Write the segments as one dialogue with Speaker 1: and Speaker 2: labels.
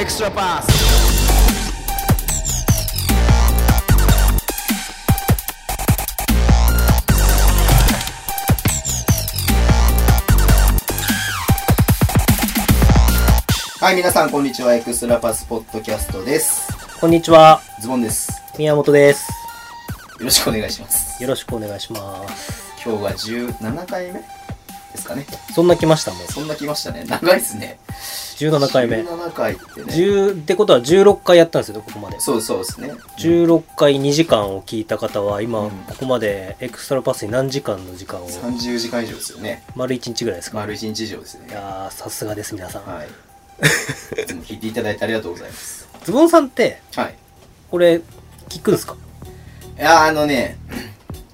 Speaker 1: extra pass.
Speaker 2: はい、皆さん、こんにちは。エクストラパスポッドキャストです。
Speaker 3: こんにちは、
Speaker 2: ズボンです。
Speaker 3: 宮本です。
Speaker 2: よろしくお願いします。
Speaker 3: よろしくお願いします。
Speaker 2: 今日が17回目ですかね。
Speaker 3: そんな来ましたもん。
Speaker 2: そんな来ましたね。長いですね。
Speaker 3: 17回目。
Speaker 2: 17回ってね。
Speaker 3: 10ってことは16回やったんですよね、ここまで。
Speaker 2: そうそうですね。
Speaker 3: 16回2時間を聞いた方は、今、
Speaker 2: うん
Speaker 3: ここまでエクストラパスに何時間の時間を、
Speaker 2: 30時間以上ですよね。
Speaker 3: 丸1日ぐらいですか。
Speaker 2: 丸1日以上です
Speaker 3: い
Speaker 2: ね。
Speaker 3: やー、さすがです、皆さん。
Speaker 2: はい。いつも聞いていただいてありがとうございます。
Speaker 3: ズボンさんって、
Speaker 2: はい。
Speaker 3: これ、聞くんすか
Speaker 2: いやーあのね、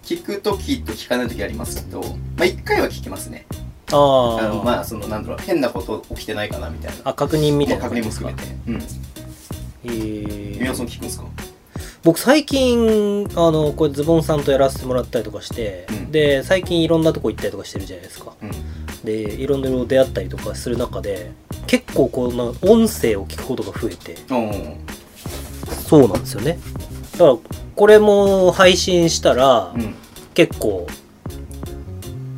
Speaker 2: 聞くときと聞かないときありますけど、まあ、1回は聞きますね。
Speaker 3: あー
Speaker 2: あの、まあ、その、なんだろう、変なこと起きてないかなみたいな。
Speaker 3: あ、確認みたいな。
Speaker 2: まあ確認も含めて。うん。
Speaker 3: えー
Speaker 2: 宮本さん聞くんですか
Speaker 3: 僕最近あのこれズボンさんとやらせてもらったりとかして、
Speaker 2: うん
Speaker 3: で最近いろんなとこ行ったりとかしてるじゃないですか
Speaker 2: うん。
Speaker 3: でいろんなとこ出会ったりとかする中で結構この音声を聞くことが増えて
Speaker 2: おー
Speaker 3: そうなんですよねだからこれも配信したら、
Speaker 2: うん。
Speaker 3: 結構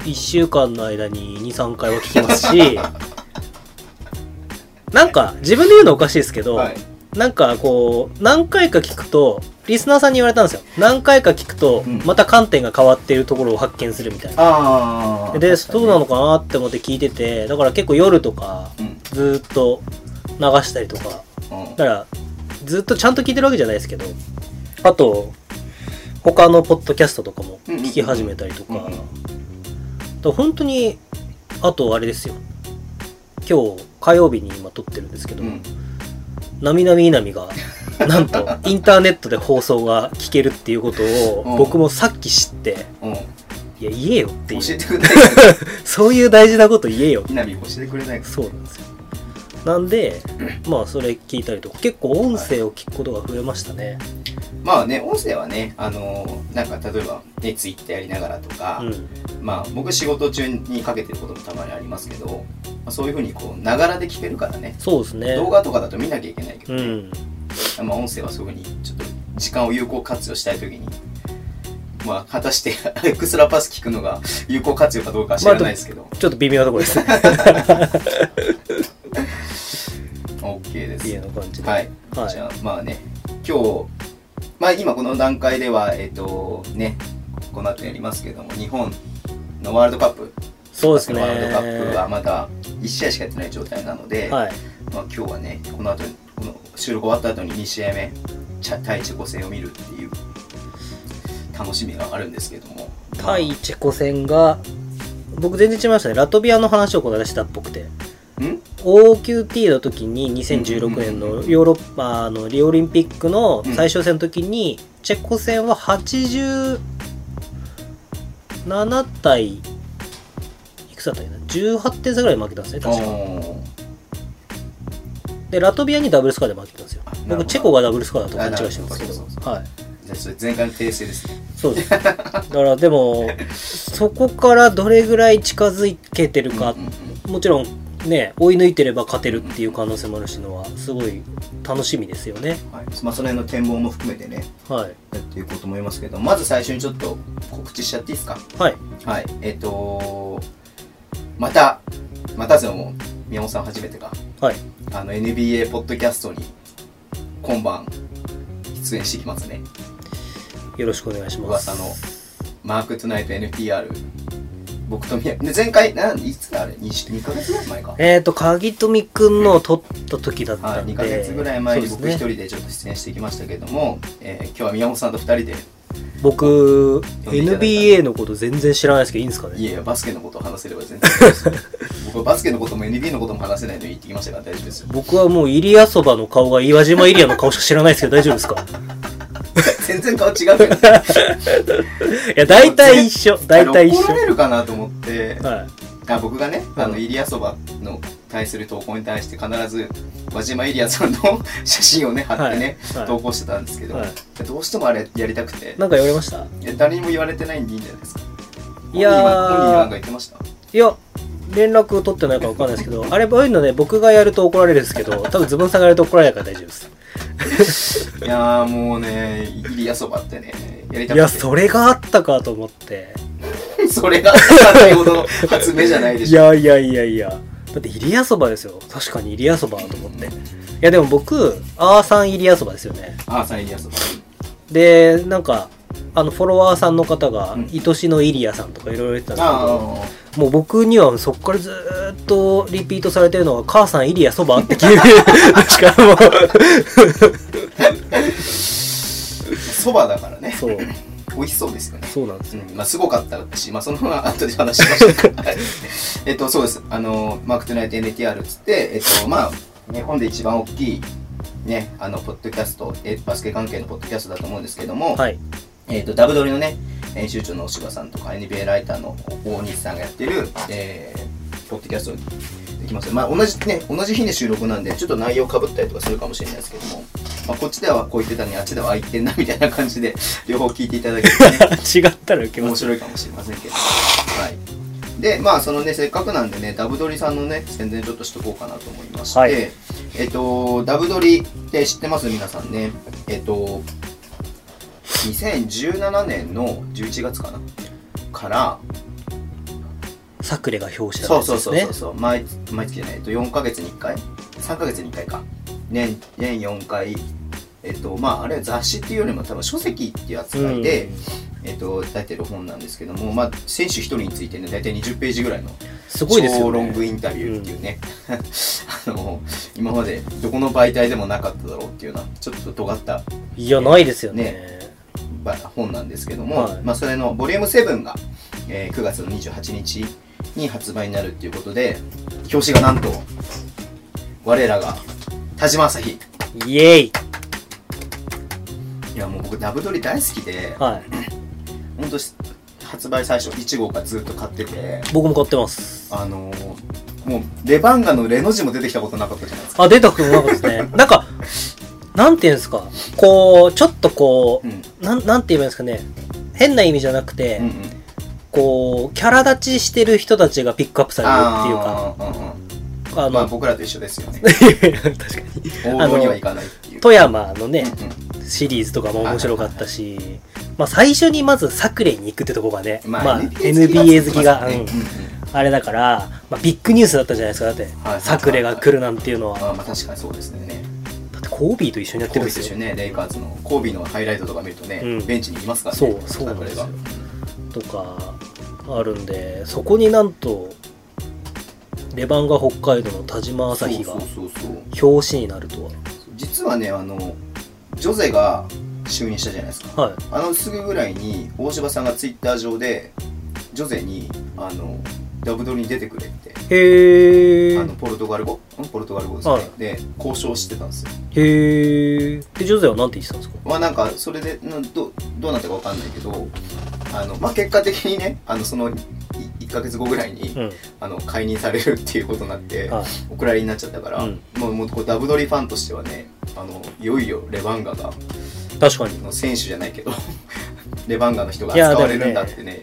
Speaker 3: 1週間の間に23回は聞きますし なんか自分で言うのおかしいですけど、
Speaker 2: はい。
Speaker 3: なんかこう何回か聞くとリスナーさんに言われたんですよ何回か聞くと
Speaker 2: うん
Speaker 3: また観点が変わっているところを発見するみたいな、
Speaker 2: ああ。
Speaker 3: で
Speaker 2: 確かに
Speaker 3: そうなのかなって思って聞いててだから結構夜とか
Speaker 2: うん。
Speaker 3: ずーっと流したりとか
Speaker 2: うん
Speaker 3: だからずっとちゃんと聞いてるわけじゃないですけどあと他のポッドキャストとかも聞き始めたりとか,、
Speaker 2: うんう
Speaker 3: だ
Speaker 2: んうんうん
Speaker 3: から本当にあとあれですよ今日火曜日に今撮ってるんですけど、
Speaker 2: うん。
Speaker 3: なみなみいなみ が、なんと、インターネットで放送が聞けるっていうこと
Speaker 2: うん
Speaker 3: を、僕もさっき知って、
Speaker 2: うん。
Speaker 3: いや、言えよってい
Speaker 2: 教え
Speaker 3: う、
Speaker 2: てくれないかな
Speaker 3: そういう大事なこと言えよ。
Speaker 2: ひなみ教えてくれないか
Speaker 3: そうなんですよ。なんで、まあ、それ聞いたりとか、結構音声を聞くことが増えましたね。
Speaker 2: まあね、音声はね、あのーなんか例えば、ね、ツイッターやりながらとか、
Speaker 3: うん。
Speaker 2: まあ僕仕事中にかけてることもたまにありますけど、まあ、そういうふうにこう、ながらで聞けるからね。
Speaker 3: そうですね。
Speaker 2: 動画とかだと見なきゃいけないけど
Speaker 3: う、ん。
Speaker 2: まあ音声はそういうふうに、ちょっと時間を有効活用したいときに、まあ果たして エクストラパス聞くのが有効活用かどうかは知らないですけど、
Speaker 3: ちょっと微妙なところですね。
Speaker 2: OK です。
Speaker 3: 家の感じで。
Speaker 2: はい。
Speaker 3: はい
Speaker 2: じゃあまあね今日まあ今この段階ではえっ、とねこの後やりますけども日本のワールドカップ
Speaker 3: そうですね。
Speaker 2: ワールドカップはまだ1試合しかやってない状態なので、
Speaker 3: はい。
Speaker 2: まあ、今日はねこの後この収録終わった後に2試合目チャ対チェコ戦を見るっていう楽しみがあるんですけども
Speaker 3: 対チェコ戦が、僕全然違いましたね。ラトビアの話をこの間したっぽくて。
Speaker 2: うん、
Speaker 3: OQT の時に2016年のヨーロッパのリオオリンピックの最終戦の時にチェコ戦は87対いくつだったっけな18点差ぐらいで負けたんですね
Speaker 2: お
Speaker 3: 確か
Speaker 2: ー
Speaker 3: でラトビアにダブルスコアで負けたんですよ
Speaker 2: あなるほど
Speaker 3: 僕チェコがダブルスコアだと勘違いしてま
Speaker 2: あなるほどそう
Speaker 3: す
Speaker 2: そ
Speaker 3: け
Speaker 2: う
Speaker 3: どはい
Speaker 2: じゃあそれ前回の訂正ですね
Speaker 3: そうですだからでもそこからどれぐらい近づけてるか
Speaker 2: うんうんうん
Speaker 3: もちろんね追い抜いてれば勝てるっていう可能性もあるしのはすごい楽しみですよね
Speaker 2: はいまあ、その辺の展望も含めてね
Speaker 3: はい
Speaker 2: やっていこうと思いますけどまず最初にちょっと告知しちゃっていいですか
Speaker 3: はい
Speaker 2: はいえっ、とまたまたですよもう宮本さん初めてか
Speaker 3: はい
Speaker 2: あの NBA ポッドキャストに今晩出演してきますね
Speaker 3: よろしくお願いします
Speaker 2: 噂のマークトゥナイト NTR 僕と宮で前回なんいつだあれ 2, 2ヶ月ぐらい前か
Speaker 3: えっ、ー、と鍵富くんのを撮った時だった
Speaker 2: はい、
Speaker 3: んで、
Speaker 2: 2ヶ月ぐらい前に
Speaker 3: そう
Speaker 2: 僕
Speaker 3: で
Speaker 2: 一
Speaker 3: すね
Speaker 2: 人でちょっと出演してきましたけども、えー今日は宮本さんと2人で
Speaker 3: 僕
Speaker 2: んでいただいた
Speaker 3: NBA のこと全然知らないですけどいいんですか
Speaker 2: い
Speaker 3: ね
Speaker 2: やいや、バスケのことを話せれば全然 僕はバスケのことも NBA のことも話せないのに言ってきましたから大丈夫ですよ。
Speaker 3: 僕はもうイリアそばの顔が岩島イリアの顔しか知らないですけど大丈夫ですか
Speaker 2: 全然顔違うけど。
Speaker 3: いや大体一緒大体一
Speaker 2: あの怒られ
Speaker 3: 緒
Speaker 2: るかなと思って、
Speaker 3: は
Speaker 2: あ僕がね、あの、
Speaker 3: うん
Speaker 2: イリアそばの対する投稿に対して必ず、和島イリアさんの写真をね、貼ってね、
Speaker 3: はいはい
Speaker 2: 投稿してたんですけど、
Speaker 3: はい
Speaker 2: どうしてもあれやりたくて
Speaker 3: い、なんか言われました
Speaker 2: いや誰にも言われてないんでいいんじゃないですか。
Speaker 3: いやー
Speaker 2: 本人は本人はなんか言ってました
Speaker 3: いや連絡取ってないから分かんないですけど、 あれ、こういうのね、僕がやると怒られるんですけど、多分ズボンさんがやると怒られないから大丈夫です。
Speaker 2: いやーもうねイギリアそばってねやりたくて
Speaker 3: いや、それがあったかと思って。
Speaker 2: それが先ほどの発明じゃないで
Speaker 3: い
Speaker 2: し
Speaker 3: や
Speaker 2: ょ
Speaker 3: いやいやいや。だって、イリアそばですよ。確かにイリアそばと思って。いや、でも僕、アーさんイリアそばですよね。
Speaker 2: ああサイリアそば
Speaker 3: で、なんか、あの、フォロワーさんの方が
Speaker 2: うん、
Speaker 3: 愛しのイリアさんとかいろいろ言ってたんですけ
Speaker 2: あ
Speaker 3: ど、
Speaker 2: あ
Speaker 3: もう僕にはそっからずーっとリピートされてるのが、母さんイリアそばって 聞いて、しかも、
Speaker 2: そばだからね
Speaker 3: そう、
Speaker 2: 美味しそうですよね
Speaker 3: そうなんですよ。
Speaker 2: うんまあ、すごかったし、まあ、そのまま後で話し ましたけどえっと、そうです。あの、マークトゥナイト NTR っつって、えっと、まあ、日本で一番大きい、ね、あの、ポッドキャスト、えバスケ関係のポッドキャストだと思うんですけども、
Speaker 3: はい。
Speaker 2: えっと、ダブドリのね、編集長の柴さんとか、NBA ライターの大西さんがやってる、えーポッドキャストできますよまあ、同じね、同じ日に収録なんで、ちょっと内容かぶったりとかするかもしれないですけども、まあ、こっちではこう言ってたのに、あっちではああ言ってんな、みたいな感じで、両方聞いていただけるとね、
Speaker 3: 違ったら受けま
Speaker 2: 面
Speaker 3: す。
Speaker 2: 白いかもしれませんけど。はい。で、まあ、そのね、せっかくなんでね、ダブドリさんのね、宣伝ちょっとしとこうかなと思いまして、
Speaker 3: はい
Speaker 2: えっと、ダブドリって知ってます皆さんね。えっと、2017年の11月かなから、
Speaker 3: サクレが表紙だった
Speaker 2: そう
Speaker 3: ん
Speaker 2: そう
Speaker 3: です
Speaker 2: そう
Speaker 3: ね
Speaker 2: そう。そう、毎毎月じゃない、えっと、4ヶ月に1回 ?3 ヶ月に1回か。年、年4回。えっと、まあ、あれは雑誌っていうよりも多分書籍っていう扱いで、
Speaker 3: うん
Speaker 2: えっと、出てる本なんですけども、まあ、選手一人についてね、大体20ページぐらいの
Speaker 3: すごいですよ、
Speaker 2: 超
Speaker 3: ね。
Speaker 2: ロングインタビューっていうね、 あの、今までどこの媒体でもなかっただろうっていうような、ちょっと尖った
Speaker 3: いや、ないですよね。
Speaker 2: ねば本なんですけども、
Speaker 3: はい
Speaker 2: まあ、それのボリューム7が、えー9月の28日に発売になるっていうことで、表紙がなんと、我らが田島朝日。
Speaker 3: イエイ
Speaker 2: いや、もう僕、ダブドリ大好きで、
Speaker 3: はい。
Speaker 2: ほんと、発売最初1号からずっと買ってて、
Speaker 3: 僕も買ってます。
Speaker 2: あのーもうレバンガのレの字も出てきたことなかったじゃないですか。
Speaker 3: あ、出たことなかったです ね。なんか、なんていうんですか。こう、ちょっとこ
Speaker 2: うん。
Speaker 3: う、なん、なんて言えばいいんですかね。変な意味じゃなくて、
Speaker 2: うんうん。
Speaker 3: こう、キャラ立ちしてる人たちがピックアップされるっていうか、
Speaker 2: あーうんうん
Speaker 3: あの、
Speaker 2: まあ僕らと一緒ですよね。
Speaker 3: 確かに。
Speaker 2: 王道にはいかないっていう。
Speaker 3: 富山のね、
Speaker 2: うん
Speaker 3: シリーズとかも面白かったし、まあ最初にまずサクレに行くってとこがね、
Speaker 2: うんま
Speaker 3: ま
Speaker 2: あ
Speaker 3: あ
Speaker 2: NBA
Speaker 3: NBA
Speaker 2: 好
Speaker 3: 好
Speaker 2: き
Speaker 3: き
Speaker 2: が
Speaker 3: が、
Speaker 2: ね。うん
Speaker 3: うん
Speaker 2: うん
Speaker 3: あれだから、まあ、ビッグニュースだったじゃないですかだって、
Speaker 2: はいはい
Speaker 3: サクレが来るなんていうのは
Speaker 2: まあまあ確かにそうですね。
Speaker 3: だってコービーと一緒にやっ
Speaker 2: コ
Speaker 3: て
Speaker 2: ー
Speaker 3: るん
Speaker 2: ビ
Speaker 3: で
Speaker 2: ーですしょ
Speaker 3: よ
Speaker 2: ね、レイカーズのコービーのハイライトとか見るとね、
Speaker 3: うん
Speaker 2: ベンチにいますからね。
Speaker 3: そうそうなんですよ
Speaker 2: 彼
Speaker 3: とかあるんでそこになんとレバンガ北海道の田島
Speaker 2: が
Speaker 3: 朝日が
Speaker 2: そうそうそうそう。
Speaker 3: 表紙になるとは
Speaker 2: 実はね、あの、ジョゼが就任したじゃないですか。
Speaker 3: はい
Speaker 2: あのすぐぐらいに大柴さんがツイッター上で、ジョゼに、あの、ダブドリに出てくれって、
Speaker 3: へ
Speaker 2: あ
Speaker 3: え
Speaker 2: のポルトガル語、んポルトガル語ですね、
Speaker 3: はい
Speaker 2: で交渉してたんですよ。
Speaker 3: へえでジョゼはなんて言ってたんですか
Speaker 2: まあなんかそれでのどどうなったかわかんないけどあの、まあ、結果的にねあのそのい1ヶ月後ぐらいに、
Speaker 3: うん
Speaker 2: あの解任されるっていうことになって、
Speaker 3: はい
Speaker 2: お蔵入りになっちゃったから、
Speaker 3: うん
Speaker 2: もうもうこうダブドリファンとしてはねあのいよいよレバンガが
Speaker 3: 確かに
Speaker 2: の選手じゃないけど レバンガの人が扱われるんだってね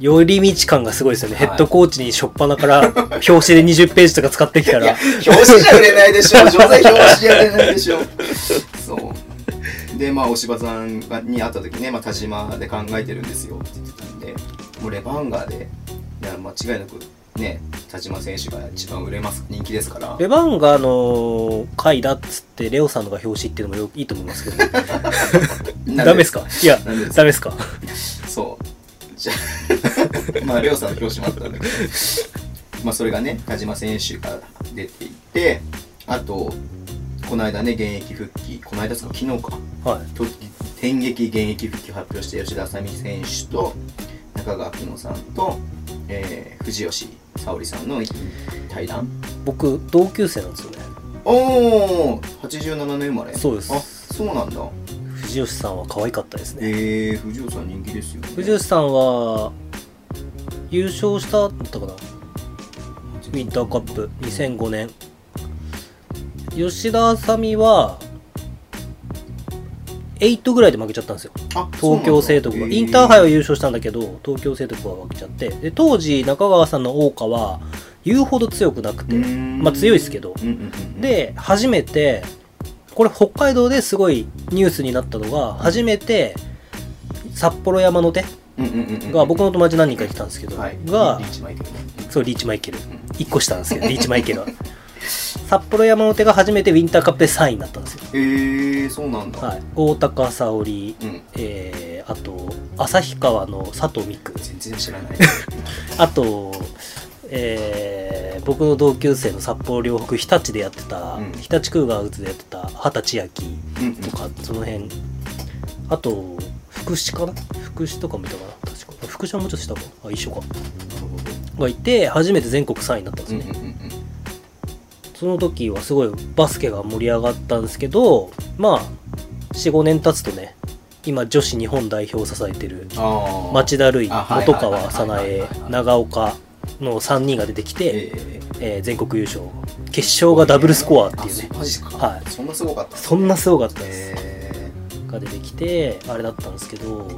Speaker 3: 寄り道感がすごいですよね、
Speaker 2: はい
Speaker 3: ヘッドコーチに初っ端から表紙で20ページとか使ってきた
Speaker 2: いや
Speaker 3: ら
Speaker 2: 表紙じゃ売れないでしょ 上手表紙じゃ売れないでしょそうでまあお芝さんがに会った時ね、まあ、田島で考えてるんですよって言ってたんでもうレバンガでいや間違いなくね田島選手が一番売れます人気ですから
Speaker 3: レバンガの回だっつって、レオさんのが表紙っていうのもよいいと思いますけ ど、
Speaker 2: なん
Speaker 3: ダメですかいや、
Speaker 2: なんでです
Speaker 3: ダメですか
Speaker 2: そうじゃあ まあレオさんの表紙もあったんだけどまあそれがね田島選手が出ていてあとこの間ね現役復帰この間ですか昨日か
Speaker 3: は
Speaker 2: 電撃現役復帰を発表して吉田麻美選手と中川紀乃さんと、えー藤吉沙織さんの対談
Speaker 3: い。僕、同級生なんですよね。
Speaker 2: おお87年生まれ
Speaker 3: そうです
Speaker 2: あそうなんだ
Speaker 3: 藤吉さんは可愛かったですね。
Speaker 2: えー、藤吉さん人気ですよ、ね、
Speaker 3: 藤吉さんは、優勝したんだったかなウィンターカップ、2005年。吉田麻美は、 8ぐらいで負けちゃったんですよ
Speaker 2: あ
Speaker 3: 東京聖徳がインターハイは優勝したんだけど東京聖徳が負けちゃってで当時中川さんの桜花は言うほど強くなくてまあ強いですけど、
Speaker 2: そうなんだうんうんうんうん、
Speaker 3: で初めてこれ北海道ですごいニュースになったのが初めて札幌山の手
Speaker 2: うんうんうんうん
Speaker 3: が僕の友達何人か来たんですけど、
Speaker 2: はい、
Speaker 3: が
Speaker 2: リーチマイケルね
Speaker 3: そうリーチマイケル1個したんですけどリーチマイケルは 札幌山の手が初めてウィンターカップで3位になったんですよ、
Speaker 2: へえー、そうなんだ、
Speaker 3: はい、大高沙織、
Speaker 2: うん、
Speaker 3: えー、あと旭川の佐藤美久
Speaker 2: 全然知ら ない
Speaker 3: あと、えー僕の同級生の札幌両北日立でやってた、
Speaker 2: うん
Speaker 3: 日立空がうつでやってた畑千秋
Speaker 2: うんうん
Speaker 3: とかその辺あと福祉かな福祉とかもいたかな確か福祉はもうちょっとしたかあ一緒か
Speaker 2: なるほど
Speaker 3: がいて初めて全国3位になったんです
Speaker 2: うん
Speaker 3: ね
Speaker 2: うん、うん
Speaker 3: その時はすごいバスケが盛り上がったんですけどまあ45年経つとね今女子日本代表を支えてる
Speaker 2: ああ
Speaker 3: 町田瑠唯
Speaker 2: あはい
Speaker 3: 本川早
Speaker 2: はいはい
Speaker 3: 苗
Speaker 2: はいはいはい
Speaker 3: 長岡の3人が出てきて、
Speaker 2: え
Speaker 3: えー全国優勝決勝がダブルスコアっていうね
Speaker 2: あマジか、
Speaker 3: はい
Speaker 2: そんなすごかった
Speaker 3: そんなすごかったです、
Speaker 2: え
Speaker 3: が出てきてあれだったんですけど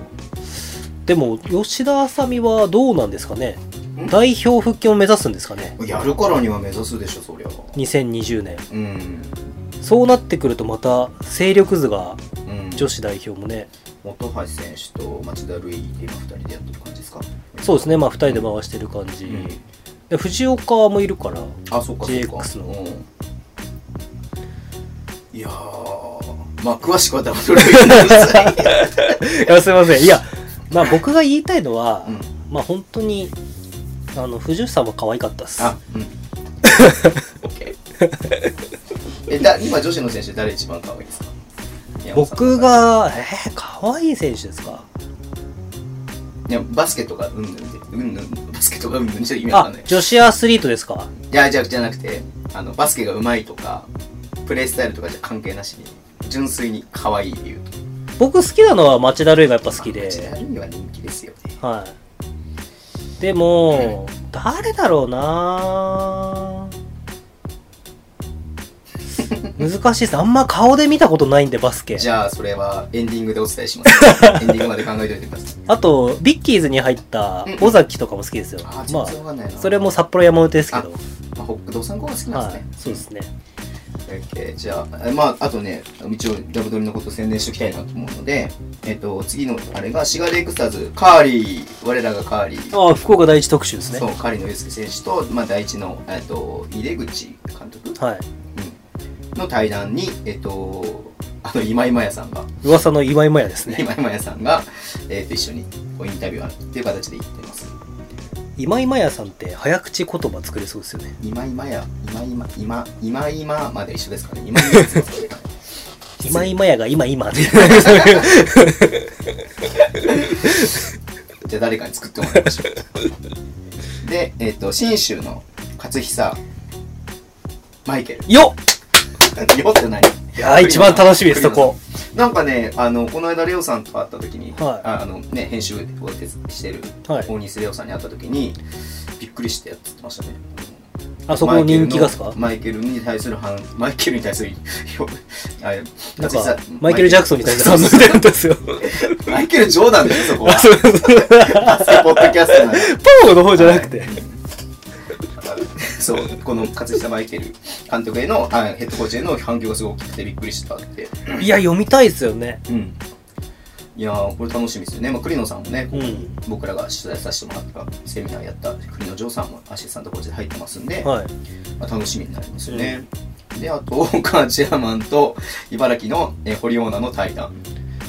Speaker 3: でも吉田麻美はどうなんですかね
Speaker 2: ん
Speaker 3: 代表復帰を目指すんですかね
Speaker 2: ー、やるからには目指すでしょそりゃ
Speaker 3: 2020年
Speaker 2: うん、
Speaker 3: そうなってくるとまた勢力図が
Speaker 2: うん、
Speaker 3: 女子代表もね
Speaker 2: 本橋選手と町田瑠唯って今2人でやってる感じですか
Speaker 3: そうですねまあ2人で回してる感じ、
Speaker 2: うん
Speaker 3: で藤岡もいる から
Speaker 2: あそっかそっか
Speaker 3: GX の
Speaker 2: うんいやーまあ詳しくはダブルルー ルください
Speaker 3: いやすいませんいやまあ僕が言いたいのは、
Speaker 2: うん
Speaker 3: まあ本当にあの藤吉さんは可愛かったっす
Speaker 2: あ うん OK えだ今女子の選手誰一番可愛いですか宮本さん
Speaker 3: 僕がえー、可愛い選手ですか
Speaker 2: いやバスケとかうんぬんでうんぬんバスケとかうんぬんじゃ意味わか
Speaker 3: あ
Speaker 2: んない
Speaker 3: 女子アスリートですか
Speaker 2: いやじゃじゃなくてあのバスケがうまいとかプレースタイルとかじゃ関係なしに純粋に可愛い理由と
Speaker 3: 僕好きなのは町田瑠唯がやっぱ好き
Speaker 2: まあ
Speaker 3: で
Speaker 2: 町、田瑠唯は人気ですよね
Speaker 3: はい、でも、誰だろう な難しいですあんま顔で見たことないんでバスケ
Speaker 2: じゃあそれはエンディングでお伝えしま すエンディングまで考えておいてください
Speaker 3: あとビッキーズに入った
Speaker 2: うん
Speaker 3: 尾崎とかも好きですよ、
Speaker 2: あー
Speaker 3: ま
Speaker 2: 全然わ
Speaker 3: あ
Speaker 2: かんないな、
Speaker 3: それも札幌山手ですけど、
Speaker 2: まあ、北道産高が好きなん
Speaker 3: は
Speaker 2: で
Speaker 3: い、
Speaker 2: す
Speaker 3: そう
Speaker 2: ね、
Speaker 3: ですね
Speaker 2: オッケーじゃあえまああとね一応ダブドリのこと宣伝しておきたいなと思うのでえっと次のあれがシガレイクスターズカーリー我らがカーリー
Speaker 3: ああ福岡第一特集ですね
Speaker 2: そう、狩野祐介選手と、まあ、第一の、えっと、井出口監督、
Speaker 3: はい
Speaker 2: うんの対談に、えっと、あの、今井真也さんが、
Speaker 3: 噂の今井真也ですね
Speaker 2: 今井真也さんが、えっと、一緒にこうインタビューっていう形で行ってます。
Speaker 3: 今井真也さんって早口言葉作れそうですよね
Speaker 2: 今井真也、今井真、今、今井真まで一緒ですかね。今井真也ですかそれ
Speaker 3: 今井真也が今今 で
Speaker 2: じゃあ誰かに作ってもらいましょう。で、えっと、信州の勝久、マイケル。
Speaker 3: よっ
Speaker 2: よって何
Speaker 3: いやー一番楽しみですそこ
Speaker 2: なんかね、あの、この間、レオさんと会った時に、
Speaker 3: はい
Speaker 2: ああの、ね、編集をしてる、
Speaker 3: はい
Speaker 2: 大西レオさんに会った時に、びっくりしてやってましたね。
Speaker 3: あそこの人気がですか
Speaker 2: マイケルのマイケルに対する反、マイケルに対する、 あれ
Speaker 3: なんかマイケル・ジャクソンみたいな
Speaker 2: そ
Speaker 3: 反
Speaker 2: う
Speaker 3: 応
Speaker 2: そう
Speaker 3: 出るんですよ。
Speaker 2: マイケル・ジョーダンだよ、そこは。
Speaker 3: あ そうそう
Speaker 2: バスケポッドキャストなんで
Speaker 3: ポーの方じゃなくて
Speaker 2: はい。そう、この勝久マイケル監督への、あヘッドコーチへの反響がすごく大きくてびっくりしたって。
Speaker 3: いや、読みたいですよね。
Speaker 2: うん。いやー、これ楽しみですよね。まあ、栗野さんもね、
Speaker 3: うん。
Speaker 2: 僕らが取材させてもらったセミナーやった栗野城さんもアシスタントコーチで入ってますんで、
Speaker 3: はい。
Speaker 2: まあ、楽しみになりますよね。で、あと、カーチェアマンと茨城の、えー堀オーナーの対談。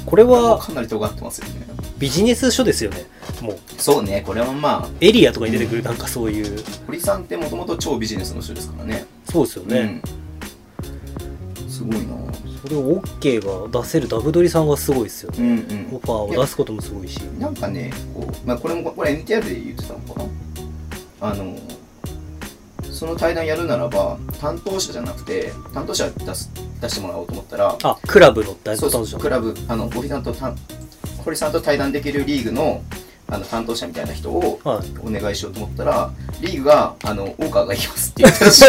Speaker 3: これ
Speaker 2: もう
Speaker 3: は
Speaker 2: かなり尖ってますよね。
Speaker 3: ビジネス書ですよね。もう、
Speaker 2: そうね、これはまあ、
Speaker 3: エリアとかに出てくるなんかそういう。
Speaker 2: 堀さんってもともと超ビジネスの人ですからね。
Speaker 3: そうですよね。
Speaker 2: うん、すごいな
Speaker 3: それを OK が出せるダブドリさんがすごいですよ
Speaker 2: う
Speaker 3: ね。
Speaker 2: ん
Speaker 3: オファーを出すこともすごいし。
Speaker 2: うん。なんかね、こう、まあ、これも、これ NTR で言ってたのかなあの、その対談やるならば、担当者じゃなくて、担当者出す、出してもらおうと思ったら、
Speaker 3: あ、クラブの大
Speaker 2: そ
Speaker 3: 学
Speaker 2: う
Speaker 3: 担当
Speaker 2: そう、ク
Speaker 3: 者。
Speaker 2: ラブ、あの、堀さんとた、堀さんと対談できるリーグの、あの、担当者みたいな人を、
Speaker 3: はい。
Speaker 2: お願いしようと思ったら、リーグが、あの、オーカーが行きます って言ったらしい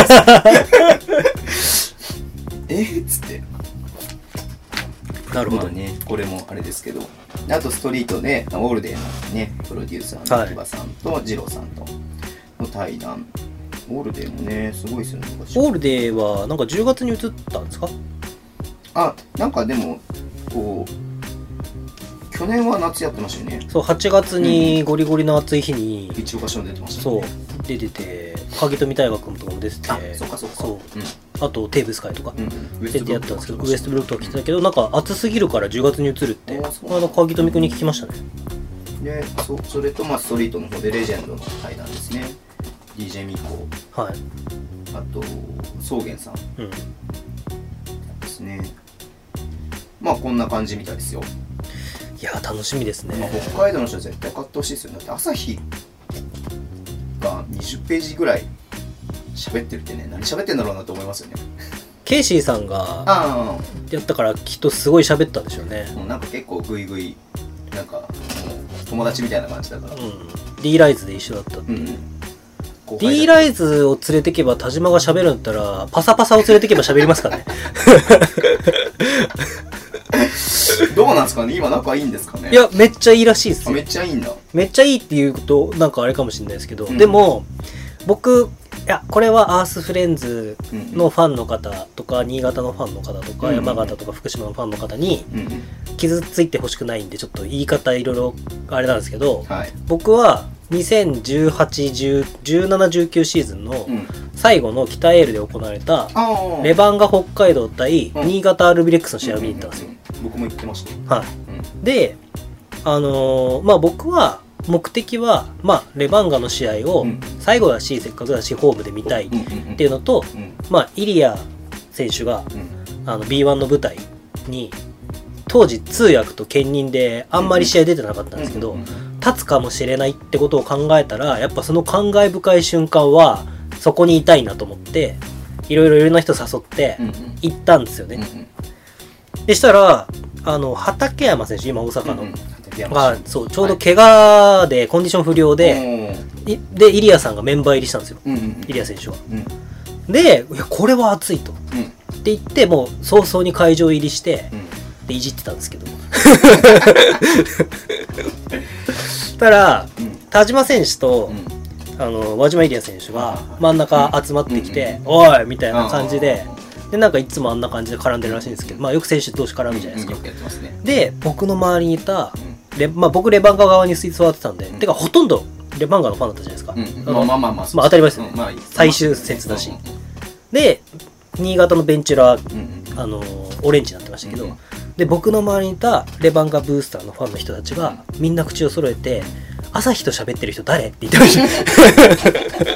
Speaker 2: です。えっつって。
Speaker 3: なるほ
Speaker 2: ま
Speaker 3: ど
Speaker 2: あね、これもあれですけどあとストリートでまあウォールデーのねプロデューサーの
Speaker 3: はい
Speaker 2: 秋葉さんと二郎さんとの対談ウォールデーもねすごいですよね昔
Speaker 3: オールデーはなんか10月に移ったんですか
Speaker 2: あなんかでもこう去年は夏やってましたよね
Speaker 3: そう8月にゴリゴリの暑い日に、
Speaker 2: 一岡賞出てました
Speaker 3: そ
Speaker 2: よ
Speaker 3: う
Speaker 2: ね
Speaker 3: 出てて鍵富大学君とかも出てて
Speaker 2: あそうかそうか
Speaker 3: そ
Speaker 2: うん
Speaker 3: うあとテーブス会とか
Speaker 2: うんうんウエ
Speaker 3: 出てやったんですけどウエストブロックは来てたけどなんか暑すぎるから10月に移るって
Speaker 2: あそう
Speaker 3: あの鍵富君に聞きましたね
Speaker 2: でそそれとまあストリートの方でレジェンドの対談ですね DJ ミコ
Speaker 3: はい、
Speaker 2: あと草原さん
Speaker 3: うん、
Speaker 2: ですねまあこんな感じみたいですよ、
Speaker 3: いや楽しみですね
Speaker 2: まあ、北海道の人は絶対買ってほしいですよねだって朝日が20ページぐらい喋ってるってね何喋ってんだろうなと思いますよね
Speaker 3: ケイシーさんが
Speaker 2: あ
Speaker 3: やったからきっとすごい喋ったんでしょうね
Speaker 2: あもうなんか結構グイグイなんかもう友達みたいな感じだから
Speaker 3: うん D ライズで一緒だった
Speaker 2: うん、うん、後輩だ
Speaker 3: D ライズを連れてけば田島が喋るんだったらパサパサを連れてけば喋りますからね
Speaker 2: どうなんですかね今仲いいんですかね
Speaker 3: いやめっちゃいいらしいです
Speaker 2: あ
Speaker 3: よ
Speaker 2: めっちゃいいんだ
Speaker 3: めっちゃいいっていうとなんかあれかもしれないですけど、
Speaker 2: うん
Speaker 3: でも僕いやこれはアースフレンズのファンの方とか、新潟のファンの方とか、
Speaker 2: うん
Speaker 3: 山形とか福島のファンの方に
Speaker 2: うんうん
Speaker 3: 傷ついてほしくないんでちょっと言い方いろいろあれなんですけど
Speaker 2: はい
Speaker 3: 僕は20181719シーズンの
Speaker 2: うん
Speaker 3: 最後の北エールで行われた
Speaker 2: ああ
Speaker 3: レバンガ北海道対
Speaker 2: うん
Speaker 3: 新潟アルビレックスの試合を見に行ったんですよ。
Speaker 2: うううん僕も行ってました
Speaker 3: はい
Speaker 2: うん
Speaker 3: で、あのーまあ僕は目的は、まあ、レバンガの試合を
Speaker 2: うん
Speaker 3: 最後だし、せっかくだしホームで見たいっ
Speaker 2: って
Speaker 3: いうのと、まあ、イリア選手があの B1 の舞台に当時通訳と兼任であんまり試合出てなかったんですけど、立つかもしれないってことを考えたらやっぱその感慨深い瞬間はそこにいたいなと思っていろいろいろんな人誘って行ったんですよね。でしたらあの畠山選手今大阪の、がそうちょうど怪我でコンディション不良で、
Speaker 2: で
Speaker 3: いでイリアさんがメンバー入りしたんですよイリア選手は。でいやこれは熱いとって言ってもう早々に会場入りしてでいじってたんですけどたら田島選手と、あの輪島イリア選手が真ん中集まってきて「おい!」みたいな感じででなんかいつもあんな感じで絡んでるらしいんですけど、まあ、よく選手同士絡むじゃないですか。で僕の周りにいたレ、まあ、僕レバンガ側に座ってたんで、
Speaker 2: うん
Speaker 3: てかほとんどレバンガのファンだったじゃないですか、あ
Speaker 2: ま
Speaker 3: の
Speaker 2: あまあまあまあ
Speaker 3: まあ当たり前ですよね
Speaker 2: まあいい
Speaker 3: 最終節だしで新潟のベンチュラー
Speaker 2: うんうん
Speaker 3: あのーオレンジになってましたけど、
Speaker 2: うん
Speaker 3: で僕の周りにいたレバンガブースターのファンの人たちがみんな口を揃えて「朝日と喋ってる人誰?」って言ってました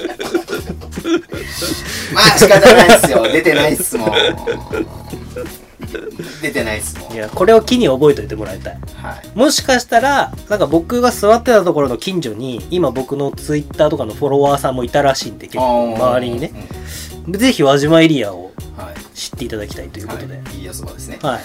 Speaker 2: まあ仕方ないっすよ出てないっすもん出てないっすもん
Speaker 3: いやこれを機に覚えておいてもらいたい
Speaker 2: はい
Speaker 3: もしかしたらなんか僕が座ってたところの近所に今僕のツイッターとかのフォロワーさんもいたらしいんで結構周りにねぜひ輪島エリアを
Speaker 2: うんはい
Speaker 3: 知っていただきたいということで、
Speaker 2: はいいいおそばですね
Speaker 3: はい。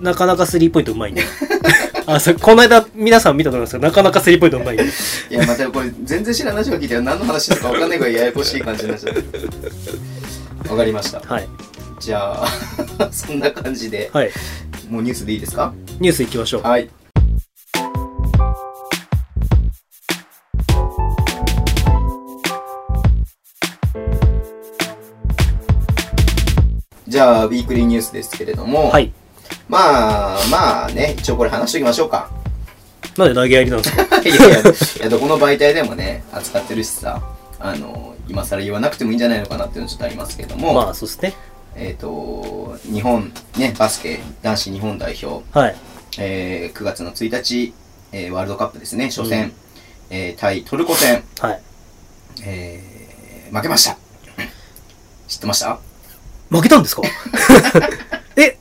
Speaker 3: なかなかスリーポイントうまいね。 あ、それこの間皆さん見たと思いますけど、なかなかスリーポイントうまいね。
Speaker 2: いやまたこれ全然知らない人が聞いたら何の話してるか分かんないぐらいややこしい感じになっちゃったわかりました
Speaker 3: はい。
Speaker 2: じゃあ そんな感じで
Speaker 3: はい。
Speaker 2: もうニュースでいいですか
Speaker 3: ニュース行きましょう。
Speaker 2: はいじゃあウィークリーニュースですけれども、
Speaker 3: はい。
Speaker 2: まあまあね一応これ話しておきましょうか
Speaker 3: なんで投げやりなん ですか
Speaker 2: いやいやいやどこの媒体でもね扱ってるしさあの今更言わなくてもいいんじゃないのかなっていうのちょっとありますけれども、
Speaker 3: まあ、そうですね。
Speaker 2: えっ、と日本ねバスケ男子日本代表
Speaker 3: はい。
Speaker 2: えー9月の1日、えーワールドカップですね、初戦、えー対トルコ戦、
Speaker 3: はい。
Speaker 2: えー負けました。知ってました
Speaker 3: 負けたんですか え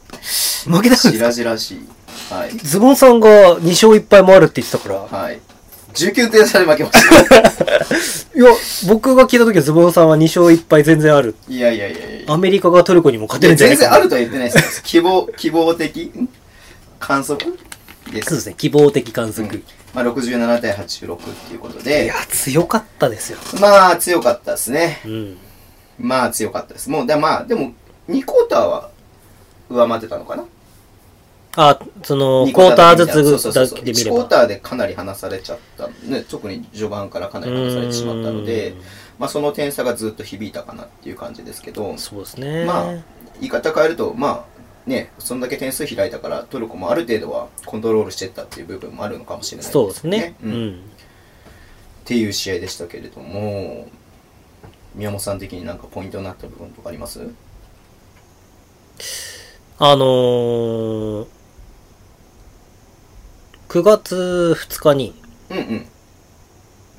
Speaker 3: 負けたんです
Speaker 2: し
Speaker 3: から
Speaker 2: じらしい。はい。
Speaker 3: ズボンさんが2勝1敗もあるって言ってたから。
Speaker 2: はい。19点差で負けました。
Speaker 3: いや、僕が聞いた時はズボンさんは2勝1敗全然ある。
Speaker 2: いやいやいやいやいや
Speaker 3: アメリカがトルコにも勝てるんじゃな
Speaker 2: 全
Speaker 3: いか
Speaker 2: 然あ
Speaker 3: な。
Speaker 2: るとは言ってないです。希望、 希望的ん観測
Speaker 3: そ
Speaker 2: で。
Speaker 3: うですすね。希望的観
Speaker 2: うん
Speaker 3: 測。い
Speaker 2: まあ、67対86っていうことで
Speaker 3: や、、強かったですよ。
Speaker 2: まあ、強かったですね。
Speaker 3: うん。
Speaker 2: まあ、強かったです。もう、だまあ、でも、2クォーターは上回ってたのかな
Speaker 3: あ、その、
Speaker 2: 二
Speaker 3: クォーターず
Speaker 2: そうそう
Speaker 3: つ
Speaker 2: そう
Speaker 3: だ
Speaker 2: そう
Speaker 3: けで見れ
Speaker 2: 1クォー
Speaker 3: ば。
Speaker 2: ターでかなり離されちゃった、ね、特に序盤からかなり離されてしまったので
Speaker 3: う、
Speaker 2: まあ、その点差がずっと響いたかなっていう感じですけど
Speaker 3: ーん、そうですね。
Speaker 2: まあ言い方変えると、まあね、そんだけ点数開いたから、トルコもある程度はコントロールしてったっていう部分もあるのかもしれない
Speaker 3: そうですね。う
Speaker 2: うんっ
Speaker 3: ん。
Speaker 2: ていう試合でしたけれども、宮本さん的になんかポイントになった部分とかあります
Speaker 3: あのー、9月2日に、
Speaker 2: うんうん。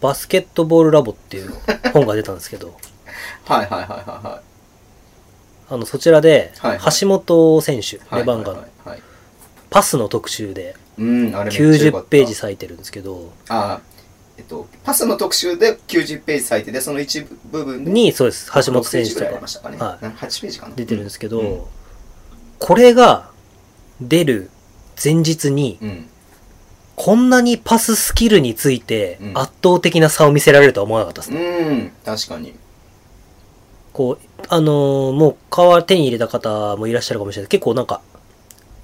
Speaker 3: バスケットボールラボって いう本が出たんですけど、
Speaker 2: はいはいはいはいはい。
Speaker 3: あの、そちらで
Speaker 2: はいは、い
Speaker 3: 橋本選手、
Speaker 2: はい
Speaker 3: レバンガの
Speaker 2: はい、はいはい
Speaker 3: パスの特集で、
Speaker 2: うん、あれめっちゃ良か
Speaker 3: 90
Speaker 2: った
Speaker 3: ページ割いてるんですけど、
Speaker 2: あえっと、パスの特集で90ページ割いてて、その一部分で
Speaker 3: に、そうです、橋本選手
Speaker 2: ぐ
Speaker 3: と
Speaker 2: らいあり
Speaker 3: か
Speaker 2: ましたかね。
Speaker 3: はい
Speaker 2: 8ページかな。
Speaker 3: 出てるんですけど、
Speaker 2: うん
Speaker 3: これが出る前日に、
Speaker 2: うん。
Speaker 3: こんなにパススキルについて
Speaker 2: うん
Speaker 3: 圧倒的な差を見せられるとは思わなかったですね。
Speaker 2: うん、確かに。
Speaker 3: こう、あのーもう顔は手に入れた方もいらっしゃるかもしれないです結構なんか、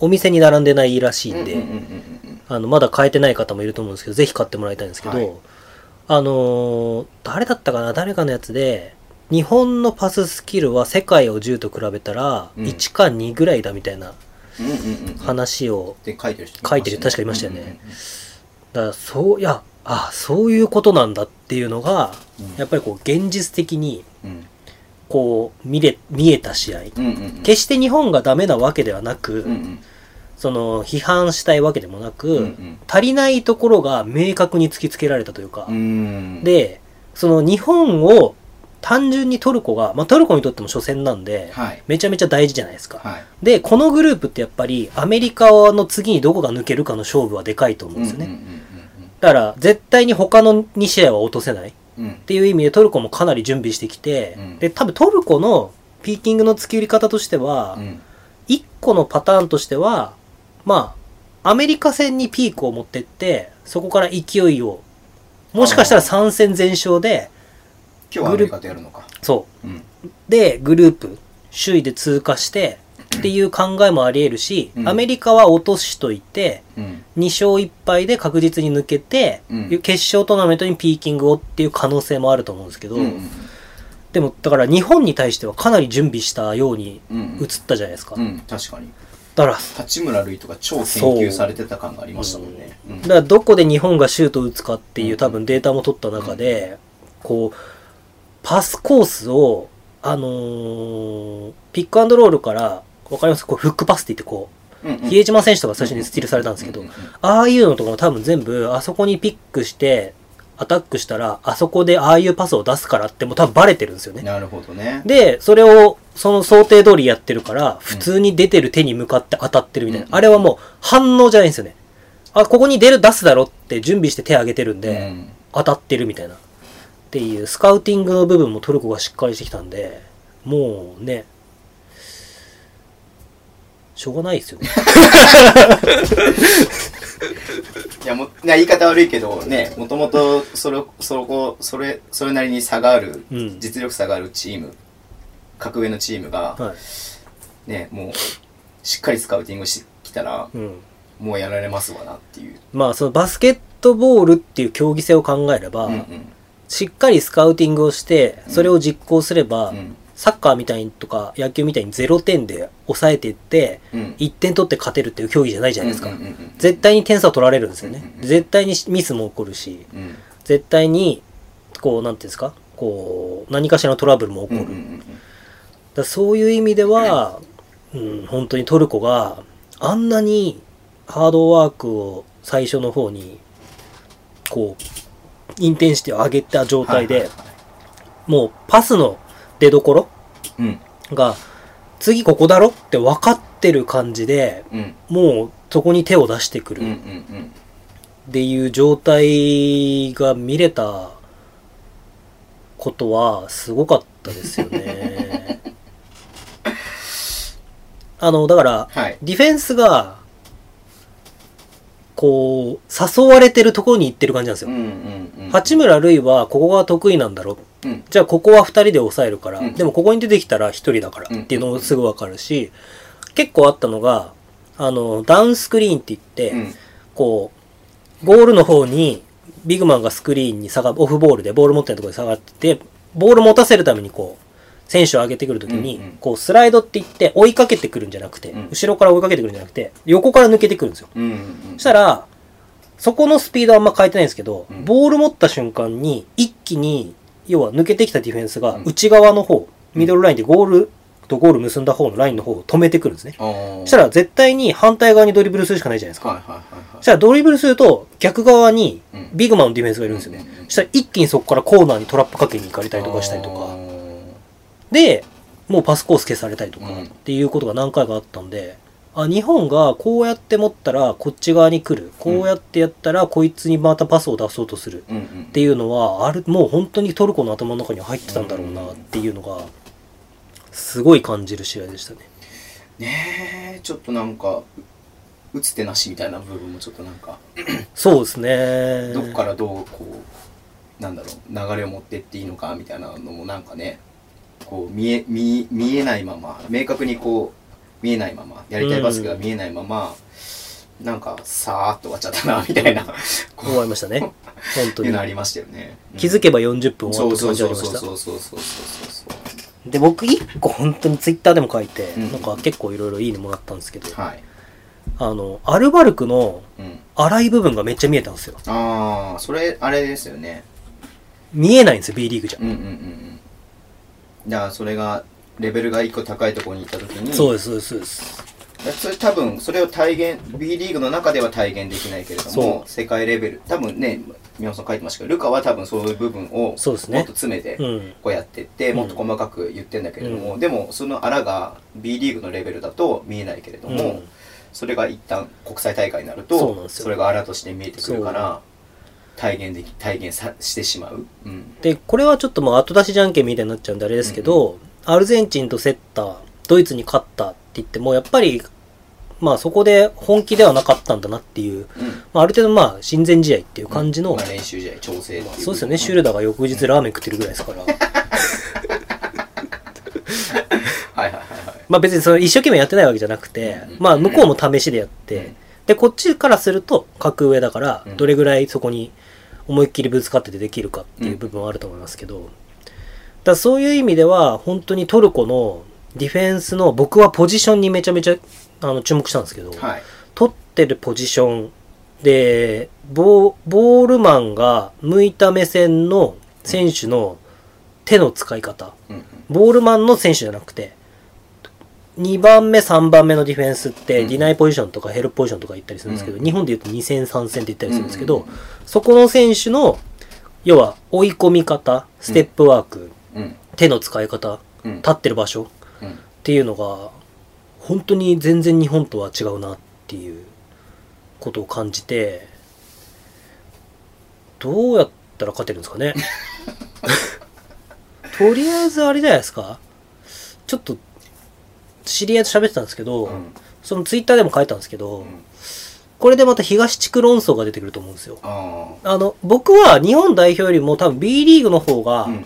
Speaker 3: お店に並んでないらしいんで、
Speaker 2: うんうんうんうんうん
Speaker 3: あの、まだ買えてない方もいると思うんですけど、ぜひ買ってもらいたいんですけど、
Speaker 2: はい
Speaker 3: あのー誰だったかな誰かのやつで、日本のパススキルは世界を10と比べたら、
Speaker 2: うん
Speaker 3: 1か2ぐらいだみたいな
Speaker 2: うんうんうんうん。
Speaker 3: 話を、
Speaker 2: って書いてる人
Speaker 3: 書いてる確かいましたよねだからそう、いや、あそういうことなんだっていうのが、
Speaker 2: うん
Speaker 3: やっぱりこう、現実的に、
Speaker 2: うん
Speaker 3: こう、見れ、見えた試合。
Speaker 2: うんうんうんうん
Speaker 3: 決して日本がダメなわけではなく、
Speaker 2: うんうん
Speaker 3: その、批判したいわけでもなく、
Speaker 2: うんうん
Speaker 3: 足りないところが明確に突きつけられたというか、
Speaker 2: うん
Speaker 3: で、その日本を単純にトルコが、まあ、トルコにとっても初戦なんで、
Speaker 2: はい
Speaker 3: めちゃめちゃ大事じゃないですか。
Speaker 2: はい
Speaker 3: で、このグループってやっぱりアメリカの次にどこが抜けるかの勝負はでかいと思うんですよね。
Speaker 2: うんうん
Speaker 3: だから、絶対に他の2試合は落とせないっ
Speaker 2: うんうん
Speaker 3: ていう意味でトルコもかなり準備してきて、
Speaker 2: うん
Speaker 3: で、多分トルコのピーキングの突き売り方としては、
Speaker 2: うんうん
Speaker 3: 1個のパターンとしては、まあ、アメリカ戦にピークを持ってって、そこから勢いを、もしかしたら3戦全勝で、
Speaker 2: 今日はアメリカとやるのか
Speaker 3: そ
Speaker 2: うん
Speaker 3: う。で、グループ、首位で通過して、っていう考えもあり得るし、
Speaker 2: うん
Speaker 3: アメリカは落としといて、
Speaker 2: うん
Speaker 3: 2勝1敗で確実に抜けて、
Speaker 2: うん
Speaker 3: 決勝トーナメントにピーキングをっていう可能性もあると思うんですけど、
Speaker 2: うんうん
Speaker 3: でも、だから日本に対してはかなり準備したように
Speaker 2: うん
Speaker 3: 映ったじゃないですか。
Speaker 2: うん確かに
Speaker 3: だから、
Speaker 2: 八村塁とか超研究されてた感がありましたもんねうん
Speaker 3: だからどこで日本がシュートを打つかっていううん多分データも取った中で、こう、パスコースを、あのーピックアンドロールから、わかりますこうフックパスって言ってこ
Speaker 2: うんうん
Speaker 3: う、比江島選手とか最初にスティールされたんですけど
Speaker 2: うんうん、うん
Speaker 3: ああいうのとかも多分全部、あそこにピックして、アタックしたら、あそこでああいうパスを出すからってもう多分バレてるんですよね。
Speaker 2: なるほどね
Speaker 3: で、それを、その想定通りやってるから、普通に出てる手に向かって当たってるみたいな。
Speaker 2: うん
Speaker 3: あれはもう反応じゃないんですよね。あ、ここに出る、出すだろって準備して手上げてるんで、
Speaker 2: うん
Speaker 3: 当たってるみたいな。っていう、スカウティングの部分もトルコがしっかりしてきたんで、もうね、しょうがない ですよね。
Speaker 2: いやもいや言い方悪いけどねもともとそれそこそれそれなりに差がある
Speaker 3: うん
Speaker 2: 実力差があるチーム格上のチームが
Speaker 3: はい。
Speaker 2: ねもうしっかりスカウティングしてきたら
Speaker 3: うん。
Speaker 2: もうやられますわなっていう
Speaker 3: まあ、そのバスケットボールっていう競技性を考えれば、
Speaker 2: うんうん
Speaker 3: しっかりスカウティングをして、それを実行すれば、
Speaker 2: うん
Speaker 3: サッカーみたいにとか野球みたいに0点で抑えていって、
Speaker 2: うん
Speaker 3: 1点取って勝てるっていう競技じゃないじゃないですか。
Speaker 2: うんうんうんうん
Speaker 3: 絶対に点差を取られるんですよね
Speaker 2: うんうん。うん
Speaker 3: 絶対にミスも起こるし、
Speaker 2: うん
Speaker 3: 絶対に、こう、なんていうんですか、こう、何かしらのトラブルも
Speaker 2: う
Speaker 3: 起
Speaker 2: ん
Speaker 3: こる。
Speaker 2: う
Speaker 3: だか
Speaker 2: ん
Speaker 3: らそういう意味では、うん、本当にトルコがあんなにハードワークを最初の方に、こう、インテンシティを上げた状態で、
Speaker 2: はいはいは
Speaker 3: もうパスの出どころ
Speaker 2: いうん
Speaker 3: が、次ここだろって分かってる感じで、
Speaker 2: うん
Speaker 3: もうそこに手を出してく
Speaker 2: うんうん
Speaker 3: る
Speaker 2: うん
Speaker 3: っていう状態が見れたことはすごかったですよね。 あの、だから、
Speaker 2: はい
Speaker 3: ディフェンスが、こう、誘われてるところに行ってる感じなんです
Speaker 2: うん
Speaker 3: よ。
Speaker 2: うんうん
Speaker 3: 八村塁はここが得意なんだろ
Speaker 2: うん
Speaker 3: じゃあここは2人で抑えるから、
Speaker 2: うん
Speaker 3: でもここに出てきたら1人だからっていうのもすぐ分かるし、結構あったのが、あの、ダウンスクリーンって言って、
Speaker 2: うん
Speaker 3: こう、ゴールの方に、ビッグマンがスクリーンに下が、オフボールでボール持ってるところに下がってて、ボール持たせるためにこう、選手を上げてくるときに、
Speaker 2: うんうん
Speaker 3: こう、スライドって言って追いかけてくるんじゃなくて、
Speaker 2: うん
Speaker 3: 後ろから追いかけてくるんじゃなくて、横から抜けてくるんですよ。
Speaker 2: うんうん
Speaker 3: そしたら、そこのスピードはあんま変えてないんですけど、
Speaker 2: うん
Speaker 3: ボール持った瞬間に、一気に、要は抜けてきたディフェンスが
Speaker 2: うん
Speaker 3: 内側の方、ミドルラインでゴールとゴール結んだ方のラインの方を止めてくるんですね。
Speaker 2: あー
Speaker 3: そしたら絶対に反対側にドリブルするしかないじゃないですか。
Speaker 2: はいはいはいは
Speaker 3: そ
Speaker 2: い
Speaker 3: したらドリブルすると逆側に
Speaker 2: うん
Speaker 3: ビッグマンのディフェンスがいるんですよね。そしたら一気にそこからコーナーにトラップかけに行かれたりとかしたりと
Speaker 2: あ
Speaker 3: か。
Speaker 2: ー
Speaker 3: で、もうパスコース消されたりとか
Speaker 2: うん
Speaker 3: っていうことが何回かあったんで、あ、日本がこうやって持ったらこっち側に来る。こうやってやったらこいつにまたパスを出そうとする。
Speaker 2: うんうん
Speaker 3: っていうのは、あれ、もう本当にトルコの頭の中には入ってたんだろうなっていうのが、すごい感じる試合でしたね。
Speaker 2: ねえちょっとなんかう打つ手なしみたいな部分もちょっとなんか
Speaker 3: そうですね。
Speaker 2: どっからどうこうなんだろう流れを持ってっていいのかみたいなのもなんかねこう見え見見えないまま明確にこう見えないままやりたいバスケが見えないまま、なんかさーっと終わっちゃったなみたいな
Speaker 3: 終わ
Speaker 2: こ
Speaker 3: りましたね。本
Speaker 2: う
Speaker 3: 当
Speaker 2: いう
Speaker 3: に
Speaker 2: の。ありましたよね、
Speaker 3: 気づ
Speaker 2: け
Speaker 3: けば40分終
Speaker 2: そ
Speaker 3: わった感
Speaker 2: うそう
Speaker 3: じあ
Speaker 2: そ
Speaker 3: りま
Speaker 2: うそう
Speaker 3: した
Speaker 2: そうそうそうそうそう
Speaker 3: で僕1個本当にツイッターでも書いて、
Speaker 2: うん
Speaker 3: なんか結構いろいろいいのもらったんですけど、
Speaker 2: はい、
Speaker 3: あのアルバルクの
Speaker 2: うん、
Speaker 3: 粗い部分がめっちゃ見えたんですよ
Speaker 2: ああそれあれですよね
Speaker 3: 見えないんですよ B リーグじゃ、
Speaker 2: うんうんうんうんだからそれがレベルが一個高いところに行った時に
Speaker 3: そうですそうですそうです
Speaker 2: それ多分それを体現 B リーグの中では体現できないけれど
Speaker 3: そ
Speaker 2: も世界レベル多分ね宮本さん書いてましたけどルカは多分そういう部分をもっ
Speaker 3: そう
Speaker 2: と
Speaker 3: ですね
Speaker 2: 詰めて
Speaker 3: うん
Speaker 2: こうやってって、もっと細かく言ってんだけれども、でもそのあらが B リーグのレベルだと見えないけれども、
Speaker 3: うん
Speaker 2: それが一旦国際大会になる
Speaker 3: そうなん
Speaker 2: と
Speaker 3: ですよ
Speaker 2: それがあらとして見えてくるから体現でき体現さしてしまう、うん、
Speaker 3: でこれはちょっともう後出しじゃんけんみたいになっちゃうんであれですけど、アルゼンチンと競ったドイツに勝ったって言ってもやっぱりまあそこで本気ではなかったんだなっていう、
Speaker 2: うん
Speaker 3: まあ、ある程度まあ親善試合っていう感じの、
Speaker 2: まあ練習試合調整っていう
Speaker 3: そうですよね、シュルダーが翌日ラーメン食ってるぐらいですから。
Speaker 2: はいはいはいはい
Speaker 3: まあ別にその一生懸命やってないわけじゃなくて
Speaker 2: うん、
Speaker 3: まあ向こうも試しでやって、
Speaker 2: うん
Speaker 3: で、こっちからすると格上だから
Speaker 2: う、ん
Speaker 3: どれぐらいそこに思いっきりぶつかっててできるかっていう部分はあると思いますけど、だからそういう意味では、本当にトルコのディフェンスの僕はポジションにめちゃめちゃあの注目したんですけど、
Speaker 2: はい
Speaker 3: 取ってるポジションでボー、ボールマンが向いた目線の選手の手の使い方、
Speaker 2: うんうん
Speaker 3: ボールマンの選手じゃなくて、2番目、3番目のディフェンスって、
Speaker 2: うん
Speaker 3: ディナイポジションとかヘルプポジションとか言ったりするんですけど、
Speaker 2: うん
Speaker 3: 日本で言うと2戦、3戦って言ったりするんですけど、
Speaker 2: うんうん
Speaker 3: そこの選手の、要は追い込み方、ステップワーク、
Speaker 2: うん
Speaker 3: 手の使い方、
Speaker 2: うん
Speaker 3: 立ってる場所っ
Speaker 2: うん
Speaker 3: ていうのが、本当に全然日本とは違うなっていうことを感じて、どうやったら勝てるんですか ね。とりあえずあれじゃないですかちょっと知り合いと喋ってたんですけど、
Speaker 2: うん
Speaker 3: そのツイッターでも書いたんですけど、
Speaker 2: うん
Speaker 3: これでまた東地区論争が出てくると思うんですよ
Speaker 2: あ
Speaker 3: あの僕は日本代表よりも多分 B リーグの方が
Speaker 2: あうん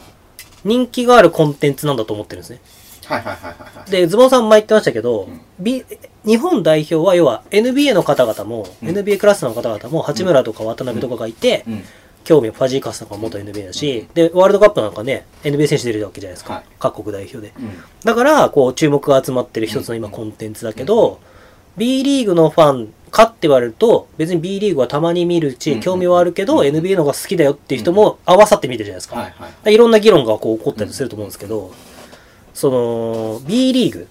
Speaker 3: 人気があるコンテンツなんだと思ってるんですね
Speaker 2: はいはいはいはいはい
Speaker 3: でズボンさんも言ってましたけど、
Speaker 2: うん
Speaker 3: B 日本代表は要は NBA の方々も、
Speaker 2: うん
Speaker 3: NBA クラスの方々も八村とか渡辺とかがいて、
Speaker 2: うん
Speaker 3: 興味ファジーカスとかも元 NBA だし
Speaker 2: う、
Speaker 3: でワールドカップなんかね NBA 選手出るわけじゃないですか、
Speaker 2: はい
Speaker 3: 各国代表で
Speaker 2: うん
Speaker 3: だから、こう、注目が集まってる一つの今
Speaker 2: うん
Speaker 3: コンテンツだけど、B リーグのファンかって言われると、別に B リーグはたまに見る
Speaker 2: う
Speaker 3: し、
Speaker 2: ん
Speaker 3: 興味はあるけど、
Speaker 2: うん
Speaker 3: NBA の方が好きだよっていう人も合わさって見てるじゃないですか。
Speaker 2: はいはい
Speaker 3: いろんな議論がこう起こったりすると思うんですけど、その、B リーグ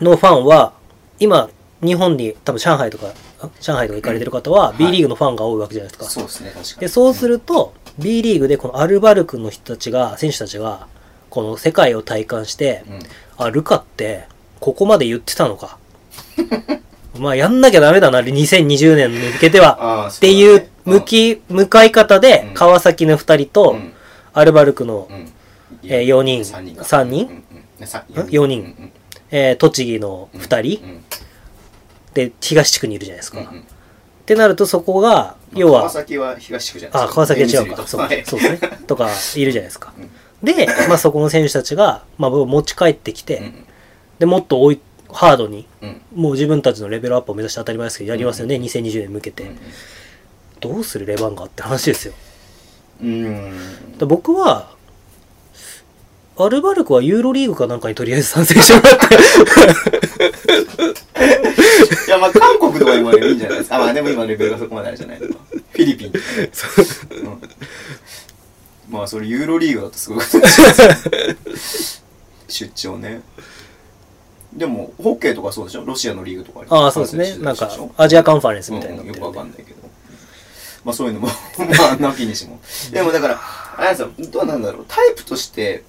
Speaker 3: のファンは、今、日本に、多分上海とか、あ上海とか行かれてる方は、
Speaker 2: うん
Speaker 3: B リーグのファンが多いわけじゃないですか。
Speaker 2: そうですね確かに
Speaker 3: で、そうすると、B リーグでこのアルバルクの人たちが、選手たちが、この世界を体感して、
Speaker 2: うん
Speaker 3: あ、ルカって、ここまで言ってたのか。 まあ、やんなきゃダメだな、2020年に向けては。
Speaker 2: ああ
Speaker 3: っていう、向き、向かい方で
Speaker 2: う、ん
Speaker 3: 川崎の2人
Speaker 2: と
Speaker 3: と、アルバルクの、えー4人
Speaker 2: 3人か
Speaker 3: 三人
Speaker 2: うんうんねさ
Speaker 3: ん
Speaker 2: 四
Speaker 3: 四えー栃木の2人
Speaker 2: うんうん
Speaker 3: で、東地区にいるじゃないです
Speaker 2: う
Speaker 3: か。
Speaker 2: んうん
Speaker 3: ってなると、そこが、要
Speaker 2: 川
Speaker 3: は、
Speaker 2: 崎は東区じゃない
Speaker 3: あ、川崎は違うか。そう
Speaker 2: 厳密に言うと
Speaker 3: そうですね。とか、いるじゃないですか
Speaker 2: うん。
Speaker 3: で、まあ、そこの選手たちが、まあ、持ち帰ってきて、
Speaker 2: はいうん
Speaker 3: でもっと追いハードに、
Speaker 2: うん
Speaker 3: もう自分たちのレベルアップを目指して当たり前ですけど、やりますよね、2020年に向けて。どうするレバンガって話ですよ。
Speaker 2: うんうん
Speaker 3: だ僕は、アルバルクはユーロリーグかなんかにとりあえず参戦してもらっ て、
Speaker 2: いやまあ韓国とか今いいんじゃないですかあまあでも今レベルがそこまであるじゃないですかフィリピンとかねうんまあそれユーロリーグだとすごいことになっちゃいます出張ねでもホッケーとかそうでしょロシアのリーグとかり
Speaker 3: ああ、そうですね。なんか、アジアカンファレンスみたいになって
Speaker 2: うん
Speaker 3: る
Speaker 2: よくわ
Speaker 3: んで
Speaker 2: かんないけどまあそういうのも まあなきにしもでもだからあれさどうなんだろうタイプとして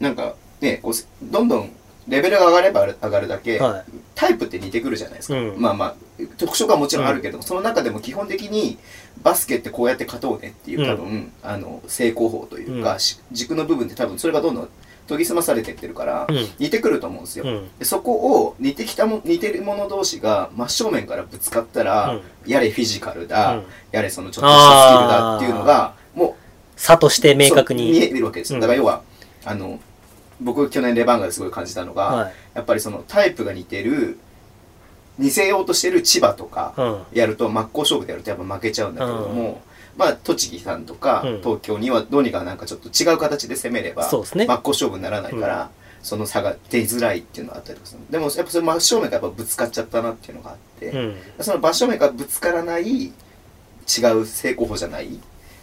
Speaker 2: なんかねこうせどんどんレベルが上がれば上がるだけ、
Speaker 3: は
Speaker 2: タイプって似てくるじゃないですか、
Speaker 3: うん
Speaker 2: まあまあ特徴がもちろんあるけど、その中でも基本的にバスケってこうやって勝とうねっていう多分、あの成功法というか、
Speaker 3: うん
Speaker 2: し軸の部分って多分それがどんどん研ぎ澄まされてってるから、
Speaker 3: うん
Speaker 2: 似てくると思うんですよ、
Speaker 3: い。うん。
Speaker 2: でそこを似てきたも似てる者同士が真正面からぶつかったら、
Speaker 3: うん
Speaker 2: やれフィジカル
Speaker 3: う
Speaker 2: だ、
Speaker 3: ん
Speaker 2: やれそのちょっとしたスキルだっていうのがも
Speaker 3: 差として
Speaker 2: う
Speaker 3: 明確
Speaker 2: そう見
Speaker 3: に。
Speaker 2: えるわけですよ、
Speaker 3: うん
Speaker 2: だから要はあの僕去年レバンガですごい感じたのが、
Speaker 3: はい。
Speaker 2: やっぱりそのタイプが似てる似せようとしてる千葉とか
Speaker 3: うん。
Speaker 2: やると真っ向勝負でやるとやっぱ負けちゃうんだけれども、まあ栃木さんとか
Speaker 3: うん
Speaker 2: 東京にはどうにかなんかちょっと違う形で攻めれば、
Speaker 3: そうですね
Speaker 2: 真っ向勝負にならないから、その差が出づらいっていうのがあったりとかするでもやっぱそれ真正面からやっぱぶつかっちゃったなっていうのがあって、
Speaker 3: うん。
Speaker 2: その真正面からぶつからない違う正攻法じゃない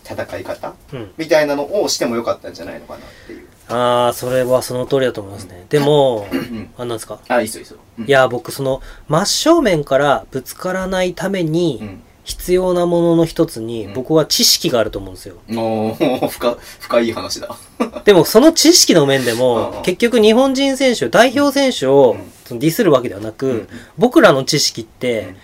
Speaker 2: 戦い方
Speaker 3: うん。
Speaker 2: みたいなのをしてもよかったんじゃないのかなっていう。
Speaker 3: ああ、それはその通りだと思いますね。でも、 あ、なんですか
Speaker 2: あいいっすよいいっすよ。うん
Speaker 3: い、や、僕、その、真正面からぶつからないため
Speaker 2: う
Speaker 3: に、
Speaker 2: ん
Speaker 3: 必要なものの一つに
Speaker 2: う、ん
Speaker 3: 僕は知識があると思うんですよ。
Speaker 2: おー、深、深い話だ。
Speaker 3: でも、その知識の面で
Speaker 2: うんう
Speaker 3: も
Speaker 2: ん、
Speaker 3: 結局、日本人選手、代表選手を
Speaker 2: うん
Speaker 3: そのディスるわけではな
Speaker 2: う
Speaker 3: く、僕らの知識って、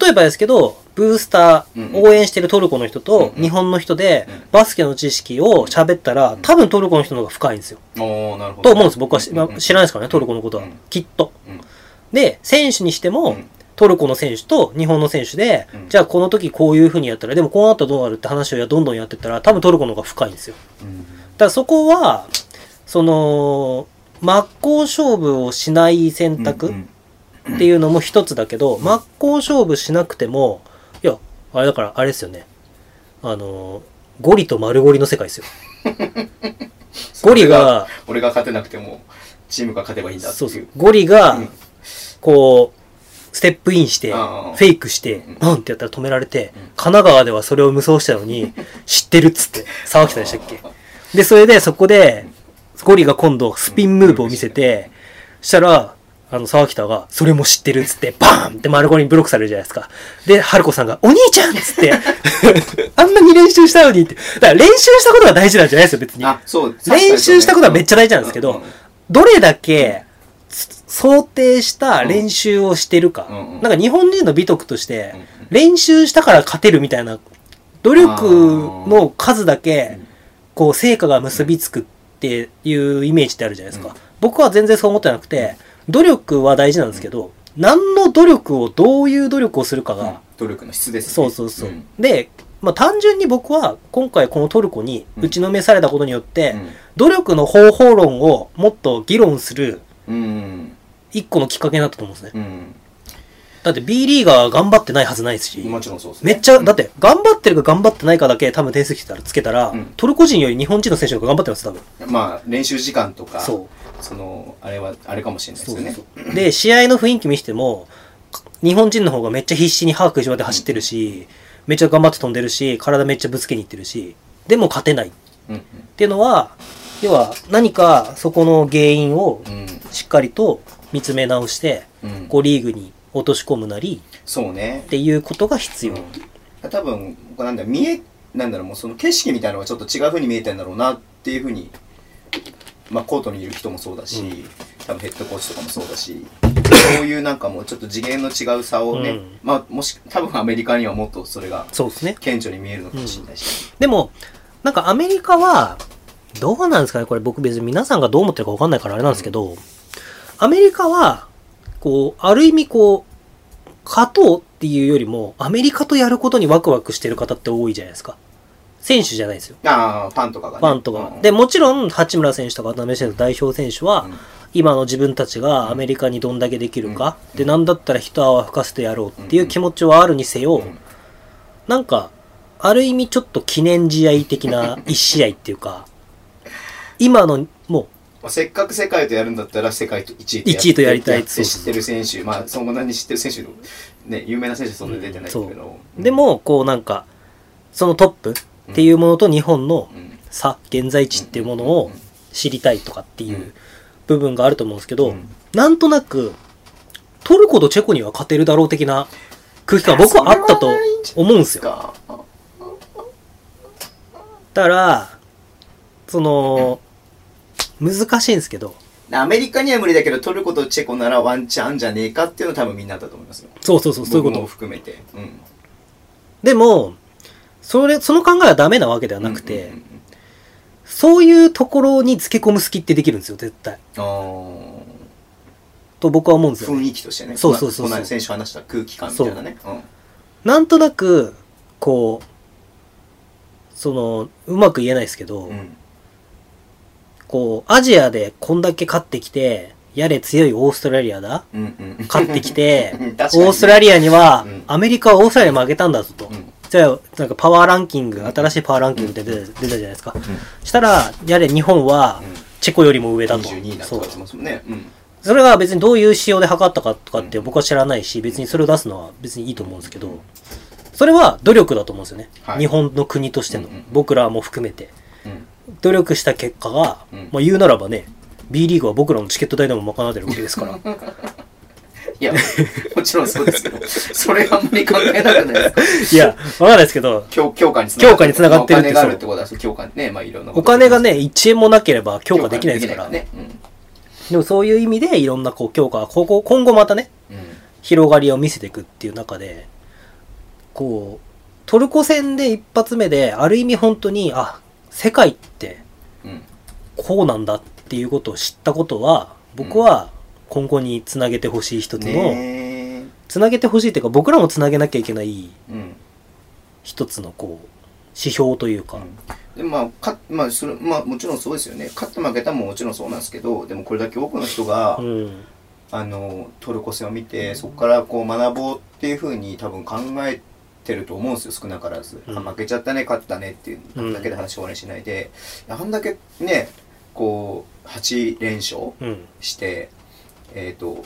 Speaker 3: 例えばですけど、ブースタ
Speaker 2: うん
Speaker 3: ー、応援してるトルコの人と
Speaker 2: うん
Speaker 3: 日本の人で
Speaker 2: うん、
Speaker 3: バスケの知識を喋ったら
Speaker 2: うん、
Speaker 3: 多分トルコの人の方が深いんですよ。
Speaker 2: ん。おー、なるほど。
Speaker 3: と思うんです、僕はしまあ知らないですからね、トルコのことは
Speaker 2: うん。
Speaker 3: きっと
Speaker 2: うん。
Speaker 3: で、選手にして
Speaker 2: う
Speaker 3: も
Speaker 2: ん、
Speaker 3: トルコの選手と日本の選手で
Speaker 2: う、ん
Speaker 3: じゃあこの時こういう風にやったら、でもこうなったらどうなるって話をやどんどんやってったら、多分トルコの方が深いんですよ。
Speaker 2: うん
Speaker 3: だからそこは、その、真っ向勝負をしない選択、
Speaker 2: うん
Speaker 3: っていうのも一つだけど、真っ向勝負しなくても、いや、あれだから、あれですよね。あの、ゴリと丸ゴリの世界ですよ。ゴリが、
Speaker 2: 俺が勝てなくても、チームが勝てばいいんだって
Speaker 3: そうそ
Speaker 2: いうう。、
Speaker 3: ゴリ
Speaker 2: う
Speaker 3: が
Speaker 2: ん、
Speaker 3: こう、ステップインして、フ
Speaker 2: ああ
Speaker 3: ェイクして
Speaker 2: うん、
Speaker 3: バンってやったら止められて
Speaker 2: うん、
Speaker 3: 神奈川ではそれを無双したの に、知ってるっつって、沢北でしたっけ
Speaker 2: あー
Speaker 3: で、それで、そこで、ゴリが今度、スピンムーブを見せて、したら、あの、沢北が、それも知ってるっつって、バーンって丸ゴリにブロックされるじゃないですか。で、春子さんが、お兄ちゃんっつって、あんなに練習したのにって。だから練習したことが大事なんじゃないですよ、別に。
Speaker 2: あ、そう。
Speaker 3: 練習したことはめっちゃ大事なんですけ
Speaker 2: う
Speaker 3: ど
Speaker 2: ん、
Speaker 3: どれだけ、つ想定した練習をしてるか。
Speaker 2: うんうん
Speaker 3: なんか日本人の美徳として
Speaker 2: うんうん、
Speaker 3: 練習したから勝てるみたいな、努力の数だけ、こう、成果が結びつくっていうイメージってあるじゃないですか。
Speaker 2: うん
Speaker 3: 僕は全然そう思ってなくて、努力は大事なんですけど、何の努力を、どういう努力をするか
Speaker 2: うん
Speaker 3: が、
Speaker 2: 努力の質ですね。
Speaker 3: そうそうそう。
Speaker 2: ん
Speaker 3: で、まあ単純に僕は、今回このトルコに打ちのめされたことによって、努力の方法論をもっと議論する
Speaker 2: うん。うん。
Speaker 3: 一個のきっかけになったと思うんですね。
Speaker 2: うん。
Speaker 3: だって B リーガー頑張ってないはずないですし、
Speaker 2: もちろんそうですね。
Speaker 3: めっちゃ、
Speaker 2: うん
Speaker 3: だっ、て頑張ってるか頑張ってないかだけ多分点数つけたら、つけたら
Speaker 2: うん
Speaker 3: トルコ人より日本人の選手の方が頑張ってます、多分。
Speaker 2: まあ、練習時間とか、
Speaker 3: そう。
Speaker 2: その、あれは、あれかもしれないです
Speaker 3: そ
Speaker 2: よ
Speaker 3: う
Speaker 2: ね。
Speaker 3: そうで、試合の雰囲気見せても、日本人の方がめっちゃ必死に歯食いしばって走ってるし、めっちゃ頑張って飛んでるし、体めっちゃぶつけにいってるし、でも勝てないっ
Speaker 2: うん
Speaker 3: ていうのは、要は何かそこの原因を
Speaker 2: うん。
Speaker 3: しっかりと見つめ直して、
Speaker 2: うん。うん
Speaker 3: こうリーグに落とし込むなり
Speaker 2: そうね
Speaker 3: っ。ていうことが必要。
Speaker 2: うん、多分僕なんだ見えなんだろうもうその景色みたいなのがちょっと違う風に見えたんだろうなっていう風にまあコートにいる人もそうだし、
Speaker 3: うん
Speaker 2: 多分ヘッドコーチとかもそうだしそういうなんかもうちょっと次元の違う差をね、
Speaker 3: うん
Speaker 2: まあもし多分アメリカにはもっとそれが
Speaker 3: そうですね。
Speaker 2: 顕著に見えるのかもしれないし、
Speaker 3: でも、なんかアメリカは、どうなんですかねこれ僕別に皆さんがどう思ってるかわかんないからあれなんですけど、アメリカは、こう、ある意味こう、勝とうっていうよりも、アメリカとやることにワクワクしてる方って多いじゃないですか。選手じゃないですよ。
Speaker 2: ああ、ファンとかがね。
Speaker 3: ファンとか
Speaker 2: う
Speaker 3: が。
Speaker 2: ん
Speaker 3: で、もちろん、八村選手とか渡辺選手代表選手は
Speaker 2: うん、
Speaker 3: 今の自分たちがアメリカにどんだけできるか、で、なんだったら一泡吹かせてやろうっていう気持ちはあるにせよ、
Speaker 2: ん
Speaker 3: なんか、ある意味ちょっと記念試合的 な一試合っていうか、今の、も
Speaker 2: まあせっかく世界とやるんだったら、世界と1位と
Speaker 3: 一位とやりたい
Speaker 2: って
Speaker 3: そう
Speaker 2: 知ってる選手、まあ、そんなに知ってる選手の、ね、有名な選手はそんなに出てないけ
Speaker 3: うん
Speaker 2: ど。
Speaker 3: う、でも、こうなんか、そのトップっていうものと日本の
Speaker 2: うん、
Speaker 3: 差、現在地っていうものを知りたいとかっていう部分があると思うんですけど、
Speaker 2: うん
Speaker 3: なんとなく、トルコとチェコには勝てるだろう的な空気感
Speaker 2: いや
Speaker 3: 僕はあった
Speaker 2: そ
Speaker 3: と
Speaker 2: れはないんじゃ
Speaker 3: 思うんですよ。
Speaker 2: か。あ
Speaker 3: たら、その、難しいんですけど、
Speaker 2: アメリカには無理だけど、トルコとチェコならワンチャンあんじゃねえかっていうのは多分みんなあったと思いますよ。
Speaker 3: そうそうそう、そういうこ
Speaker 2: 僕
Speaker 3: と。
Speaker 2: も含めて。うん。
Speaker 3: でも、それ、その考えはダメなわけではなくて、
Speaker 2: うんうんうんうん
Speaker 3: そういうところに付け込む好きってできるんですよ、絶対。
Speaker 2: あー
Speaker 3: と僕は思うんですよね、
Speaker 2: 雰囲気としてね。
Speaker 3: そうそうそうそう
Speaker 2: この間選手話した空気感みたいなね。うん
Speaker 3: なんとなく、こう、その、うまく言えないですけど、
Speaker 2: うん。
Speaker 3: こう、アジアでこんだけ勝ってきて、やれ強いオーストラリアだ。
Speaker 2: うんうん。
Speaker 3: 勝ってきて
Speaker 2: うん、確かに
Speaker 3: オーストラリアには、
Speaker 2: うん
Speaker 3: アメリカはオーストラリアに負けたんだぞと。
Speaker 2: うん
Speaker 3: じゃあ、なんかパワーランキング、新しいパワーランキングって出た出たじゃないですか。したら、やれ日本は
Speaker 2: うん、
Speaker 3: チェコよりも上だと。
Speaker 2: 22位だ
Speaker 3: そ
Speaker 2: と
Speaker 3: う
Speaker 2: か言ってますもんね。うん。
Speaker 3: それが別にどういう仕様で測ったかとかって
Speaker 2: うん
Speaker 3: 僕は知らないし、別にそれを出すのは別にいいと思うんですけど、それは努力だと思うんですよね。
Speaker 2: はい
Speaker 3: 日本の国としての
Speaker 2: うんうん、
Speaker 3: 僕らも含めて。
Speaker 2: うん
Speaker 3: 努力した結果が、
Speaker 2: うん
Speaker 3: まあ言うならばね、B リーグは僕らのチケット代でも賄ってるわけです から。
Speaker 2: いや、もちろんそうですけど、 それあんまり考えなくないです
Speaker 3: い
Speaker 2: か
Speaker 3: や、わかんないですけど、
Speaker 2: 強強化につなが
Speaker 3: 強化につながってるって
Speaker 2: お金があるってことだし、強化ね、まあいろんなこ
Speaker 3: お
Speaker 2: と
Speaker 3: 金がね、1円もなければ強化できないですから。
Speaker 2: 強化できないか
Speaker 3: でもそういう意味で、いろんなこう強化が、ここ、今後またね、
Speaker 2: らね。
Speaker 3: 広がりを見せていくっていう中で、こう、トルコ戦で一発目で、ある意味本当に、あ、世界って
Speaker 2: うん。うん。
Speaker 3: こうなんだっていうことを知ったことは、僕は今後につなげてほしい一つの、
Speaker 2: ね
Speaker 3: つなげてほしいっていうか、僕らもつなげなきゃいけない
Speaker 2: えうん。
Speaker 3: 一つのこう、指標というか、
Speaker 2: でまあ、かまあそれまあ、もちろんそうですよね、勝って負けたももちろんそうなんですけど、でもこれだけ多くの人が、
Speaker 3: うん、
Speaker 2: あのトルコ戦を見て、そこからこう学ぼうっていうふうに多分考えてると思うんですよ、少なからず。
Speaker 3: うん
Speaker 2: あ負けちゃったね、勝ったねっていう
Speaker 3: うん
Speaker 2: だけで話終わりにしないで、あんだけね、こう8連勝
Speaker 3: うん、
Speaker 2: して、えっ、と、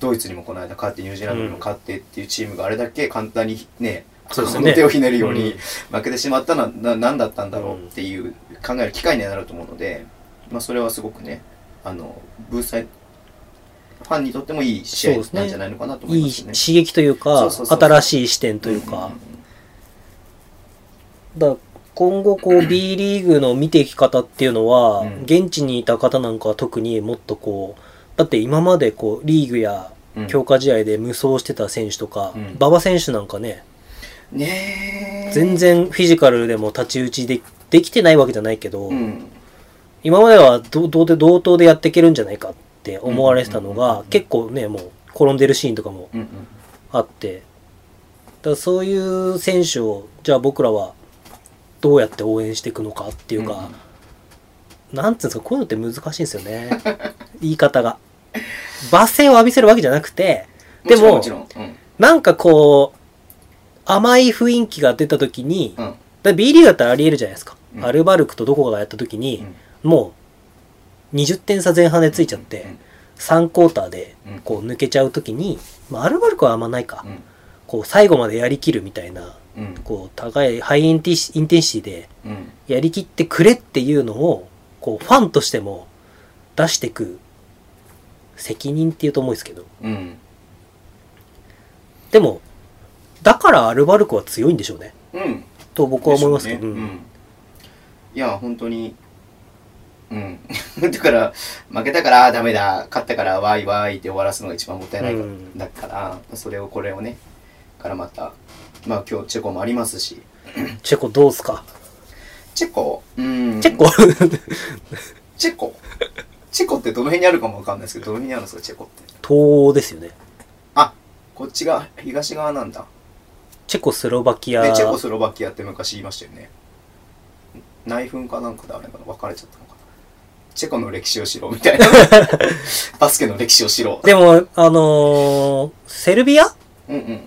Speaker 2: ドイツにもこの間勝って、ニュージーランドにも勝ってっていうチームがあれだけ簡単にね、
Speaker 3: そうです
Speaker 2: あ
Speaker 3: よね
Speaker 2: の手をひねるように
Speaker 3: うん
Speaker 2: 負けてしまったのはな何だったんだろうっていう考える機会にはなると思うので、まあ、それはすごくねあのブースターファンにとってもいい試合なんじゃないのかなと思い
Speaker 3: い
Speaker 2: ま
Speaker 3: い
Speaker 2: す
Speaker 3: 刺
Speaker 2: ね。
Speaker 3: 激というか
Speaker 2: そうそうそう
Speaker 3: 新しい視点というか,、だ今後こ う B リーグの見ていき方っていうのは、
Speaker 2: うん
Speaker 3: 現地にいた方なんかは特にもっとこうだって今までこうリーグや
Speaker 2: うん
Speaker 3: 強化試合で無双してた選手とか、
Speaker 2: うん
Speaker 3: 馬場選手なんかね
Speaker 2: ねえ
Speaker 3: 全、然フィジカルでも太刀打ちでできてないわけじゃないけど、
Speaker 2: うん
Speaker 3: 今までは同同で同等でやっていけるんじゃないかって思われてたのが、
Speaker 2: うんうんうんうん
Speaker 3: 結構ねもう転んでるシーンとかも
Speaker 2: うんうん、
Speaker 3: あってだからそういう選手をじゃあ僕らはどうやって応援していくのかっていうか、なんつうんですかこういうのって難しいんですよね 言い方が罵声を浴びせるわけじゃなくてでも
Speaker 2: もちろんもちろん、
Speaker 3: なんかこう甘い雰囲気が出た時に、
Speaker 2: う
Speaker 3: だ
Speaker 2: んうん
Speaker 3: から B リーグだったらありえるじゃないですか、
Speaker 2: うん
Speaker 3: アルバルクとどこかがやった時に、もう20点差前半でついちゃって、
Speaker 2: うん
Speaker 3: 3クォーターで
Speaker 2: うん
Speaker 3: こう抜けちゃう時に、まあ、アルバルクはあんまないか、
Speaker 2: うん
Speaker 3: こう最後までやりきるみたいな
Speaker 2: うん
Speaker 3: こう高いハイインティシインテンシティで
Speaker 2: うん
Speaker 3: やりきってくれっていうのをこうファンとしても出してく責任っていうと思うんですけど
Speaker 2: うん
Speaker 3: でもだからアルバルクは強いんでしょうね
Speaker 2: うん
Speaker 3: と僕は思いますけ
Speaker 2: でし
Speaker 3: ど、
Speaker 2: ょうね
Speaker 3: うん
Speaker 2: うんいや本当にうん だから負けたからあーダメだ勝ったからわーいわーいって終わらすのが一番もったいないから、
Speaker 3: うん
Speaker 2: だからそれをこれをねからまたまあ今日チェコもありますし
Speaker 3: チェコどうすか、
Speaker 2: チェコうん
Speaker 3: チェコ
Speaker 2: チェコチェコってどの辺にあるかもわかんないですけどどの辺にあるんですかチェコって
Speaker 3: 東欧ですよね
Speaker 2: あこっちが東側なんだ
Speaker 3: チチェコスロバキア
Speaker 2: でチェコスロバキアって昔言いましたよね内紛かなんかであれかな別れちゃったのかなチェコの歴史を知ろう みたいなバスケの歴史を知ろう
Speaker 3: でもあのーセルビア
Speaker 2: うんうん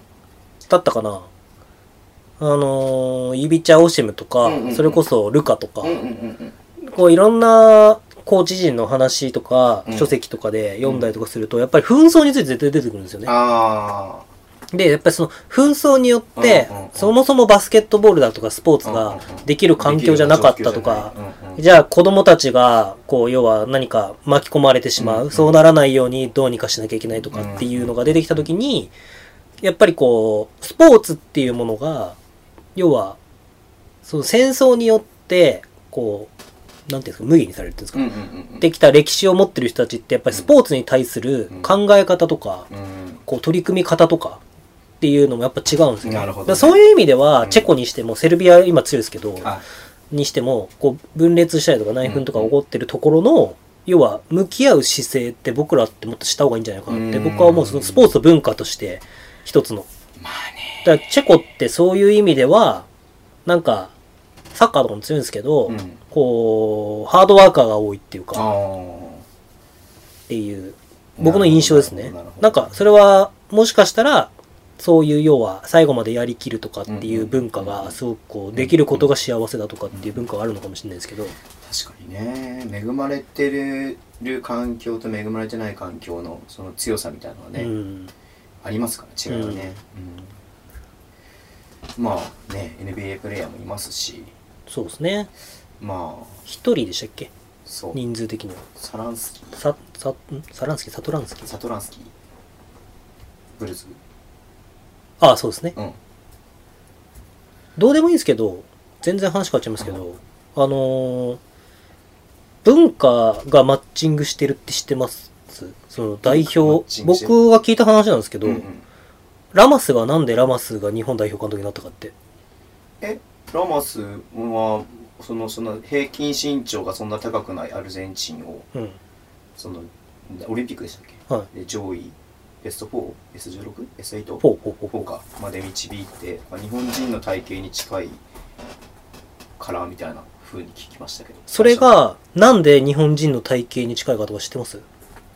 Speaker 3: だったかなあのーイビチャ・オシムとか、
Speaker 2: うんうんうん
Speaker 3: それこそルカとか、
Speaker 2: うんうんうん
Speaker 3: こういろんなコーチ陣の話とか、
Speaker 2: うん
Speaker 3: 書籍とかで読んだりとかすると、やっぱり紛争について絶対出てくるんですよ
Speaker 2: うん
Speaker 3: ね。
Speaker 2: あ
Speaker 3: で、やっぱりその紛争によって、
Speaker 2: うんうんうん
Speaker 3: そもそもバスケットボールだとかスポーツ
Speaker 2: うん
Speaker 3: が
Speaker 2: うんうん
Speaker 3: できる
Speaker 2: あ
Speaker 3: 環境じゃなかったとか、
Speaker 2: うんうん
Speaker 3: じゃあ子供たちが、こう、要は何か巻き込まれてしまう、
Speaker 2: うんうん
Speaker 3: そうならないようにどうにかしなきゃいけないとかっていうのが出てきたときに、やっぱりこう、スポーツっていうものが、要は、その戦争によって、こう、なんていうんですか、無限にされるっていうんですか、
Speaker 2: うんうんうんうん
Speaker 3: できた歴史を持ってる人たちって、やっぱりスポーツに対する考え方とか、
Speaker 2: うん
Speaker 3: こう、取り組み方とか、っていうのもやっぱ違うんですよ、
Speaker 2: なるほ
Speaker 3: だ
Speaker 2: どね
Speaker 3: からそういう意味では、
Speaker 2: うん
Speaker 3: チェコにしても、セルビア今強いですけど、
Speaker 2: あ
Speaker 3: にしてもこう分裂したりとか内紛とか起こってるところの、要は向き合う姿勢って僕らってもっとした方がいいんじゃないかなって
Speaker 2: うん
Speaker 3: 僕は思うそのスポーツと文化として一つの
Speaker 2: まあね
Speaker 3: だからチェコってそういう意味ではなんかサッカーとかも強いんですけど、
Speaker 2: うん
Speaker 3: こうハードワーカーが多いっていう
Speaker 2: あ
Speaker 3: かっ
Speaker 2: ー
Speaker 3: ていう僕の印象です
Speaker 2: な
Speaker 3: ね
Speaker 2: るほどなるほど
Speaker 3: なんかそれはもしかしたらそういう要は最後までやりきるとかっていう文化がすごくこうできることが幸せだとかっていう文化があるのかもしれないですけど、
Speaker 2: 確かにね恵まれてる環境と恵まれてない環境のその強さみたいなのはね、
Speaker 3: うん、
Speaker 2: ありますから違いはね、うんまあね NBA プレイヤーもいますし
Speaker 3: そうですね
Speaker 2: まあ
Speaker 3: 一人でしたっけ
Speaker 2: そう
Speaker 3: 人数的には
Speaker 2: サランスキー
Speaker 3: ささんサランスキーサトランスキー
Speaker 2: サトランスキーブルズ
Speaker 3: ああそうですね
Speaker 2: うん
Speaker 3: どうでもいいんですけど全然話変わっちゃいますけどあのー文化がマッチングしてるって知ってますその代
Speaker 2: マッ
Speaker 3: 表
Speaker 2: チングしてる
Speaker 3: 僕が聞いた話なんですけど、
Speaker 2: うんうん
Speaker 3: ラマスがなんでラマスが日本代表監督になったかって
Speaker 2: えラマスはそのその平均身長がそんな高くないアルゼンチンを
Speaker 3: うん
Speaker 2: そのオリンピックでしたっけ
Speaker 3: はい
Speaker 2: で上位ベスト 4S16?S8?
Speaker 3: ほうほうほう
Speaker 2: 方かまで導いて、まあ、日本人の体型に近いからみたいな風に聞きましたけど
Speaker 3: それがなんで日本人の体型に近いかとか知ってます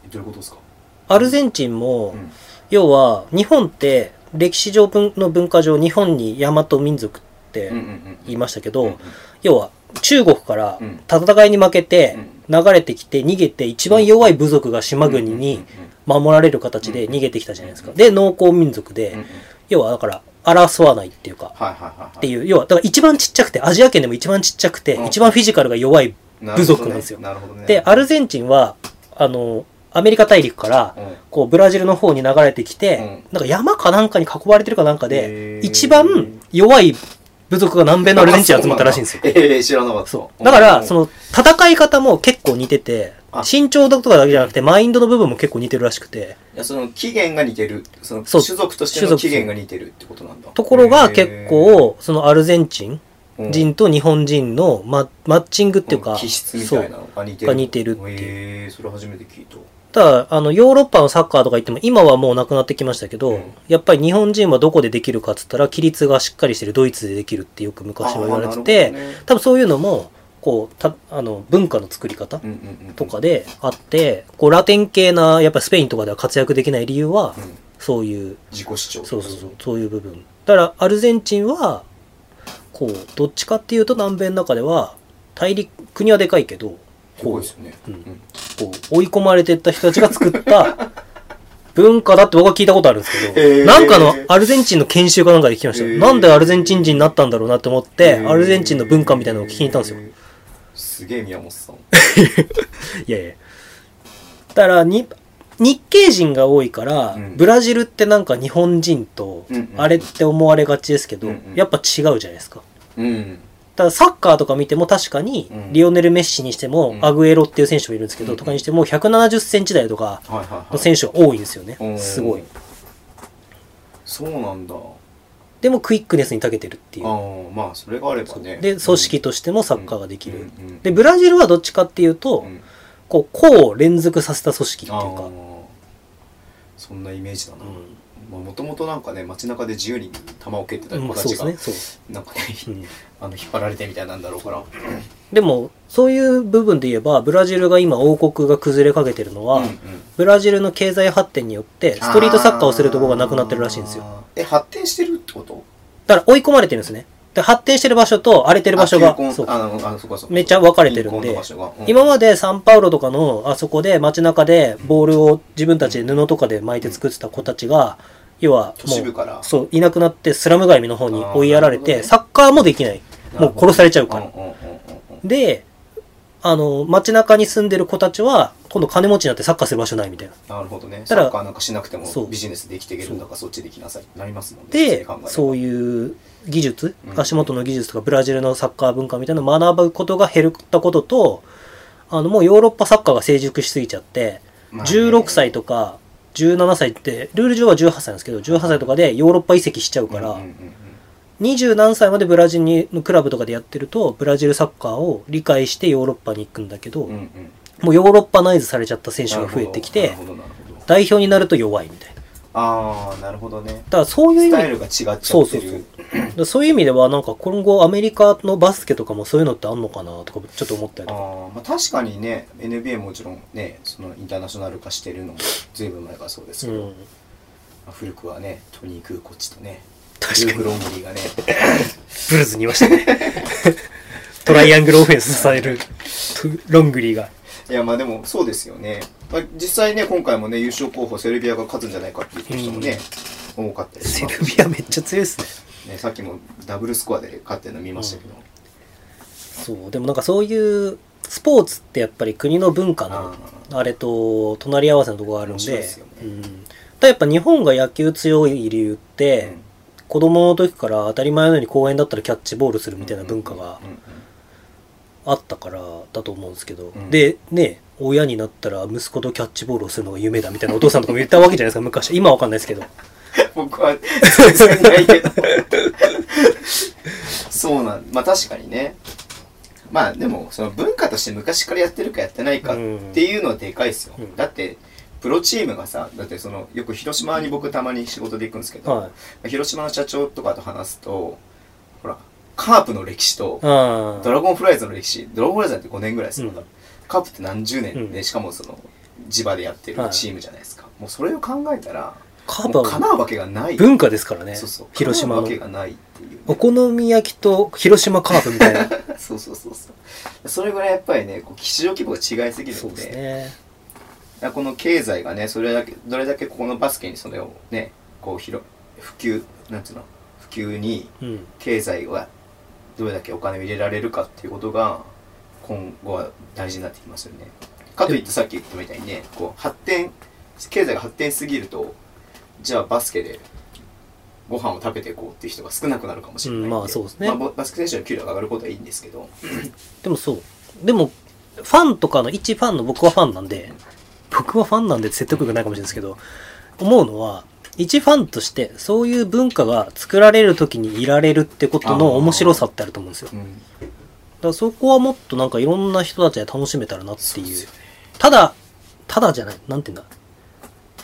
Speaker 2: えどういうことですか、
Speaker 3: アルゼンチンも、
Speaker 2: うん
Speaker 3: 要は日本って歴史上文の文化上日本に大和民族って
Speaker 2: うんうんうん
Speaker 3: 言いましたけど、
Speaker 2: うんうん
Speaker 3: 要は中国から
Speaker 2: うん
Speaker 3: 戦いに負けて
Speaker 2: う
Speaker 3: 流
Speaker 2: ん
Speaker 3: れてきて逃げて一番弱い部族が島国に守られる形で逃げてきたじゃないですか。
Speaker 2: うん
Speaker 3: で農耕民族で、
Speaker 2: うんうんうん
Speaker 3: 要はだから争わないっていうか。
Speaker 2: はいはいはいはい
Speaker 3: っていう、要は、だから一番ちっちゃくて、アジア圏でも一番ちっちゃくて
Speaker 2: う、ん
Speaker 3: 一番フィジカルが弱い。
Speaker 2: なるほどね
Speaker 3: 部族なんですよ
Speaker 2: なるほどね
Speaker 3: で、アルゼンチンは、あの、アメリカ大陸から
Speaker 2: う、ん
Speaker 3: こう、ブラジルの方に流れてきて、なんか山かなんかに囲まれてるかなんか
Speaker 2: へ
Speaker 3: で、
Speaker 2: ー
Speaker 3: 一番弱い部族が南米のアルゼンチンに集まったらしいんですよ
Speaker 2: あ。そうなんだええ知らなかった
Speaker 3: そう。だから、その、戦い方も結構似てて
Speaker 2: あ、
Speaker 3: 身長とかだけじゃなくて、マインドの部分も結構似てるらしくて、
Speaker 2: いやその起源が似てるその
Speaker 3: そう
Speaker 2: 種族として
Speaker 3: 種
Speaker 2: の
Speaker 3: 族
Speaker 2: 起源が似てるってことなんだ
Speaker 3: ところが結構、そのアルゼンチン
Speaker 2: へー
Speaker 3: 人と日本人のママッチングっていう
Speaker 2: う
Speaker 3: か、
Speaker 2: ん気質みたいなのが似て
Speaker 3: が
Speaker 2: る
Speaker 3: 似てるっていう
Speaker 2: へえそれ初めて聞いた
Speaker 3: ただあのヨーロッパのサッカーとか言っても今はもうなくなってきましたけど、
Speaker 2: うん
Speaker 3: やっぱり日本人はどこでできるかっつったら規律がしっかりしてるドイツでできるってよく昔は言われて
Speaker 2: あ
Speaker 3: て、
Speaker 2: ーなるほどね
Speaker 3: 多分そういうのもこうたあの文化の作り方
Speaker 2: うんうんうんうん
Speaker 3: とかであって、こうラテン系なやっぱスペインとかでは活躍できない理由は、
Speaker 2: うん
Speaker 3: そういう
Speaker 2: 自己主張
Speaker 3: そうそうそうそういう部分だからアルゼンチンはこうどっちかっていうと南米の中では大陸国はでかいけど
Speaker 2: すごいですよね、
Speaker 3: うんこう追い込まれてった人たちが作った文化だって僕は聞いたことあるんですけど、
Speaker 2: へー
Speaker 3: なんかのアルゼンチンの研修かなんかで聞きました、
Speaker 2: へー
Speaker 3: なんでアルゼンチン人になったんだろうなと思って、
Speaker 2: へー
Speaker 3: アルゼンチンの文化みたいなのを聞きに行ったんですよ、
Speaker 2: すげえ宮本さん
Speaker 3: いやいやだからに日系人が多いから、
Speaker 2: うん
Speaker 3: ブラジルってなんか日本人と
Speaker 2: うんうん
Speaker 3: あれって思われがちですけど、
Speaker 2: うんうん
Speaker 3: やっぱ違うじゃないですか
Speaker 2: うん
Speaker 3: ただサッカーとか見ても確かに
Speaker 2: うん
Speaker 3: リオネル・メッシにしても
Speaker 2: うん
Speaker 3: アグエロっていう選手もいるんですけど、
Speaker 2: うん
Speaker 3: とかにしても170センチ台とか
Speaker 2: はいはいはい
Speaker 3: の選手が多いんですよね、
Speaker 2: うん
Speaker 3: すごい
Speaker 2: そうなんだあ
Speaker 3: でもクイックネスに長けてるっていう
Speaker 2: あまあそれがあればね
Speaker 3: で組織としてもサッカーができる、
Speaker 2: うんうん
Speaker 3: でブラジルはどっちかっていうと、
Speaker 2: うん
Speaker 3: こう個を連続させた組織っていう
Speaker 2: あ
Speaker 3: か
Speaker 2: ーそんなイメージだな
Speaker 3: うん
Speaker 2: もともとなんかね街中で自由に球を蹴ってた
Speaker 3: ま
Speaker 2: 子
Speaker 3: あ、
Speaker 2: た
Speaker 3: そう
Speaker 2: ち
Speaker 3: で
Speaker 2: が、
Speaker 3: すねそう、
Speaker 2: なんかね、
Speaker 3: うん
Speaker 2: あの引っ張られてみたいなんだろうから、
Speaker 3: でもそういう部分で言えばブラジルが今王国が崩れかけてるのは、
Speaker 2: うんうん
Speaker 3: ブラジルの経済発展によってストリートサッカーをするところがなくなってるらしいんですよ
Speaker 2: あーえ発展してるってこと
Speaker 3: だから追い込まれてるんですねで発展してる場所と荒れてる場所
Speaker 2: あ球
Speaker 3: が
Speaker 2: 根
Speaker 3: そう
Speaker 2: あのあのそこはそこ
Speaker 3: めっちゃ分かれてるんで
Speaker 2: 球根の場所がうん
Speaker 3: 今までサンパウロとかのあそこで街中でボールを自分たちで布とかで巻いて作ってた子たちが要は
Speaker 2: 都市
Speaker 3: も
Speaker 2: 部
Speaker 3: う
Speaker 2: から
Speaker 3: そういなくなってスラム街の方に追いやられ
Speaker 2: あーなるほどね
Speaker 3: てサッカーもできないもう殺されちゃうから
Speaker 2: うんうんうんうんうん
Speaker 3: であの街中に住んでる子たちは今度金持ちになってサッカーする場所ないみたいな
Speaker 2: なるほどね
Speaker 3: た
Speaker 2: サ
Speaker 3: だ
Speaker 2: ッカーなんかしなくても
Speaker 3: そう
Speaker 2: ビジネスできていけるんだからそっちで行きなさいってなりますもんね
Speaker 3: で
Speaker 2: そう
Speaker 3: そういう技術
Speaker 2: うん
Speaker 3: 足元の技術とかブラジルのサッカー文化みたいなのを学ぶことが減ったこととあのもうヨーロッパサッカーが成熟しすぎちゃって
Speaker 2: まあね
Speaker 3: 16歳とか17歳ってルール上は18歳なんですけど18歳とかでヨーロッパ移籍しちゃう
Speaker 2: 考
Speaker 3: か
Speaker 2: えれば
Speaker 3: ら
Speaker 2: うんうんうんうん
Speaker 3: 20何歳までブラジルのクラブとかでやってるとブラジルサッカーを理解してヨーロッパに行くんだけど
Speaker 2: うんうん
Speaker 3: もうヨーロッパナイズされちゃった選手が増えてき
Speaker 2: な
Speaker 3: て
Speaker 2: るほどなるほどなるほど
Speaker 3: 代表になると弱いみたいなだ
Speaker 2: ああなるほどね
Speaker 3: からそういう意
Speaker 2: ス
Speaker 3: 味
Speaker 2: タ
Speaker 3: で
Speaker 2: イルが違っちゃってる
Speaker 3: そうそうそうだからそういう意味ではなんか今後アメリカのバスケとかもそういうのってあんのかなとかちょっと思ったり
Speaker 2: あ
Speaker 3: とか
Speaker 2: ーまあ、確かにね NBA もちろんねそのインターナショナル化してるのもずいぶん前からそうです
Speaker 3: う
Speaker 2: けど、
Speaker 3: ん
Speaker 2: まあ古くはねトニー・クーコッチとね
Speaker 3: 確か
Speaker 2: ルー
Speaker 3: に
Speaker 2: フロングリーがね
Speaker 3: ブルーズにいましたね トライアングルオフェンスされるロングリーが
Speaker 2: いやまあでもそうですよね、まあ、実際ね今回もね優勝候補セルビアが勝つんじゃないかっていう人もね、多かったりし
Speaker 3: セ
Speaker 2: ま
Speaker 3: ル
Speaker 2: すし
Speaker 3: ビアめっちゃ強いですね
Speaker 2: ね、さっきもダブルスコアで勝ってるの見ましたけど、
Speaker 3: そうでもなんかそういうスポーツってやっぱり国の文化のあれと隣り合わせのとこがあるん
Speaker 2: 面
Speaker 3: で
Speaker 2: 白いですよね
Speaker 3: うん、ただやっぱ日本が野球強い理由って、子供の時から当たり前のように公園だったらキャッチボールするみたいな文化が
Speaker 2: うんうんうん
Speaker 3: あったからだと思うんですけど、
Speaker 2: うん
Speaker 3: でね親になったら息子とキャッチボールをするのが夢だみたいなお父さんとかも言ったわけじゃないですか昔今はわかんないですけど
Speaker 2: 僕は全然ないけどそうなんまあ確かにねまあでもその文化として昔からやってるかやってないかっていうのはでかいですよ、
Speaker 3: うん
Speaker 2: だってプロチームがさだってそのよく広島に僕たまに仕事で行くんですけど、
Speaker 3: はい
Speaker 2: 広島の社長とかと話すとほらカープの歴史と
Speaker 3: あ
Speaker 2: ドラゴンフライズの歴史ドラゴンフライズだって5年ぐらいですよ、
Speaker 3: うん
Speaker 2: カープって何十年で、
Speaker 3: うん
Speaker 2: しかもその地場でやってるチームじゃないですか、もうそれを考えたら
Speaker 3: カープ
Speaker 2: もう
Speaker 3: は
Speaker 2: かなうわけがない
Speaker 3: 文化ですからね
Speaker 2: そうそう
Speaker 3: 広島
Speaker 2: 叶
Speaker 3: の
Speaker 2: うわけがないっていう
Speaker 3: お好み焼きと広島カープみたいな
Speaker 2: そうそうそうそうそれぐらいやっぱりねこう市場規模が違いすぎる
Speaker 3: そうんで
Speaker 2: です
Speaker 3: ね
Speaker 2: この経済がねそれだけどれだけここのバスケにそれをねこう広普及なんつうの普及に
Speaker 3: うん
Speaker 2: 経済がどれだけお金を入れられるかっていうことが今後は大事になってきますよね。かといってさっき言ったみたいにねこう発展経済が発展しすぎるとじゃあバスケでご飯を食べていこうっていう人が少なくなるかもしれないんで、
Speaker 3: うんまあそうですね
Speaker 2: まあボバスケ選手の給料が上がることはいいんですけど、
Speaker 3: でもそうでもファンとかの一ファンの僕はファンなんで僕はファンなんでって説得力ないかもしれないですけど思うのは一ファンとしてそういう文化が作られる時にいられるってことの面白さってあると思うんですよ
Speaker 2: うん、
Speaker 3: だからそこはもっとなんかいろんな人たちで楽しめたらなって
Speaker 2: そう
Speaker 3: いう
Speaker 2: ですよね。
Speaker 3: ただ、ただじゃない、なんて言うんだ。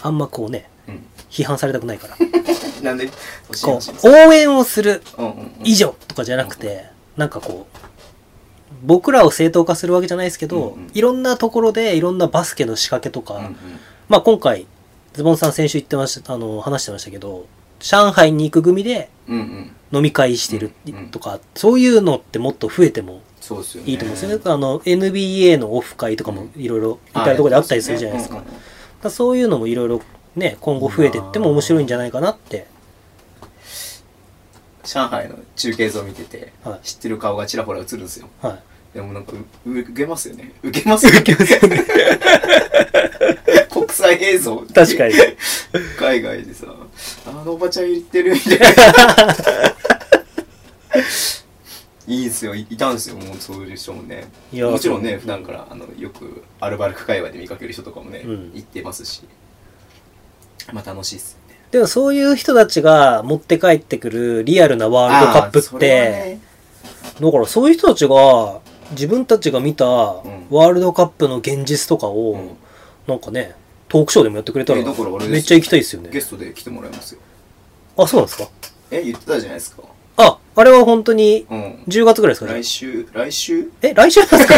Speaker 3: あんまこうね、
Speaker 2: う
Speaker 3: 批判されたく ないから。
Speaker 2: ん、なんで欲しい
Speaker 3: こ
Speaker 2: 欲しいです
Speaker 3: う、応援をする
Speaker 2: うんうんうん
Speaker 3: 以上とかじゃなくて、なんかこう、僕らを正当化するわけじゃないですけど、
Speaker 2: うんうん
Speaker 3: いろんなところでいろんなバスケの仕掛けと
Speaker 2: う
Speaker 3: か、
Speaker 2: んうん
Speaker 3: まあ今回、ズボンさん先週言ってました、あの、話してましたけど、上海に行く組で
Speaker 2: うんうん
Speaker 3: 飲み会してる
Speaker 2: うんうん
Speaker 3: とか、そういうのってもっと増えても
Speaker 2: そうですよね
Speaker 3: いいと思うんですよね。あの、NBA のオフ会とかもいろいろ、いっぱいところであったりするじゃないですか。
Speaker 2: う
Speaker 3: だ
Speaker 2: ん
Speaker 3: か
Speaker 2: うんうん
Speaker 3: らそういうのもいろいろね、今後増えてっても面白いんじゃないかなって。
Speaker 2: 上海の中継像見てて、
Speaker 3: はい
Speaker 2: 知ってる顔がちらほら映るんですよ
Speaker 3: は
Speaker 2: でもなんかうう受けますよね受けます
Speaker 3: い。
Speaker 2: よね
Speaker 3: 受けます よね。
Speaker 2: 国際映像
Speaker 3: 確かに。
Speaker 2: 海外でさあのおばちゃん言ってるみたいないいんすよいいたんですよもうそういう人もね
Speaker 3: いや
Speaker 2: もちろん
Speaker 3: そ
Speaker 2: ね
Speaker 3: う
Speaker 2: 普段からあのよくアルバルク界隈で見かける人とかもね、
Speaker 3: うん
Speaker 2: 行ってますしまあ楽しいっすよね
Speaker 3: でもそういう人たちが持って帰ってくるリアルなワールドカップ
Speaker 2: あーそ
Speaker 3: っ
Speaker 2: れは
Speaker 3: て、
Speaker 2: ね
Speaker 3: だからそういう人たちが自分たちが見たワールドカップの現実とかを、
Speaker 2: うん
Speaker 3: なんかね、トークショーでもやってくれたら
Speaker 2: えだからあれです
Speaker 3: めっちゃ行きたいですよね
Speaker 2: ゲストで来てもらいますよ
Speaker 3: あそうなんですか
Speaker 2: え言ってたじゃないですか
Speaker 3: ああれは本当に
Speaker 2: うん
Speaker 3: 10月ぐらいですかね
Speaker 2: 来週来週
Speaker 3: え来週なん ですか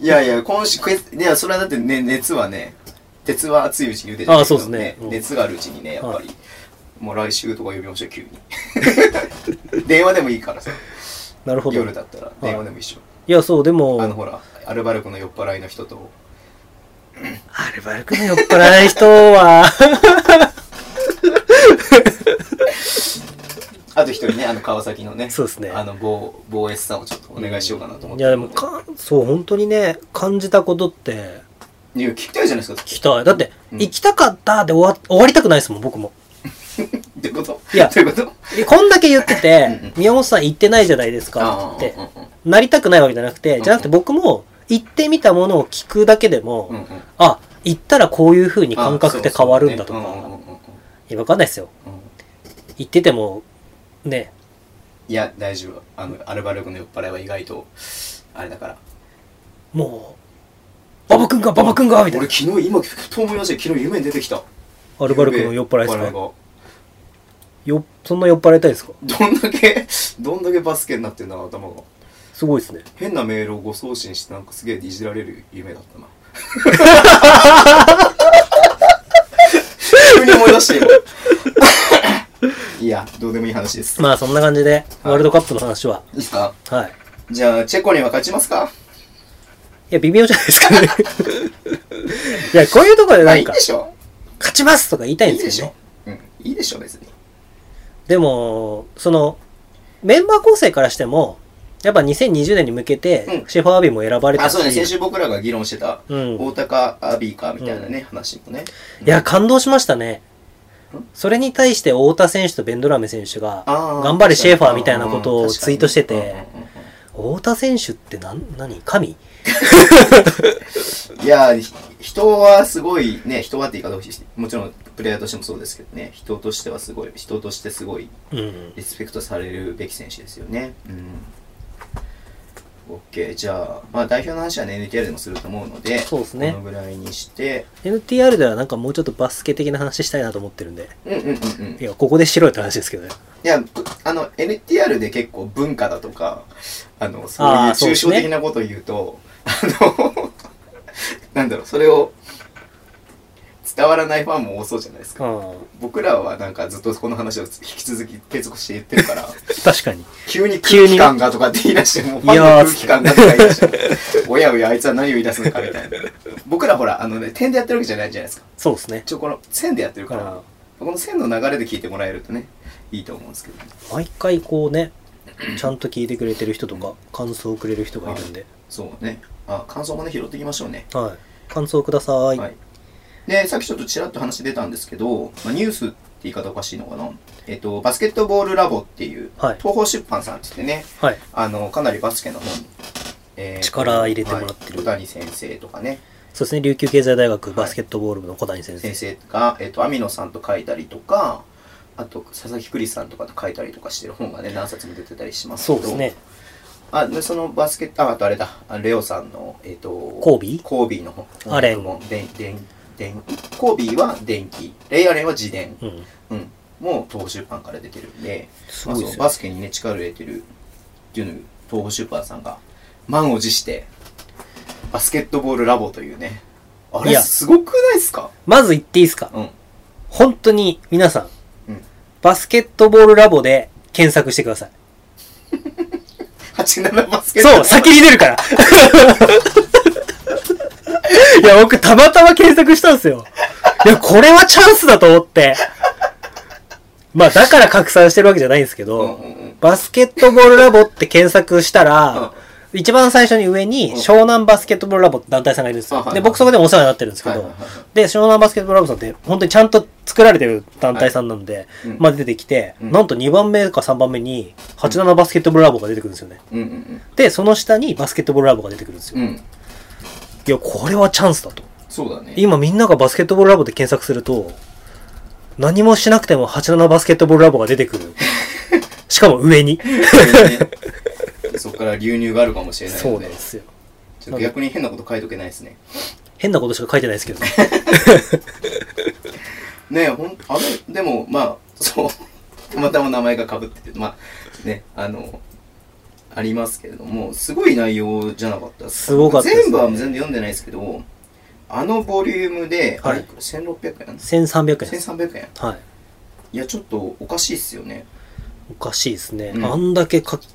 Speaker 2: いやいや今週いやそれはだってね熱はね鉄は熱いうちに茹でて
Speaker 3: あそうですねうん
Speaker 2: 熱があるうちにねやっぱり、もう来週とか呼びましょう急に 電話でもいいからさ
Speaker 3: なるほど
Speaker 2: 夜だったら電話でも一緒、
Speaker 3: いやそうで
Speaker 2: あの
Speaker 3: も
Speaker 2: ほらアルバルクの酔っ払いの人と
Speaker 3: アルバルクの酔っ払い人は
Speaker 2: あと一人ねあの川崎のね
Speaker 3: そうですね
Speaker 2: あの某某 S さんをちょっとお願いしようかなと思
Speaker 3: い
Speaker 2: って、
Speaker 3: やでもかそう本当にね感じたことって
Speaker 2: いや聞きたいじゃないですか
Speaker 3: 聞きたいだって、
Speaker 2: うん
Speaker 3: 行きたかったで終わ終わりたくないですもん僕も
Speaker 2: どういうこと
Speaker 3: いや
Speaker 2: どういうこと
Speaker 3: えこんだけ言ってて
Speaker 2: うんうん
Speaker 3: 宮本さん行ってないじゃないですかって
Speaker 2: あー
Speaker 3: なりたくないわけじゃなく
Speaker 2: うんう
Speaker 3: て
Speaker 2: ん
Speaker 3: じゃなくて僕も行ってみたものを聞くだけでも、
Speaker 2: うんうんうんうん
Speaker 3: あ行ったらこういう風に感覚って変わるんだとか、
Speaker 2: あそうそうねうんうんうんうん
Speaker 3: いやわかんないですよ
Speaker 2: うん
Speaker 3: 行っててもね
Speaker 2: いや大丈夫あのアルバルクの酔っ払いは意外とあれだから
Speaker 3: もう馬場君が馬場君がみたい
Speaker 2: 俺
Speaker 3: な
Speaker 2: 昨日今ふと思いましたよ昨日夢に出てきた
Speaker 3: アルバルクの酔っ払いです
Speaker 2: か
Speaker 3: かよそんな酔っ払いたいですか
Speaker 2: どんだけ どんだけバスケになってんだな頭が
Speaker 3: すごいですね
Speaker 2: 変なメールを誤送信してなんかすげえいじられる夢だったな 急に思い出してよ いやどうでもいい話ですい
Speaker 3: まあそんな感じでワールドカップの話はい
Speaker 2: ですか
Speaker 3: はい
Speaker 2: じゃあチェコには勝ちますか
Speaker 3: いや微妙じゃない ですかねいやこういうところで
Speaker 2: まあ
Speaker 3: ないん
Speaker 2: い
Speaker 3: か
Speaker 2: でしょ
Speaker 3: 勝ちますとか言いたい
Speaker 2: い
Speaker 3: ん
Speaker 2: い
Speaker 3: で
Speaker 2: ですし
Speaker 3: けど
Speaker 2: ょ
Speaker 3: ね
Speaker 2: うんいいでしょ別に
Speaker 3: でもそのメンバー構成からしてもやっぱ2020年に向けて
Speaker 2: うん
Speaker 3: シェファーアビーも選ばれた
Speaker 2: あ
Speaker 3: し、
Speaker 2: そうね先週僕らが議論してた
Speaker 3: うん
Speaker 2: 大高アビーかみたいなね、話もね
Speaker 3: いや、感動しましたね
Speaker 2: ん。
Speaker 3: それに対して太田選手とベンドラメ選手が、
Speaker 2: あー
Speaker 3: 頑張れシェーファーみたいなことをツイートしてて、
Speaker 2: うんうんうん
Speaker 3: 太田選手って何、何神
Speaker 2: いやひ人はすごいね人はって言い方をしもちろんプレイヤーとしてもそうですけどね人としてはすごい人としてすごい
Speaker 3: うん。
Speaker 2: リスペクトされるべき選手ですよねうん OK じゃあまあ代表の話はね NTR でもすると思うので
Speaker 3: そうですね
Speaker 2: このぐらいにして
Speaker 3: NTR ではなんかもうちょっとバスケ的な話したいなと思ってるんで。
Speaker 2: うんうんうんうん
Speaker 3: いや、ここでしろよって話ですけどね。
Speaker 2: いや、あの、NTR で結構文化だとか、あの、そう
Speaker 3: あ
Speaker 2: いう
Speaker 3: ーそうで
Speaker 2: 抽
Speaker 3: す
Speaker 2: 象
Speaker 3: ね
Speaker 2: 的なことを言うと、あの、 なんだろう、それを伝わらないファンも多そうじゃないです
Speaker 3: う
Speaker 2: か。
Speaker 3: ん。
Speaker 2: 僕らはなんかずっとこの話を引き続き継続して言ってる から、
Speaker 3: 確かに。
Speaker 2: 急に
Speaker 3: 急
Speaker 2: 空
Speaker 3: に
Speaker 2: 気感がとかって言い出して、もうファン
Speaker 3: い
Speaker 2: の
Speaker 3: やー
Speaker 2: 空気感がとか言い出して、おやおや、あいつは何を言い出すのかみたいな。僕らほら、あのね、点でやってるわけじゃないじゃないですか。
Speaker 3: そうですね。
Speaker 2: 一応この線でやってる
Speaker 3: だ
Speaker 2: か、
Speaker 3: からら、
Speaker 2: この線の流れで聞いてもらえるとね、いいと思うんですけど、
Speaker 3: 毎回こうね、ちゃんと聞いてくれてる人とか、感想をくれる人がいるんで。
Speaker 2: そうね。あ、感想もね、拾っていきましょうね。
Speaker 3: はい。感想ください。
Speaker 2: はい。で、さっきちょっとちらっと話出たんですけど、まあ、ニュースって言い方おかしいのかな。えっと、バスケットボールラボっていう、
Speaker 3: はい
Speaker 2: 東方出版さんって言ってね、
Speaker 3: はい。
Speaker 2: あの、かなりバスケの本、えー
Speaker 3: 力入れてもらってる
Speaker 2: はい小谷先生とかね、
Speaker 3: そうですね、琉球経済大学バスケットボール部の小谷先生。
Speaker 2: 先生が、えっと、網野さんと書いたりとか、あと、佐々木クリスさんとかと書いたりとかしてる本がね、何冊も出てたりします
Speaker 3: そ
Speaker 2: けど、
Speaker 3: うですね。
Speaker 2: あでそのバスケットああとあれだあレオさんのえっ、と
Speaker 3: コービー
Speaker 2: コービーの本
Speaker 3: アレン
Speaker 2: もでんでんでんコービーは電気レイアレンは自伝
Speaker 3: うん。
Speaker 2: うんもう東宝出版から出てるんで
Speaker 3: すごいですよね
Speaker 2: まあそうバスケにね力を入れてるっていうのを東宝出版さんが満を持してバスケットボールラボというねあ
Speaker 3: い
Speaker 2: れ
Speaker 3: や
Speaker 2: すごくないですか
Speaker 3: まず言っていいですか
Speaker 2: うん
Speaker 3: 本当に皆さん、
Speaker 2: うん
Speaker 3: バスケットボールラボで検索してください。
Speaker 2: 87バスケットボー
Speaker 3: そう、
Speaker 2: ル
Speaker 3: 先に出るから。いや、僕、たまたま検索したんですよ。いや、これはチャンスだと思って。まあ、だから拡散してるわけじゃないんですけど、
Speaker 2: うんうんうん
Speaker 3: バスケットボールラボって検索したら、一番最初に上に、
Speaker 2: うん
Speaker 3: 湘南バスケットボールラボって団体さんがいるんです
Speaker 2: あ
Speaker 3: よ
Speaker 2: はい。はい
Speaker 3: で、僕そこでもお世話になってるんですけ
Speaker 2: はい
Speaker 3: ど、
Speaker 2: はいはいはい
Speaker 3: で、湘南バスケットボールラボさんって、本当にちゃんと作られてる団体さんなんで、
Speaker 2: いうん
Speaker 3: まあ出てきて、
Speaker 2: うん
Speaker 3: なんと2番目か3番目に、87バスケットボールラボが出てくるんですよね。
Speaker 2: うんうん
Speaker 3: で、その下にバスケットボールラボが出てくるんですよ。
Speaker 2: うんうん
Speaker 3: いや、これはチャンスだと。
Speaker 2: そうだね
Speaker 3: 今みんながバスケットボールラボで検索すると、何もしなくても87バスケットボールラボが出て くる。しかも上に。
Speaker 2: そこから流入があるかもしれないので
Speaker 3: そうなんですよ。
Speaker 2: ちょっと逆に変なこと書いとけないですね。
Speaker 3: 変なことしか書いてないですけどね。
Speaker 2: ねえほんあれでもまあそうたまたま名前がかぶっててまあねあのありますけれどもすごい内容じゃなかった
Speaker 3: すごかったですね
Speaker 2: 全部は全部読んでないですけどあのボリュームで、あれ
Speaker 3: はい
Speaker 2: 1600円
Speaker 3: 1300円です。
Speaker 2: 1300円
Speaker 3: はい。
Speaker 2: いやちょっとおかしいっすよね
Speaker 3: おかしいですね。
Speaker 2: うん
Speaker 3: あんだけ書き、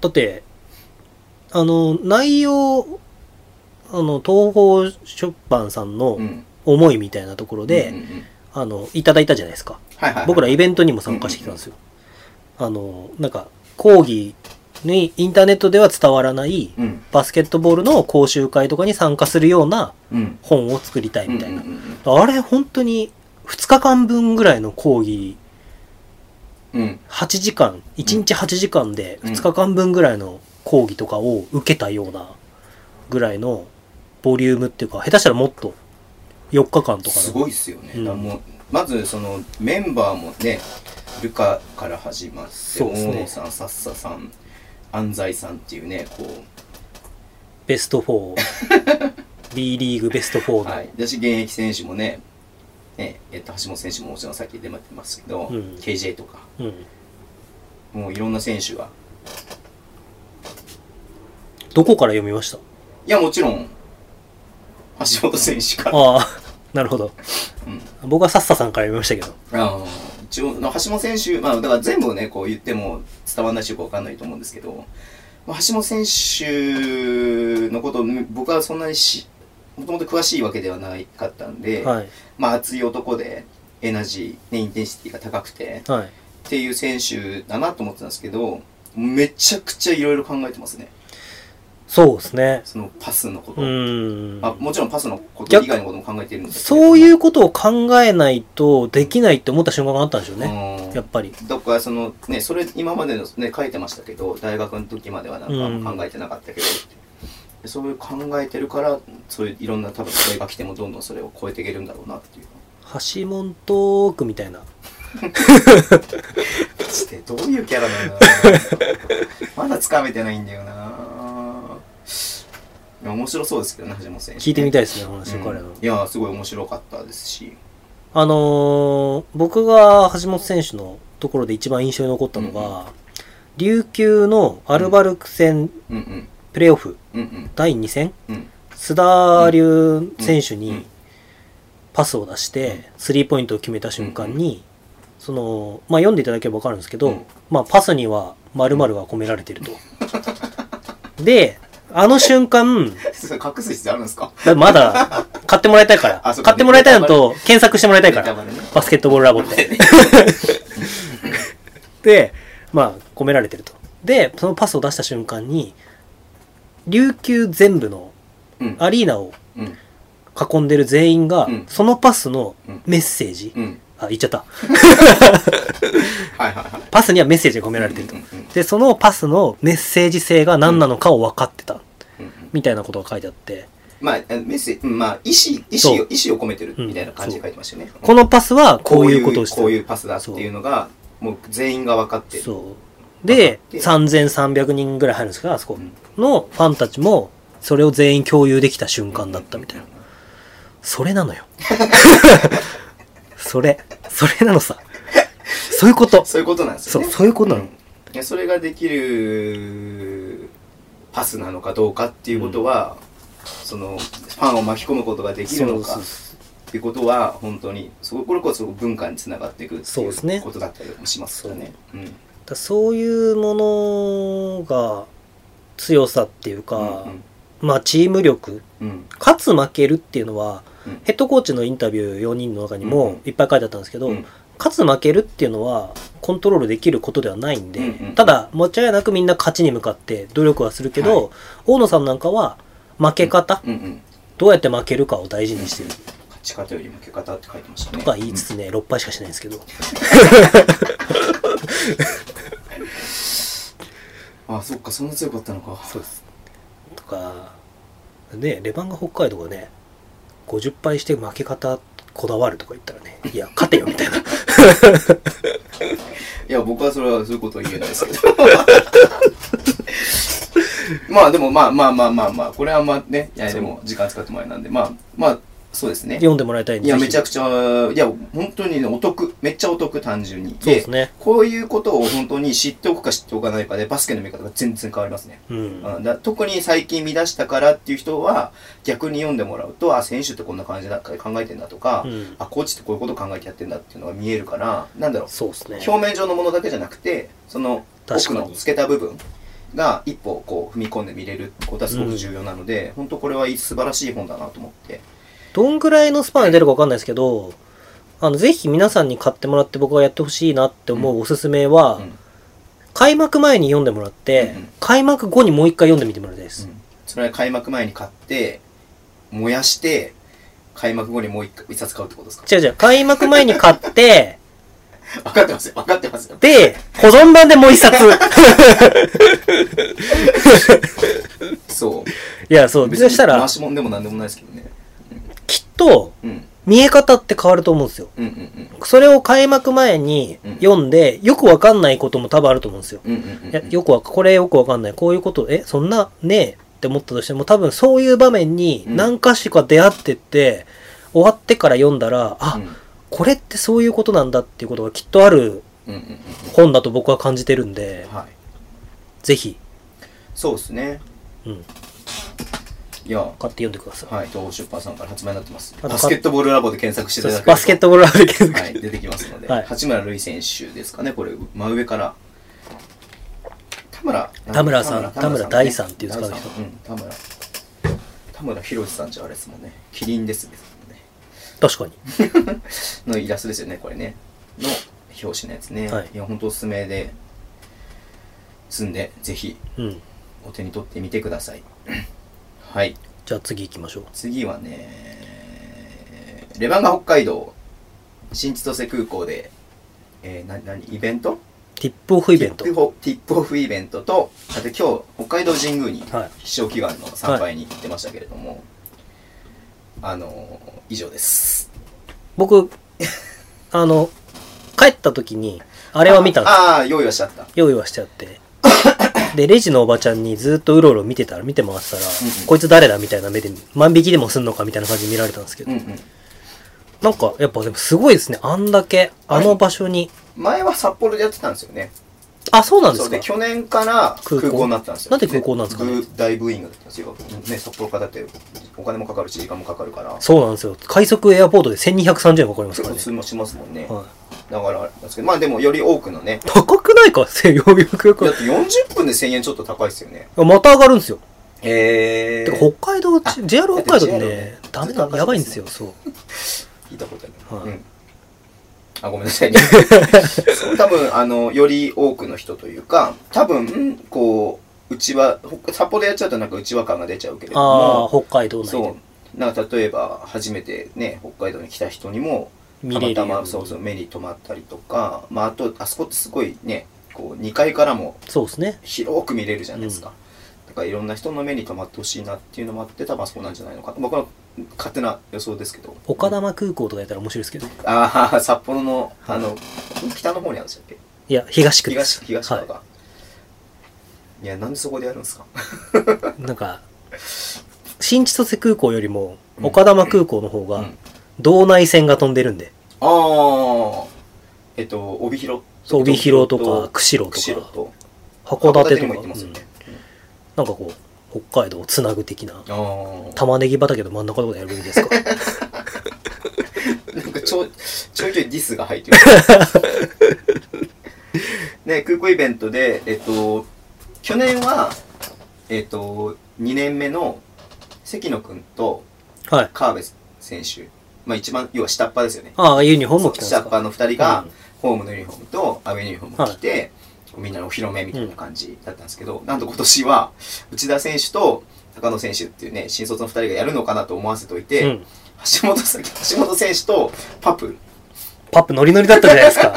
Speaker 3: だって、あの、内容、あの、東方出版さんの
Speaker 2: うん
Speaker 3: 思いみたいなところで、
Speaker 2: うんうんうん
Speaker 3: あの、いただいたじゃないですか。
Speaker 2: はいはい
Speaker 3: 僕ら
Speaker 2: はい
Speaker 3: イベントにも参加してきたんですよ。あの、なんか、講義にインターネットでは伝わらない、
Speaker 2: うん
Speaker 3: バスケットボールの講習会とかに参加するような
Speaker 2: うん
Speaker 3: 本を作りたいみたいな
Speaker 2: うん。うん
Speaker 3: あれ、本当に、2日間分ぐらいの講義
Speaker 2: うんうん
Speaker 3: 8時間1日8時間で
Speaker 2: うん
Speaker 3: 2日間分ぐらいの講義とかを受けたようなぐらいのボリュームっていうか下手したらもっと4日間とか
Speaker 2: す
Speaker 3: の
Speaker 2: ごいっすよね、
Speaker 3: うん
Speaker 2: だからもうまずそのメンバーもねルカから始まって
Speaker 3: そうですね
Speaker 2: 大野さんサッサさん安西さんっていうねこう、
Speaker 3: ベスト 4B リーグベスト4の、
Speaker 2: はい、だし現役選手もねねえっと、橋本選手ももちろんさっき出まってますけど、
Speaker 3: うん
Speaker 2: KJ とか
Speaker 3: うん、
Speaker 2: もういろんな選手が
Speaker 3: どこから読みました
Speaker 2: いやもちろん橋本選手から、
Speaker 3: ああ なるほど
Speaker 2: うん、
Speaker 3: 僕はサッサさんから読みましたけど
Speaker 2: あの一応、橋本選手、まあ、だから全部をね、こう言っても伝わらないしよくわかんないと思うんですけど、まあ、橋本選手のことを僕はそんなにし、もともと詳しいわけではないかったんで、
Speaker 3: はい
Speaker 2: まあ、熱い男で、エナジー、ね、インテンシティが高くて、
Speaker 3: はい
Speaker 2: っていう選手だなと思ってたんですけど、めちゃくちゃいろいろ考えてますね。
Speaker 3: そうですね
Speaker 2: そのパスのこ
Speaker 3: う
Speaker 2: と。
Speaker 3: ーん
Speaker 2: まあ、もちろんパスのこと以外のことも考えてるんですけど。
Speaker 3: そういううことを考えないとできないって思った瞬間があったんでしょうね
Speaker 2: ね
Speaker 3: やっぱり
Speaker 2: どっかそのねそれ今までのね書いてましたけど大学の時まではなんかあんま考えてなかったけど、でそういう考えてるからそういういろんな多分声が来てもどんどんそれを超えていけるんだろう なっていう
Speaker 3: 橋本トークみたいな
Speaker 2: してどういうキャラな んだろうなまだつかめてないんだよないや面白そうですけどね橋本選手
Speaker 3: 聞いてみたいですね、話、
Speaker 2: うん
Speaker 3: 彼の。
Speaker 2: いやすごい面白かったですし
Speaker 3: あのー僕が橋本選手のところで一番印象に残ったのが、
Speaker 2: うん
Speaker 3: 琉球のアルバルク戦
Speaker 2: うんうん
Speaker 3: プレーオフ
Speaker 2: うんうん
Speaker 3: 第2戦、
Speaker 2: うん
Speaker 3: 須田龍選手
Speaker 2: うんう
Speaker 3: に
Speaker 2: ん
Speaker 3: パスを出して、スリーポイントを決めた瞬間に、その、まあ、読んでいただければわかるんですけど、
Speaker 2: うん
Speaker 3: まあ、パスには〇〇が込められてると。で、あの瞬間、
Speaker 2: それ隠す必要あるんですか
Speaker 3: だまだ買ってもらいたいから
Speaker 2: あそうか
Speaker 3: 買ってもらいたいのと検索してもらいたいか
Speaker 2: ネタ
Speaker 3: ら
Speaker 2: バレね
Speaker 3: バスケットボールラボって。で、まあ、込められてると。で、そのパスを出した瞬間に、琉球全部の
Speaker 2: うん
Speaker 3: アリーナを
Speaker 2: うん
Speaker 3: 囲んでる全員が、
Speaker 2: うん
Speaker 3: そのパスの
Speaker 2: うん
Speaker 3: メッセージ、
Speaker 2: うん
Speaker 3: あ、言っちゃった。
Speaker 2: はいはいはい
Speaker 3: パスにはメッセージが込められてると
Speaker 2: うん。うん
Speaker 3: で、そのパスのメッセージ性が何なのかを分かってた、
Speaker 2: うんうん
Speaker 3: みたいなことが書いてあって、
Speaker 2: まあ、あのメッセージ、うんまあ、意思、意思
Speaker 3: そ
Speaker 2: を
Speaker 3: う、
Speaker 2: 意思を込めてるみたいな感じで書いてましたよね。
Speaker 3: このパスはこういうことをして
Speaker 2: こう
Speaker 3: る
Speaker 2: いうパスだっていうのが、もう全員が分かってる。
Speaker 3: そう。で、
Speaker 2: 分
Speaker 3: 3300人ぐらい入るんですか、あそこ
Speaker 2: うん
Speaker 3: のファンたちも、それを全員共有できた瞬間だったみたいな。それな のよ。それ、それなのさ。そういうこと。
Speaker 2: そういうことなんですよね。
Speaker 3: そうそういうことなの
Speaker 2: んいやそれができるパスなのかどうかっていうことは、その、ファンを巻き込むことができるの
Speaker 3: そ
Speaker 2: か
Speaker 3: う
Speaker 2: っていうことは、本当に、そここれこそ文化につながっていくって
Speaker 3: そうです
Speaker 2: い
Speaker 3: ね
Speaker 2: うことだったりもしますからね。うん
Speaker 3: だそういうものが強さっていうか、まあチーム力、
Speaker 2: うんうん
Speaker 3: 勝つ負けるっていうのは、
Speaker 2: うん
Speaker 3: ヘッドコーチのインタビュー4人の中に
Speaker 2: うん
Speaker 3: もいっぱい書いてあったんですけど、
Speaker 2: うん
Speaker 3: 勝つ負けるっていうのはコントロールできることではないんで、
Speaker 2: うんうん
Speaker 3: ただ間違いなくみんな勝ちに向かって努力はするけど、大野さんなんかは負け方、
Speaker 2: うんうん。
Speaker 3: どうやって負けるかを大事にしてる
Speaker 2: 勝ち方よりも受け方って書いてましたね。
Speaker 3: とか言いつつね、6敗しかしないんですけど
Speaker 2: あそっかそんな強かったのか
Speaker 3: そうですとかねレバンガ北海道がね50敗して負け方こだわるとか言ったらね いや勝てよみたいない
Speaker 2: や僕はそれはそういうことは言えないですけどまあでもまあまあまあまあまあこれはまあねいやでも時間使ってもらえなんでまあまあそうですね
Speaker 3: 読んでもらいたいん
Speaker 2: い
Speaker 3: で
Speaker 2: や
Speaker 3: ぜ
Speaker 2: め
Speaker 3: ひ
Speaker 2: ちゃくちゃいや本当にねお得めっちゃお得単純に
Speaker 3: そうですね
Speaker 2: こういうことを本当に知っておくか知っておかないかでバスケの見方が全然変わりますね、
Speaker 3: うん
Speaker 2: うん、だ特に最近見出したからっていう人は逆に読んでもらうとあ選手ってこんな感じだ考えてんだとか、
Speaker 3: うん
Speaker 2: あコーチってこういうこと考えてやってんだっていうのが見えるからなんだろう
Speaker 3: そうですね
Speaker 2: 表面上のものだけじゃなくてその
Speaker 3: 確
Speaker 2: 奥
Speaker 3: かに
Speaker 2: の透けた部分が一歩こう踏み込んで見れるってことはすごく重要なので、本当これはいい素晴らしい本だなと思って
Speaker 3: どんぐらいのスパンで出るかわかんないですけどあのぜひ皆さんに買ってもらって僕がやってほしいなって思うおすすめは、
Speaker 2: うん
Speaker 3: 開幕前に読んでもらって、
Speaker 2: うんうん
Speaker 3: 開幕後にもう一回読んでみてもらいたいです、
Speaker 2: それは開幕前に買って燃やして開幕後にもう一回一冊買うってことですか
Speaker 3: 違う違う開幕前に買って
Speaker 2: 分かってますよ分かってますよ
Speaker 3: で保存版でもう一 冊
Speaker 2: そう
Speaker 3: いやそう
Speaker 2: 別に
Speaker 3: そしたら
Speaker 2: 回しもんでも何でもないですけどね
Speaker 3: きっと
Speaker 2: うん
Speaker 3: 見え方って変わると思うんですよ
Speaker 2: うんうん
Speaker 3: それを開幕前に読んで、よくわかんないことも多分あると思うんですよ。
Speaker 2: うんうんうんうん
Speaker 3: いやよくわかこれよくわかんない。こういうこと、え、そんなねえって思ったとしても、多分そういう場面に
Speaker 2: うん
Speaker 3: 何かしか出会ってって、終わってから読んだら、あ、
Speaker 2: うん
Speaker 3: これってそういうことなんだっていうことがきっとある
Speaker 2: うんうんうん
Speaker 3: 本だと僕は感じてるんで
Speaker 2: うん、はい
Speaker 3: ぜひ、
Speaker 2: そうですね
Speaker 3: うん、
Speaker 2: いや
Speaker 3: 買って読んでください。
Speaker 2: はい、東北出版さんから発売になってます。
Speaker 3: あと
Speaker 2: バスケットボールラボで検索してい
Speaker 3: そう
Speaker 2: た
Speaker 3: です
Speaker 2: だくと
Speaker 3: バスケットボールアワーで検
Speaker 2: は
Speaker 3: 索
Speaker 2: い、出てきますので、
Speaker 3: はい
Speaker 2: 八村塁選手ですかね、これ、真上から。田村
Speaker 3: 田村さん田村大さんっていうんですか
Speaker 2: 大
Speaker 3: ね
Speaker 2: さんうん、田村。田村博さんじゃあれですもんね。キリンですですもんね。
Speaker 3: 確かに。
Speaker 2: のイラストですよね、これね。の表紙のやつね。
Speaker 3: はい
Speaker 2: い、や、本当おすすめで、積んで、ぜひ
Speaker 3: うん。
Speaker 2: お手に取ってみてください。 はい。
Speaker 3: じゃあ次行きましょう。
Speaker 2: 次はねレバンガ北海道新千歳空港で、えー、な何イベント
Speaker 3: ティップオフイベント
Speaker 2: ティッ。プオティップオフイベントとあと今日北海道神宮に
Speaker 3: はい
Speaker 2: 必勝祈願の参拝に行ってましたけれども、あのー以上です
Speaker 3: 僕、あの、帰った時に、あれは見たんですよ
Speaker 2: ああー用意はしちゃった
Speaker 3: 用意はしちゃって。で、レジのおばちゃんにずっとうろうろ見てたら、見て回ってたら、
Speaker 2: んうん
Speaker 3: こいつ誰だみたいな目で、万引きでもすんのかみたいな感じで見られたんですけ
Speaker 2: う
Speaker 3: ど、
Speaker 2: んうん
Speaker 3: なんか、やっぱでもすごいですね。あんだけ、あの場所に。
Speaker 2: 前は札幌でやってたんですよね
Speaker 3: あ、そうなんで
Speaker 2: そう
Speaker 3: すか
Speaker 2: で去年から
Speaker 3: 空港
Speaker 2: 空港になったんですよ
Speaker 3: なんで空港なんですかね
Speaker 2: ぐ大部員がだったんですよ、ね、札幌からだってお金もかかるし時間もかかるから
Speaker 3: そうなんですよ。快速エアポートで1230円かかりますか
Speaker 2: 結
Speaker 3: ら
Speaker 2: 構
Speaker 3: ね。
Speaker 2: 通もしますもんね、
Speaker 3: はい、
Speaker 2: だからあれなんですけどまあでもより多くのね
Speaker 3: 高くないかよくよくよ
Speaker 2: だっ
Speaker 3: く。
Speaker 2: て40分で1000円ちょっと高いですよね
Speaker 3: また上がるんですよ。
Speaker 2: へ
Speaker 3: てか北海道、
Speaker 2: あ
Speaker 3: JR 北海道って
Speaker 2: だって
Speaker 3: ね
Speaker 2: JR、
Speaker 3: ダメなの、やばいんですよ、そう。
Speaker 2: 聞いたことある、
Speaker 3: はい
Speaker 2: うんあごめんなさ いねそう多分あのより多くの人というか多分こううちは札幌でやっちゃうとなんかうちわ感が出ちゃうけれど
Speaker 3: ああ、
Speaker 2: も
Speaker 3: 北海道内で
Speaker 2: そうなんか例えば初めてね北海道に来た人にも
Speaker 3: 見
Speaker 2: た
Speaker 3: れ
Speaker 2: ま
Speaker 3: るよ
Speaker 2: た
Speaker 3: うに。
Speaker 2: まそうそう目に留まったりとか、まあ、あとあそこってすごいねこう2階からも
Speaker 3: そうですね。
Speaker 2: 広く見れるじゃないですか、だからいろんな人の目に留まってほしいなっていうのもあって多分そうなんじゃないのか僕の勝手な予想ですけど
Speaker 3: 岡玉空港とかやったら面白いですけどね。
Speaker 2: ああ札幌のあの北の方にあるんでしたっけ
Speaker 3: いや、東区です。
Speaker 2: 東東側
Speaker 3: はい
Speaker 2: が、い、やなんでそこでやるんですか
Speaker 3: なんか、新千歳空港よりも、
Speaker 2: うん
Speaker 3: 岡玉空港の方が
Speaker 2: うん、
Speaker 3: 道内線が飛んでるんで、
Speaker 2: ああえっと帯広
Speaker 3: そう帯広とか釧路
Speaker 2: 釧
Speaker 3: と
Speaker 2: 路
Speaker 3: か、
Speaker 2: と
Speaker 3: 函館
Speaker 2: に
Speaker 3: と
Speaker 2: も
Speaker 3: か、
Speaker 2: 行っ
Speaker 3: うん
Speaker 2: て
Speaker 3: な
Speaker 2: ま
Speaker 3: ん
Speaker 2: す
Speaker 3: か
Speaker 2: よね、
Speaker 3: こう、北海道をつなぐ的な、
Speaker 2: ああ
Speaker 3: 玉ねぎ畑の真ん中とかやるべき ですか。
Speaker 2: なんかちょちょいちょいディスが入って るね空港イベントでえっと去年はえっと2年目の関野君と
Speaker 3: はい。
Speaker 2: 川辺選手まあ一番要は下っ端ですよね
Speaker 3: ああ、ユニフォームを着たんです
Speaker 2: 下っ端
Speaker 3: か。
Speaker 2: の2人が、
Speaker 3: うん
Speaker 2: ホームのユニフォームとアウェーのユニフォームを着て、こうみんなのお披露目みたいな感じだったんですけど、なんと今年は内田選手と高野選手っていうね新卒の2人がやるのかなと思わせておいて、
Speaker 3: うん。
Speaker 2: 橋本さん橋本選手とパプ
Speaker 3: パップノリノリだったじゃないですか。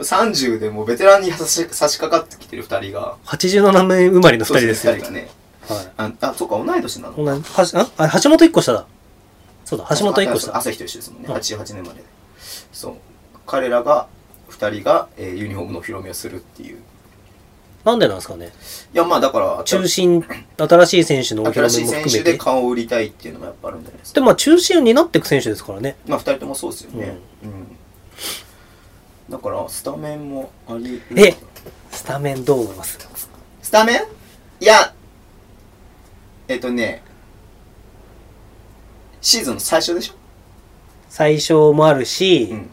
Speaker 2: 30でもうベテランに差し差し掛かってきてる2人が
Speaker 3: 87年生まれの2人
Speaker 2: そう
Speaker 3: ですよ。
Speaker 2: 二人がね
Speaker 3: はい。
Speaker 2: ああそうか同い年な
Speaker 3: こん
Speaker 2: の
Speaker 3: な、はし、あ、あ橋本一個下だ。そうだ、橋本一個
Speaker 2: あ
Speaker 3: 下。
Speaker 2: 朝日と一緒ですもんね
Speaker 3: うん
Speaker 2: 88年までそう彼らが2人が、えーユニフォームのお披露目をするっていう
Speaker 3: なんでなんですかね
Speaker 2: いやまあだから
Speaker 3: 中心新しい選手のお披
Speaker 2: 新し
Speaker 3: 露
Speaker 2: い
Speaker 3: 目も
Speaker 2: 選
Speaker 3: 含
Speaker 2: 手
Speaker 3: め
Speaker 2: で
Speaker 3: て
Speaker 2: 顔を売りたいっていうのもやっぱあるんじゃないですか
Speaker 3: でもまあ中心を担っていく選手ですからね
Speaker 2: まあ2人ともそうですよね、うんだからスタメンもあり得る
Speaker 3: えスタメンどう思います
Speaker 2: スタメンいやえっとねシーズンの最初でしょ、
Speaker 3: 最初もあるし、
Speaker 2: うん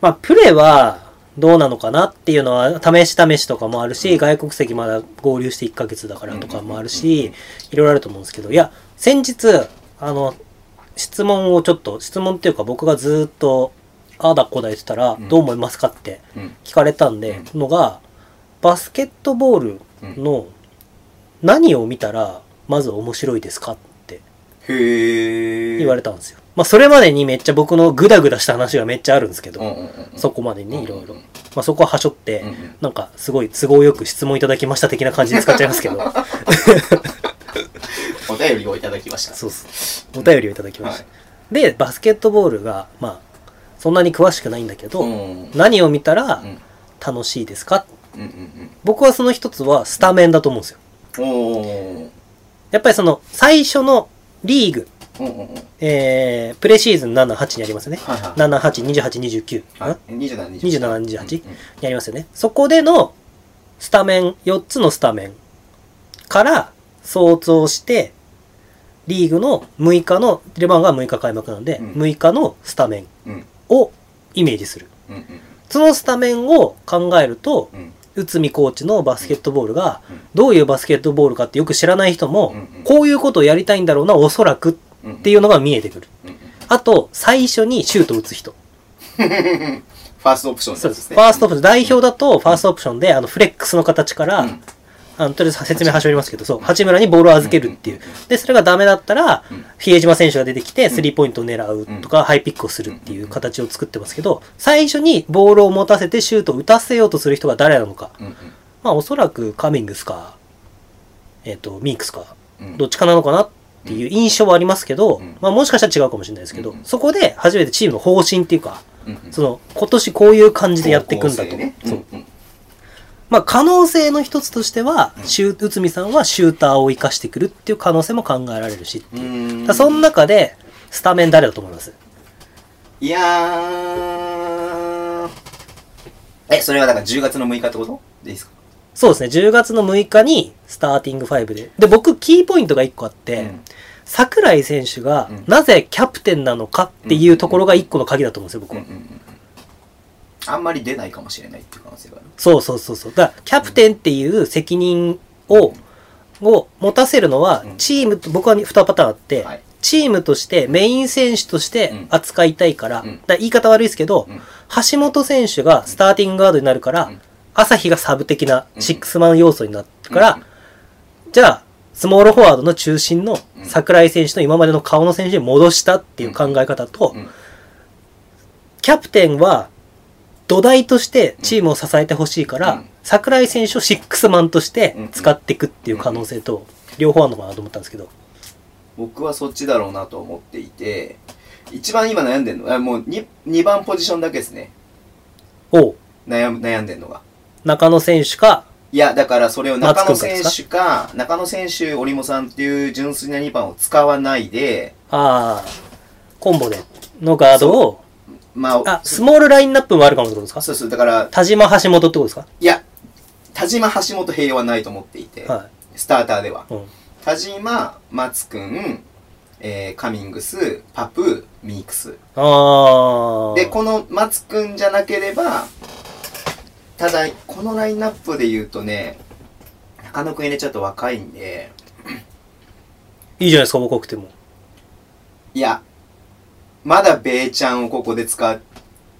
Speaker 3: まあプレーはどうなのかなっていうのは試し試しとかもあるし、外国籍まだ合流して1ヶ月だからとかもあるし、
Speaker 2: うんうんうん
Speaker 3: いろいろあると思うんですけどいや先日あの質問をちょっと質問っていうか僕がずっとああだこうだ言ってたら、
Speaker 2: ん
Speaker 3: どう思いますかって
Speaker 2: うん
Speaker 3: 聞かれたんで、のがバスケットボールの何を見たらまず面白いですかって
Speaker 2: へえ
Speaker 3: 言われたんですよ。まあそれまでにめっちゃ僕のグダグダした話がめっちゃあるんですけど、
Speaker 2: うんうんうん
Speaker 3: そこまでにいろい
Speaker 2: うんう
Speaker 3: ろ
Speaker 2: ん。
Speaker 3: まあそこははしょって、
Speaker 2: うんうん
Speaker 3: なんかすごい都合よく質問いただきました的な感じで使っちゃいますけ ど、
Speaker 2: お便りをいただきました
Speaker 3: そうっす。お便りをいただきました。
Speaker 2: は
Speaker 3: で、バスケットボールが、まあ、そんなに詳しくないんだけど、
Speaker 2: うん
Speaker 3: 何を見たら
Speaker 2: うん
Speaker 3: 楽しいですか
Speaker 2: うんうん
Speaker 3: 僕はその一つはスタメンだと思うんですよ。
Speaker 2: うんおー
Speaker 3: やっぱりその最初のリーグ、
Speaker 2: うんうんうん
Speaker 3: えー、プレシーズン78にありますよね。
Speaker 2: はいはい
Speaker 3: 78、28、29。かな
Speaker 2: はい27
Speaker 3: 27 28
Speaker 2: うんうん
Speaker 3: やりますよね。そこでのスタメン、4つのスタメンから想像して、リーグの6日の、レバンが6日開幕なんで、
Speaker 2: うん
Speaker 3: 6日のスタメン
Speaker 2: うん
Speaker 3: をイメージする。
Speaker 2: うん
Speaker 3: そのスタメンを考えると、
Speaker 2: うん
Speaker 3: 内海コーチのバスケットボールが
Speaker 2: うん、
Speaker 3: どういうバスケットボールかってよく知らない人も
Speaker 2: うんうん、
Speaker 3: こういうことをやりたいんだろうな、おそらく
Speaker 2: うん
Speaker 3: っていうのが見えてくる。
Speaker 2: うんうん
Speaker 3: あと、最初にシュートを打つ人。
Speaker 2: ファーストオプション
Speaker 3: そうで
Speaker 2: で
Speaker 3: すす。
Speaker 2: ね
Speaker 3: ファーストオプション、代表だとファーストオプションで、あの、フレックスの形から、
Speaker 2: うん
Speaker 3: あの、とりあえず説明はしょりますけど、そう、八村にボールを預けるっていう
Speaker 2: うんうん。
Speaker 3: で、それがダメだったら
Speaker 2: うん、
Speaker 3: 比江島選手が出てきて、スリーポイントを狙うとか、ハイピックをするっていう形を作ってますけど、最初にボールを持たせてシュートを打たせようとする人が誰なのか。
Speaker 2: うんうん
Speaker 3: まあ、おそらくカミングスか、えっ、と、ミークスか、
Speaker 2: うん
Speaker 3: どっちかなのかなっていう印象はありますけど
Speaker 2: うん、
Speaker 3: まあ、もしかしたら違うかもしれないですけど
Speaker 2: う、ん
Speaker 3: そこで初めてチームの方針っていうか、
Speaker 2: うんうん
Speaker 3: その、今年こういう感じでやっていくんだ
Speaker 2: 方向性
Speaker 3: と
Speaker 2: ね。
Speaker 3: そう
Speaker 2: うんうん
Speaker 3: まあ、可能性の一つとしては、
Speaker 2: うん
Speaker 3: シュー内海さんはシューターを生かしてくるっていう可能性も考えられるしっていうう。
Speaker 2: ーん
Speaker 3: だからその中で、スタメン誰だと思います
Speaker 2: いやーえそれはだから10月の6日ってことでいいですか
Speaker 3: そうですね、10月の6日にスターティング5で。で、僕、キーポイントが1個あって、
Speaker 2: うん
Speaker 3: 桜井選手が
Speaker 2: うん
Speaker 3: なぜキャプテンなのかっていうところが1個の鍵だと思うんですよ、僕
Speaker 2: うんう
Speaker 3: は。
Speaker 2: んうんあんまり出ないかもしれないっていう可能性がある
Speaker 3: そうそうそうそう。だから、キャプテンっていう責任を、を持たせるのは
Speaker 2: うん、
Speaker 3: チームと、僕は2パターンあって、
Speaker 2: はい
Speaker 3: チームとしてメイン選手として
Speaker 2: うん
Speaker 3: 扱いたいから、
Speaker 2: うん
Speaker 3: だから言い方悪いですけど、
Speaker 2: うん
Speaker 3: 橋本選手がスターティングガードになるから、
Speaker 2: うん
Speaker 3: 朝日がサブ的な
Speaker 2: うん
Speaker 3: シックスマン要素になってから、
Speaker 2: うん
Speaker 3: じゃあ、スモールフォワードの中心の
Speaker 2: うん
Speaker 3: 桜井選手の今までの顔の選手に戻したっていう考え方と、
Speaker 2: うん
Speaker 3: キャプテンは土台としてチームを支えてほしいから、
Speaker 2: うん
Speaker 3: 桜井選手をシックスマンとして使っていくっていう可能性と、両方あるのかなと思ったんですけど、
Speaker 2: 僕はそっちだろうなと思っていて一番今悩んでるのはもう 2, 2番ポジションだけですね
Speaker 3: おう
Speaker 2: 悩む悩んでるのが
Speaker 3: 中野選手か、
Speaker 2: いやだからそれを
Speaker 3: 松君
Speaker 2: 中野
Speaker 3: からで
Speaker 2: 選
Speaker 3: すか
Speaker 2: 手か中野選手織茂さんっていう純粋な2番を使わないで
Speaker 3: ああ、コンボでのガードを、
Speaker 2: まあ
Speaker 3: あ、スモールラインナップもあるかもってことですか
Speaker 2: そうそうだから
Speaker 3: 田島橋本ってことですか
Speaker 2: いや田島橋本平和はないと思っていて、
Speaker 3: は。
Speaker 2: スターターではい
Speaker 3: うん。
Speaker 2: 田島松くん、えーカミングスパプミークス
Speaker 3: ああ。
Speaker 2: でこの松くんじゃなければただこのラインナップで言うとね中野くん入れちゃうと若いんで
Speaker 3: いいじゃないですか、僕多くても。
Speaker 2: いやまだベイちゃんをここで使う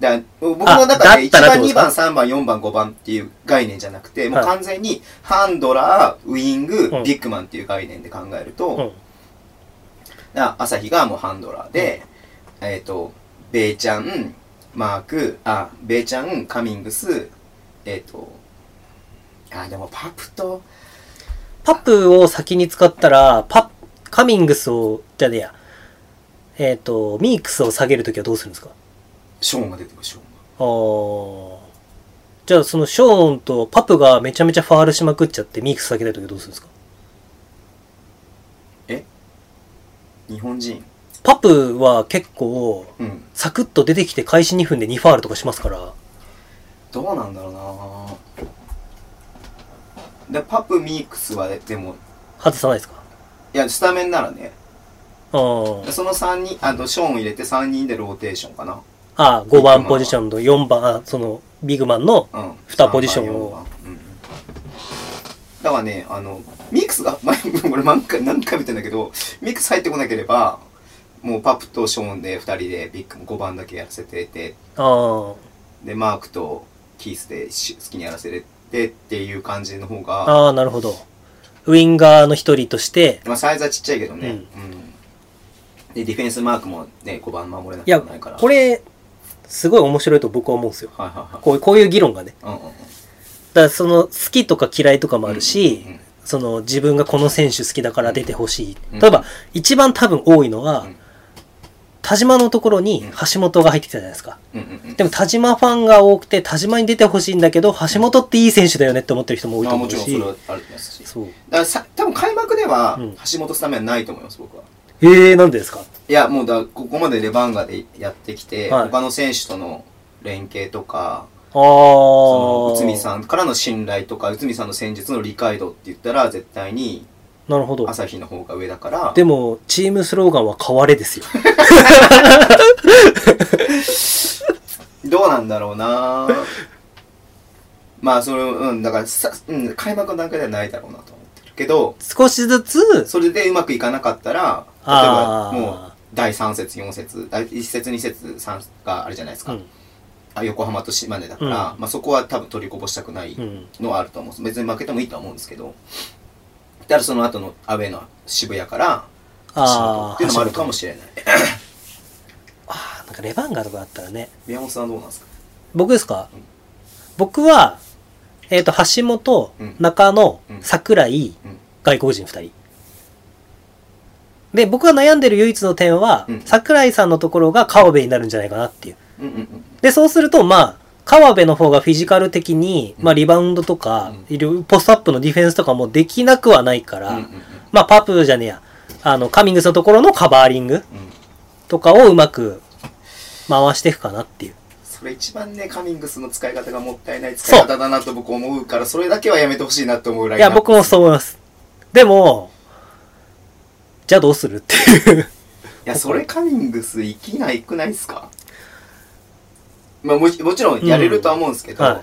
Speaker 2: だ僕
Speaker 3: あ
Speaker 2: の中で1
Speaker 3: だったら
Speaker 2: 番
Speaker 3: どうで
Speaker 2: 2
Speaker 3: すか
Speaker 2: 番3番4番5番っていう概念じゃなくてもう
Speaker 3: はい
Speaker 2: 完全にハンドラーウイング
Speaker 3: うん
Speaker 2: ビッグマンっていう概念で考えると、
Speaker 3: うん。
Speaker 2: だ朝日がもうハンドラーで、えっ、と、ベイちゃん、マーク、あ、ベイちゃん、カミングス、えっ、と、あ、でもパプと、
Speaker 3: パプを先に使ったら、パカミングスを、じゃねえや。えっ、と、ミークスを下げるときはどうするんですか
Speaker 2: ショーンが出てくる、ショーンが。
Speaker 3: ああ。じゃあそのショーンとパプがめちゃめちゃファールしまくっちゃってミックス避けたい時どうするんですか
Speaker 2: 日本人
Speaker 3: パプは結構
Speaker 2: うん
Speaker 3: サクッと出てきて開始2分で2ファールとかしますから
Speaker 2: どうなんだろうなでパプミークスはでも
Speaker 3: 外さないですか
Speaker 2: いやスタメンならね
Speaker 3: あー
Speaker 2: その3人あとショーン入れて3人でローテーションかな
Speaker 3: あー5番ポジションと4番あそのビッグマンの
Speaker 2: うん
Speaker 3: 二ポジションを
Speaker 2: 三番四番うんだからねあのミックスが 前俺何回何回見てんだけどミックス入ってこなければもうパプとショーンで2人でビッグも5番だけやらせてて
Speaker 3: あ
Speaker 2: でマークとキースでし好きにやらせててっていう感じの方
Speaker 3: あ
Speaker 2: が
Speaker 3: ああなるほどウインガーの一人として
Speaker 2: まあサイズはちっちゃいけどね、うんでディフェンスマークもね5番守れないく
Speaker 3: や
Speaker 2: もないから
Speaker 3: これすごい面白いと僕は思うんですよ
Speaker 2: はいはい
Speaker 3: こういうこういう議論がね
Speaker 2: はいうんうんうん
Speaker 3: だからその好きとか嫌いとかもあるし、
Speaker 2: うんうんうん
Speaker 3: その自分がこの選手好きだから出てほしい、
Speaker 2: うん
Speaker 3: 例えば一番多分多いのは、
Speaker 2: うん
Speaker 3: 田島のところに
Speaker 2: うん
Speaker 3: 橋本が入ってきたじゃないですか
Speaker 2: うんうんうん
Speaker 3: でも田島ファンが多くて田島に出てほしいんだけど橋本っていい選手だよねって思ってる人も多い
Speaker 2: ま
Speaker 3: と
Speaker 2: あ
Speaker 3: 思
Speaker 2: も
Speaker 3: う
Speaker 2: ちろんそ
Speaker 3: し、
Speaker 2: れはあると思いますし
Speaker 3: そう
Speaker 2: だからさ多分開幕では
Speaker 3: うん
Speaker 2: 橋本スタメンはないと思います、僕は。
Speaker 3: えー、なんでですか
Speaker 2: いや、もうだここまでレバンガでやってきて、
Speaker 3: はい
Speaker 2: 他の選手との連携とか、
Speaker 3: あ
Speaker 2: その
Speaker 3: あ
Speaker 2: 内海さんからの信頼とか、内海さんの戦術の理解度って言ったら、絶対に
Speaker 3: なるほど
Speaker 2: 朝日の方が上だから、
Speaker 3: でもチームスローガンは変われです よ
Speaker 2: どうなんだろうな まあ、それ、うん、だからさ、うん、開幕の段階ではないだろうなと思ってるけど、
Speaker 3: 少しずつ
Speaker 2: それでうまくいかなかったら、例えば
Speaker 3: あー
Speaker 2: もう、第3節、4節、第1節、2節、3があるじゃないですか。
Speaker 3: うん
Speaker 2: あ横浜と島根だから、
Speaker 3: うん
Speaker 2: まあ、そこは多分取りこぼしたくない
Speaker 3: うん
Speaker 2: のはあると思うんです別に負けてもいいとは思うんですけどただその後のアウェーの渋谷から
Speaker 3: ああ
Speaker 2: 仕事っていうのもあるかもしれない
Speaker 3: あーなんかレバンガとかだったらね
Speaker 2: 宮本さんはどうなんですか
Speaker 3: 僕ですか、
Speaker 2: うん
Speaker 3: 僕は、えっ、と、橋本、
Speaker 2: うん
Speaker 3: 中野
Speaker 2: う、ん
Speaker 3: 桜井、
Speaker 2: うん
Speaker 3: 外国人二人。で、僕が悩んでる唯一の点は、
Speaker 2: うん
Speaker 3: 桜井さんのところが川辺になるんじゃないかなっていう。
Speaker 2: うんうんうん
Speaker 3: で、そうすると、まあ、川辺の方がフィジカル的に、まあ、リバウンドとか、いろいろポストアップのディフェンスとかもできなくはないから、
Speaker 2: うんうんうん
Speaker 3: まあ、パプじゃねえや、あの、カミングスのところのカバーリング
Speaker 2: うん
Speaker 3: とかをうまく回していくかなっていう。
Speaker 2: それ一番ねカミングスの使い方がもったいない使い方だなと僕思うからそれだけはやめてほしいなと思うライ
Speaker 3: い
Speaker 2: ンナ
Speaker 3: や、
Speaker 2: ップ
Speaker 3: 僕もそう思います。でも、じゃあどうするっていう。
Speaker 2: いやそれカミングス生きないくないですかまあもちもちろんやれるとは思うんですけど、
Speaker 3: はい。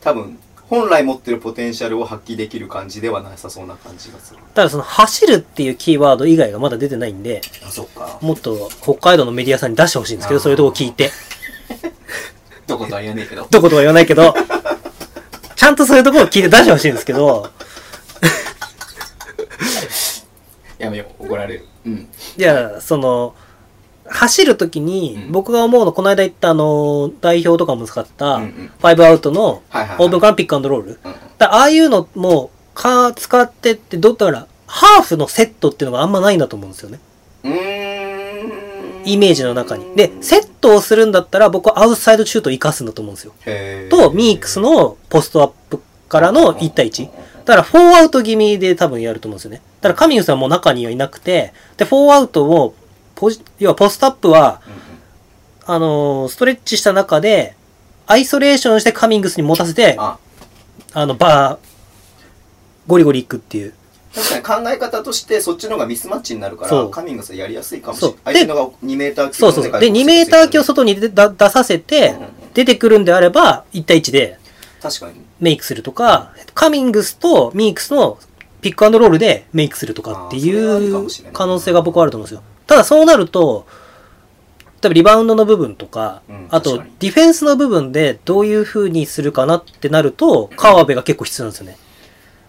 Speaker 2: 多分本来持ってるポテンシャルを発揮できる感じではなさそうな感じがする
Speaker 3: ただその、走るっていうキーワード以外がまだ出てないんで、
Speaker 2: あそっか
Speaker 3: もっと北海道のメディアさんに出してほしいんですけど、
Speaker 2: あー
Speaker 3: そういうとこ聞いて。
Speaker 2: どことは言えねえけど
Speaker 3: どことは言わないけど、ちゃんとそういうとこを聞いて出してほしいんですけど、
Speaker 2: やめよう怒られるうん
Speaker 3: いや、その、走るときに
Speaker 2: う、ん
Speaker 3: 僕が思うの、この間言ったあの、代表とかも使った
Speaker 2: うんうん、
Speaker 3: ファイブアウトの
Speaker 2: はいはいはい
Speaker 3: オープンからピックアンドロール。
Speaker 2: うん
Speaker 3: だああいうのもか使ってってどだからハーフのセットっていうのがあんまないんだと思うんですよね
Speaker 2: うーん
Speaker 3: イメージの中にでセットをするんだったら僕はアウトサイドシュートを生かすんだと思うんですよ
Speaker 2: へー
Speaker 3: とミークスのポストアップからの1対1だから4アウト気味で多分やると思うんですよねだからカミングスはもう中にはいなくてで4アウトをポジ要はポストアップは
Speaker 2: うんうん
Speaker 3: あのーストレッチした中でアイソレーションしてカミングスに持たせてあ
Speaker 2: あ
Speaker 3: のバーゴリゴリいくっていう
Speaker 2: 確かに考え方としてそっちの方がミスマッチになるか
Speaker 3: そ
Speaker 2: ら
Speaker 3: う
Speaker 2: カミングスはやりやすいかもし
Speaker 3: そ
Speaker 2: れ
Speaker 3: う
Speaker 2: ない相手のが2メーター級
Speaker 3: そうそうそう。で、2メーター級を外に出だ出させて
Speaker 2: うんうんうん、
Speaker 3: 出てくるんであれば、1対1で
Speaker 2: 確かに
Speaker 3: メイクするとか、カミングスとミークスのピックアンドロールでメイクするとかって
Speaker 2: あーそれはあり
Speaker 3: い
Speaker 2: かも
Speaker 3: う
Speaker 2: しれない
Speaker 3: 可能性が僕はあると思うんですよ。ただそうなると、多分リバウンドの部分とか
Speaker 2: うん、
Speaker 3: あ
Speaker 2: 確
Speaker 3: と
Speaker 2: かに
Speaker 3: ディフェンスの部分でどういう風にするかなってなると、川辺が結構必要なんですよね。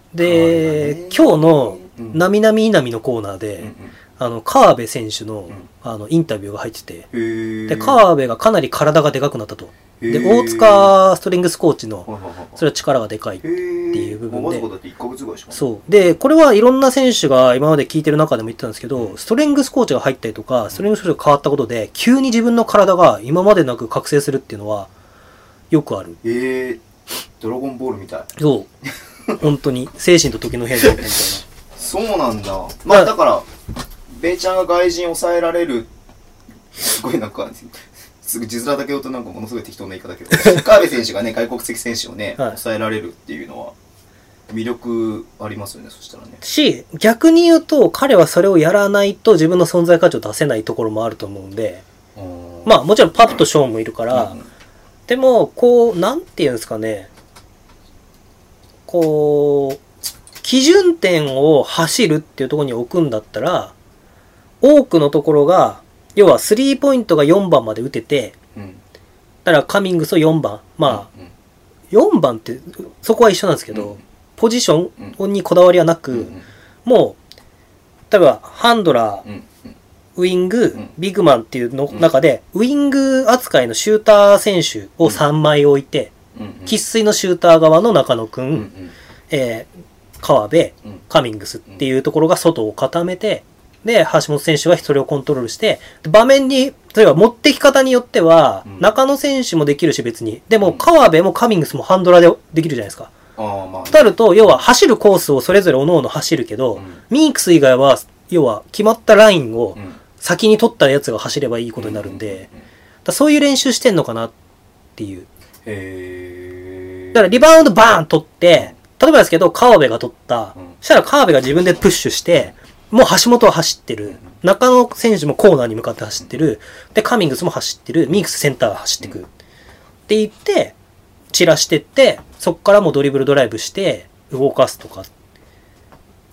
Speaker 2: 川辺
Speaker 3: で
Speaker 2: ね、
Speaker 3: 今日の
Speaker 2: うん
Speaker 3: なみなみいなみのコーナーで、
Speaker 2: うんうん
Speaker 3: あの、川辺選手の
Speaker 2: ん、
Speaker 3: あの、インタビューが入ってて、
Speaker 2: へー
Speaker 3: で、川辺がかなり体がでかくなったと。で、
Speaker 2: へー
Speaker 3: 大塚ストリングスコーチ
Speaker 2: ほ
Speaker 3: の、
Speaker 2: らほらほら
Speaker 3: それは力がでかい
Speaker 2: へ。ー
Speaker 3: っていう部分で
Speaker 2: もわずかだって1ヶ月ぐらいしかう
Speaker 3: そう。で、これはいろんな選手が今まで聞いてる中でも言ってたんですけど、ストレングスコーチが入ったりとか、ストレングスコーチが変わったことで、急に自分の体が今までなく覚醒するっていうのは、よくある。
Speaker 2: えー、ドラゴンボールみたい。
Speaker 3: そう。本当に、精神と時の変化みたいな。
Speaker 2: そうなんだ。まあ
Speaker 3: だ
Speaker 2: だから、ベイちゃんが外人抑えられる、すごいなんか、すぐ字面だけ言うとなんかものすごい適当な言い方 だけど、カーベ選手がね、外国籍選手をね、
Speaker 3: はい
Speaker 2: 抑えられるっていうのは、魅力ありますよね、そしたらね。
Speaker 3: し、逆に言うと、彼はそれをやらないと自分の存在価値を出せないところもあると思うんで、まあもちろんパプとショーンもいるから、でも、こう、なんていうんですかね、こう、基準点を走るっていうところに置くんだったら、多くのところが、要はスリーポイントが4番まで打てて、
Speaker 2: うん、うん、
Speaker 3: だからカミングスを4番、まあ、
Speaker 2: うん、うん
Speaker 3: 4番ってそこは一緒なんですけど、
Speaker 2: うん
Speaker 3: ポジションにこだわりはなく、
Speaker 2: うん、
Speaker 3: もう例えばハンドラー、
Speaker 2: うん、うん
Speaker 3: ウイング、
Speaker 2: うん
Speaker 3: ビッグマンっていうの中で、ウイング扱いのシューター選手を3枚置いて
Speaker 2: うん、うん
Speaker 3: 生粋、のシューター側の中野くん、
Speaker 2: うん、うん、
Speaker 3: えー川辺
Speaker 2: うん、
Speaker 3: カミングスっていうところが外を固めてで橋本選手がそれをコントロールしてで場面に例えば持ってき方によっては、
Speaker 2: うん
Speaker 3: 中野選手もできるし別にで
Speaker 2: う
Speaker 3: も
Speaker 2: ん
Speaker 3: 川辺もカミングスもハンドラでできるじゃないですか。
Speaker 2: ああ、まあ、
Speaker 3: となると要は走るコースをそれぞれ各々走るけど、
Speaker 2: うん
Speaker 3: ミークス以外は、要は決まったラインを
Speaker 2: うん
Speaker 3: 先に取ったやつが走ればいいことになるんで、
Speaker 2: ううう
Speaker 3: だそういう練習してんのかなっていう。
Speaker 2: へえ
Speaker 3: だからリバウンドバーン取って、例えばですけど、川辺が取った
Speaker 2: うん。
Speaker 3: そしたら川辺が自分でプッシュして、もう橋本は走ってる。中野選手もコーナーに向かって走ってる。で、カミングスも走ってる。ミークスセンターが走ってく。
Speaker 2: うん
Speaker 3: って言って、散らしてって、そっからもうドリブルドライブして、動かすとか。っ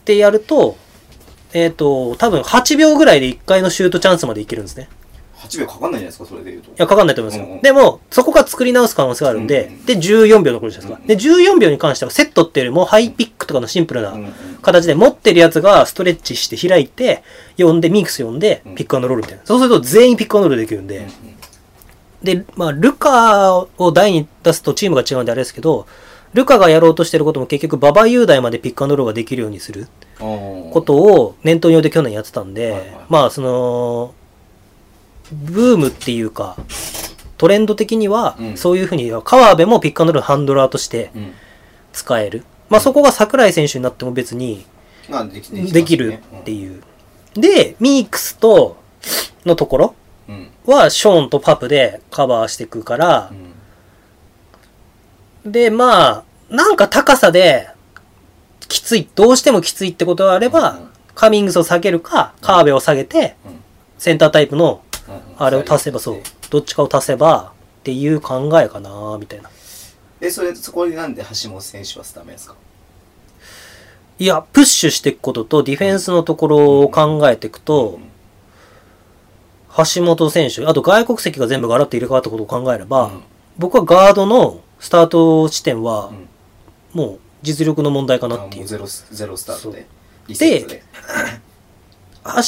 Speaker 3: てやると、えっ、と、多分8秒ぐらいで1回のシュートチャンスまでいけるんですね。
Speaker 2: 8秒かかんないじゃないですかそれで言うと
Speaker 3: いや、かかんないと思いますよ。
Speaker 2: うんうん
Speaker 3: でも、そこから作り直す可能性があるんで、
Speaker 2: うんうん
Speaker 3: で、14秒残るじゃないですか。で、14秒に関しては、セットっていうよりも、ハイピックとかのシンプルな
Speaker 2: うんうん
Speaker 3: 形で、持ってるやつがストレッチして開いて、呼んで、ミックス呼んで
Speaker 2: うん、
Speaker 3: ピックアンドロールみたいな。そうすると、全員ピックアンドロールできるんで、で、まあ、ルカを台に出すとチームが違うんであれですけど、ルカがやろうとしてることも結局、馬場雄大までピックアンドロールができるようにする
Speaker 2: うん
Speaker 3: ことを念頭に置いて去年やってたんで、
Speaker 2: はいはい
Speaker 3: まあ、その、ブームっていうか、トレンド的には
Speaker 2: う、ん
Speaker 3: そういうふうに、川辺もピックアンドロールのハンドラーとして
Speaker 2: うん
Speaker 3: 使える。まあ、そこが桜井選手になっても別に、
Speaker 2: まあでき
Speaker 3: できるって
Speaker 2: う
Speaker 3: いう。で、ミークスと、のところ
Speaker 2: んうん
Speaker 3: は、ショーンとパプでカバーしていくから
Speaker 2: う、ん
Speaker 3: で、まあ、なんか高さで、きつい、どうしてもきついってことがあれば、
Speaker 2: うん
Speaker 3: カミングスを下げるか、カーベを下げて、
Speaker 2: うん
Speaker 3: センタータイプの、
Speaker 2: うん
Speaker 3: あれを足せば、そう、どっちかを足せば、っていう考えかな、みたいな。
Speaker 2: えそれそこでなんで橋本選手はスタメンですか
Speaker 3: いや、プッシュしていくことと、ディフェンスのところを考えていくと、橋本選手、あと外国籍が全部ガラッと入れ替わったことを考えれば、
Speaker 2: うん
Speaker 3: 僕はガードのスタート地点は
Speaker 2: う、ん
Speaker 3: もう実力の問題か
Speaker 2: あ
Speaker 3: なってい
Speaker 2: も
Speaker 3: う
Speaker 2: う。ゼロゼロスタートでリで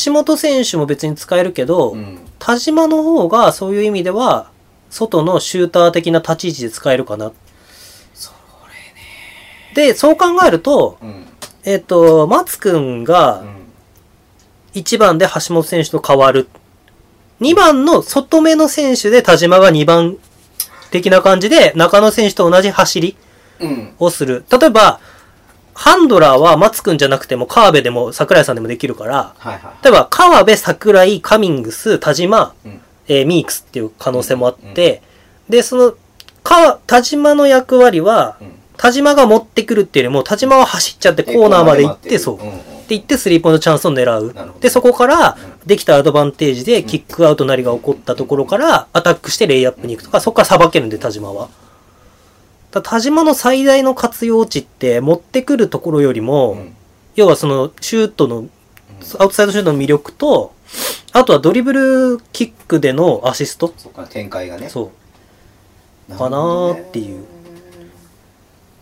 Speaker 3: 橋本選手も別に使えるけど、
Speaker 2: うん
Speaker 3: 田島の方がそういう意味では外のシューター的な立ち位置で使えるかな。
Speaker 2: そ
Speaker 3: で、そう考えると、
Speaker 2: れうん
Speaker 3: えっ、と、松くん
Speaker 2: う
Speaker 3: が
Speaker 2: ん
Speaker 3: 1番で橋本選手と変わる。2番の外目の選手で田島が2番的な感じで中野選手と同じ走り
Speaker 2: うん
Speaker 3: をする。例えば、ハンドラーは松くんじゃなくても川辺でも桜井さんでもできるから、
Speaker 2: はいはい
Speaker 3: 例えば川辺、桜井、カミングス、田島、
Speaker 2: うん
Speaker 3: えーミークスっていう可能性もあって、で、その、か、田島の役割は、
Speaker 2: うん
Speaker 3: 田島が持ってくるっていうよりも、田島は走っちゃってコーナーまで行って、
Speaker 2: る
Speaker 3: そう。
Speaker 2: ん
Speaker 3: で、
Speaker 2: ん
Speaker 3: 行ってスリーポイントチャンスを狙う
Speaker 2: なるほ。ど
Speaker 3: で、そこから
Speaker 2: う、
Speaker 3: できたアドバンテージで、キックアウトなりが起こったところから、アタックしてレイアップに行くとか、そこからさばけるんで、田島は。だ田島の最大の活用値って、持ってくるところよりも、
Speaker 2: うん
Speaker 3: 要はその、シュートのアウトサイドシュートの魅力と、あとはドリブルキックでのアシスト。
Speaker 2: そっから展開がね
Speaker 3: そう。
Speaker 2: なる
Speaker 3: か
Speaker 2: ほ
Speaker 3: な
Speaker 2: どね
Speaker 3: ーっていう。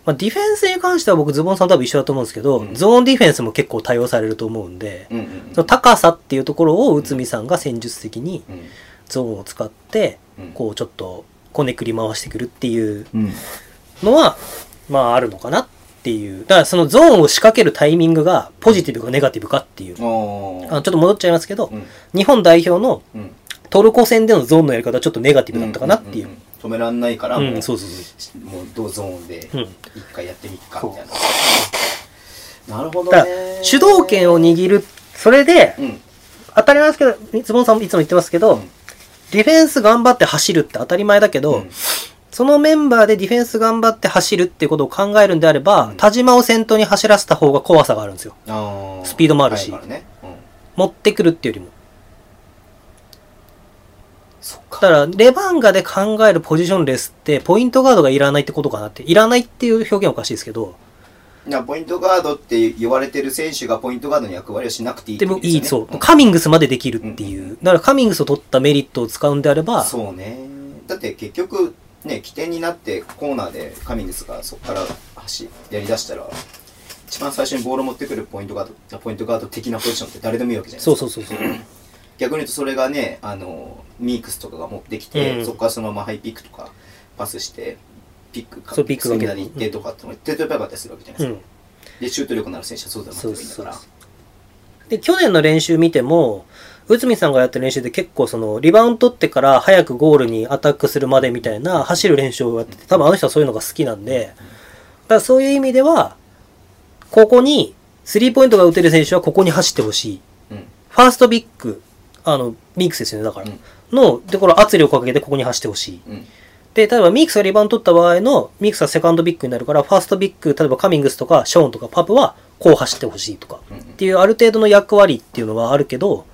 Speaker 3: まあ、ディフェンスに関しては僕、ズボンさんと多分一緒だと思うんですけど、
Speaker 2: うん
Speaker 3: ゾーンディフェンスも結構対応されると思うんで、
Speaker 2: うんうん
Speaker 3: その高さっていうところを内海さんが戦術的に
Speaker 2: うん
Speaker 3: ゾーンを使って、
Speaker 2: うん
Speaker 3: こうちょっとこねくり回してくるっていう
Speaker 2: うん
Speaker 3: のは、まああるのかなっていう。だからそのゾーンを仕掛けるタイミングがポジティブかネガティブかっていう。
Speaker 2: あ
Speaker 3: あ
Speaker 2: あ
Speaker 3: のちょっと戻っちゃいますけど
Speaker 2: う、ん
Speaker 3: 日本代表の
Speaker 2: うん
Speaker 3: トルコ戦でのゾーンのやり方はちょっとネガティブだったかなっていう。
Speaker 2: んんんん止めらんないから、
Speaker 3: う、
Speaker 2: もうん
Speaker 3: そうそうそ
Speaker 2: もうドゾーンで
Speaker 3: う。うん。
Speaker 2: 一回やってみっかみたいな。なるほど
Speaker 3: だから
Speaker 2: ね。
Speaker 3: 主導権を握る、それで、
Speaker 2: うん。
Speaker 3: 当たり前ですけど、ズボンさんもいつも言ってますけど、
Speaker 2: うん
Speaker 3: ディフェンス頑張って走るって当たり前だけど、
Speaker 2: うん
Speaker 3: そのメンバーでディフェンス頑張って走るってことを考えるんであれば、
Speaker 2: うん
Speaker 3: 田島を先頭に走らせた方が怖さがあるんですよ。
Speaker 2: あ
Speaker 3: スピードもあるし
Speaker 2: 速いからねうん
Speaker 3: 持ってくるっていうよりも。
Speaker 2: そっ
Speaker 3: だから、レバンガで考えるポジションレスって、ポイントガードがいらないってことかなって。いらないっていう表現はおかしいですけど、
Speaker 2: いやポイントガードって言われてる選手がポイントガードの役割をしなくていいって
Speaker 3: で
Speaker 2: こ
Speaker 3: も
Speaker 2: とです
Speaker 3: い
Speaker 2: よ
Speaker 3: い、
Speaker 2: ね
Speaker 3: そう。
Speaker 2: ん。
Speaker 3: カミングスまでできるっていううんだから、カミングスを取ったメリットを使うんであれば、
Speaker 2: そうねだって結局ね起点になってコーナーでカミングスがそこから走やりだしたら一番最初にボールを持ってくるポイントガードポイントガード的なポジションって誰でもいいわけじゃない
Speaker 3: そ
Speaker 2: ですか
Speaker 3: うそうそうそう。
Speaker 2: 逆に言うとそれがねあのミークスとかが持ってきて、
Speaker 3: うん
Speaker 2: そこからそのままハイピックとかパスしてピックか
Speaker 3: そうピックが
Speaker 2: スミナに行ってとかってのが手っ取り早かったりするわけじゃないうですか、
Speaker 3: ん。
Speaker 2: でシュート力のある選手はそうだなって
Speaker 3: そ
Speaker 2: も
Speaker 3: う
Speaker 2: いいんだ
Speaker 3: そ
Speaker 2: か
Speaker 3: う
Speaker 2: ら
Speaker 3: で去年の練習見ても内海さんがやってる練習で結構そのリバウンド取ってから早くゴールにアタックするまでみたいな走る練習をやってて多分あの人はそういうのが好きなんでだからそういう意味ではここにスリーポイントが打てる選手はここに走ってほしい
Speaker 2: うん
Speaker 3: ファーストビッグあのミックスですよねだから、
Speaker 2: うん
Speaker 3: のところ圧力をかけてここに走ってほしい
Speaker 2: うん
Speaker 3: で、例えばミックスがリバウンド取った場合の、ミックスはセカンドビッグになるから、ファーストビッグ、例えばカミングスとかショーンとかパブは、こう走ってほしいとか、
Speaker 2: うんうん
Speaker 3: っていうある程度の役割っていうのはあるけど、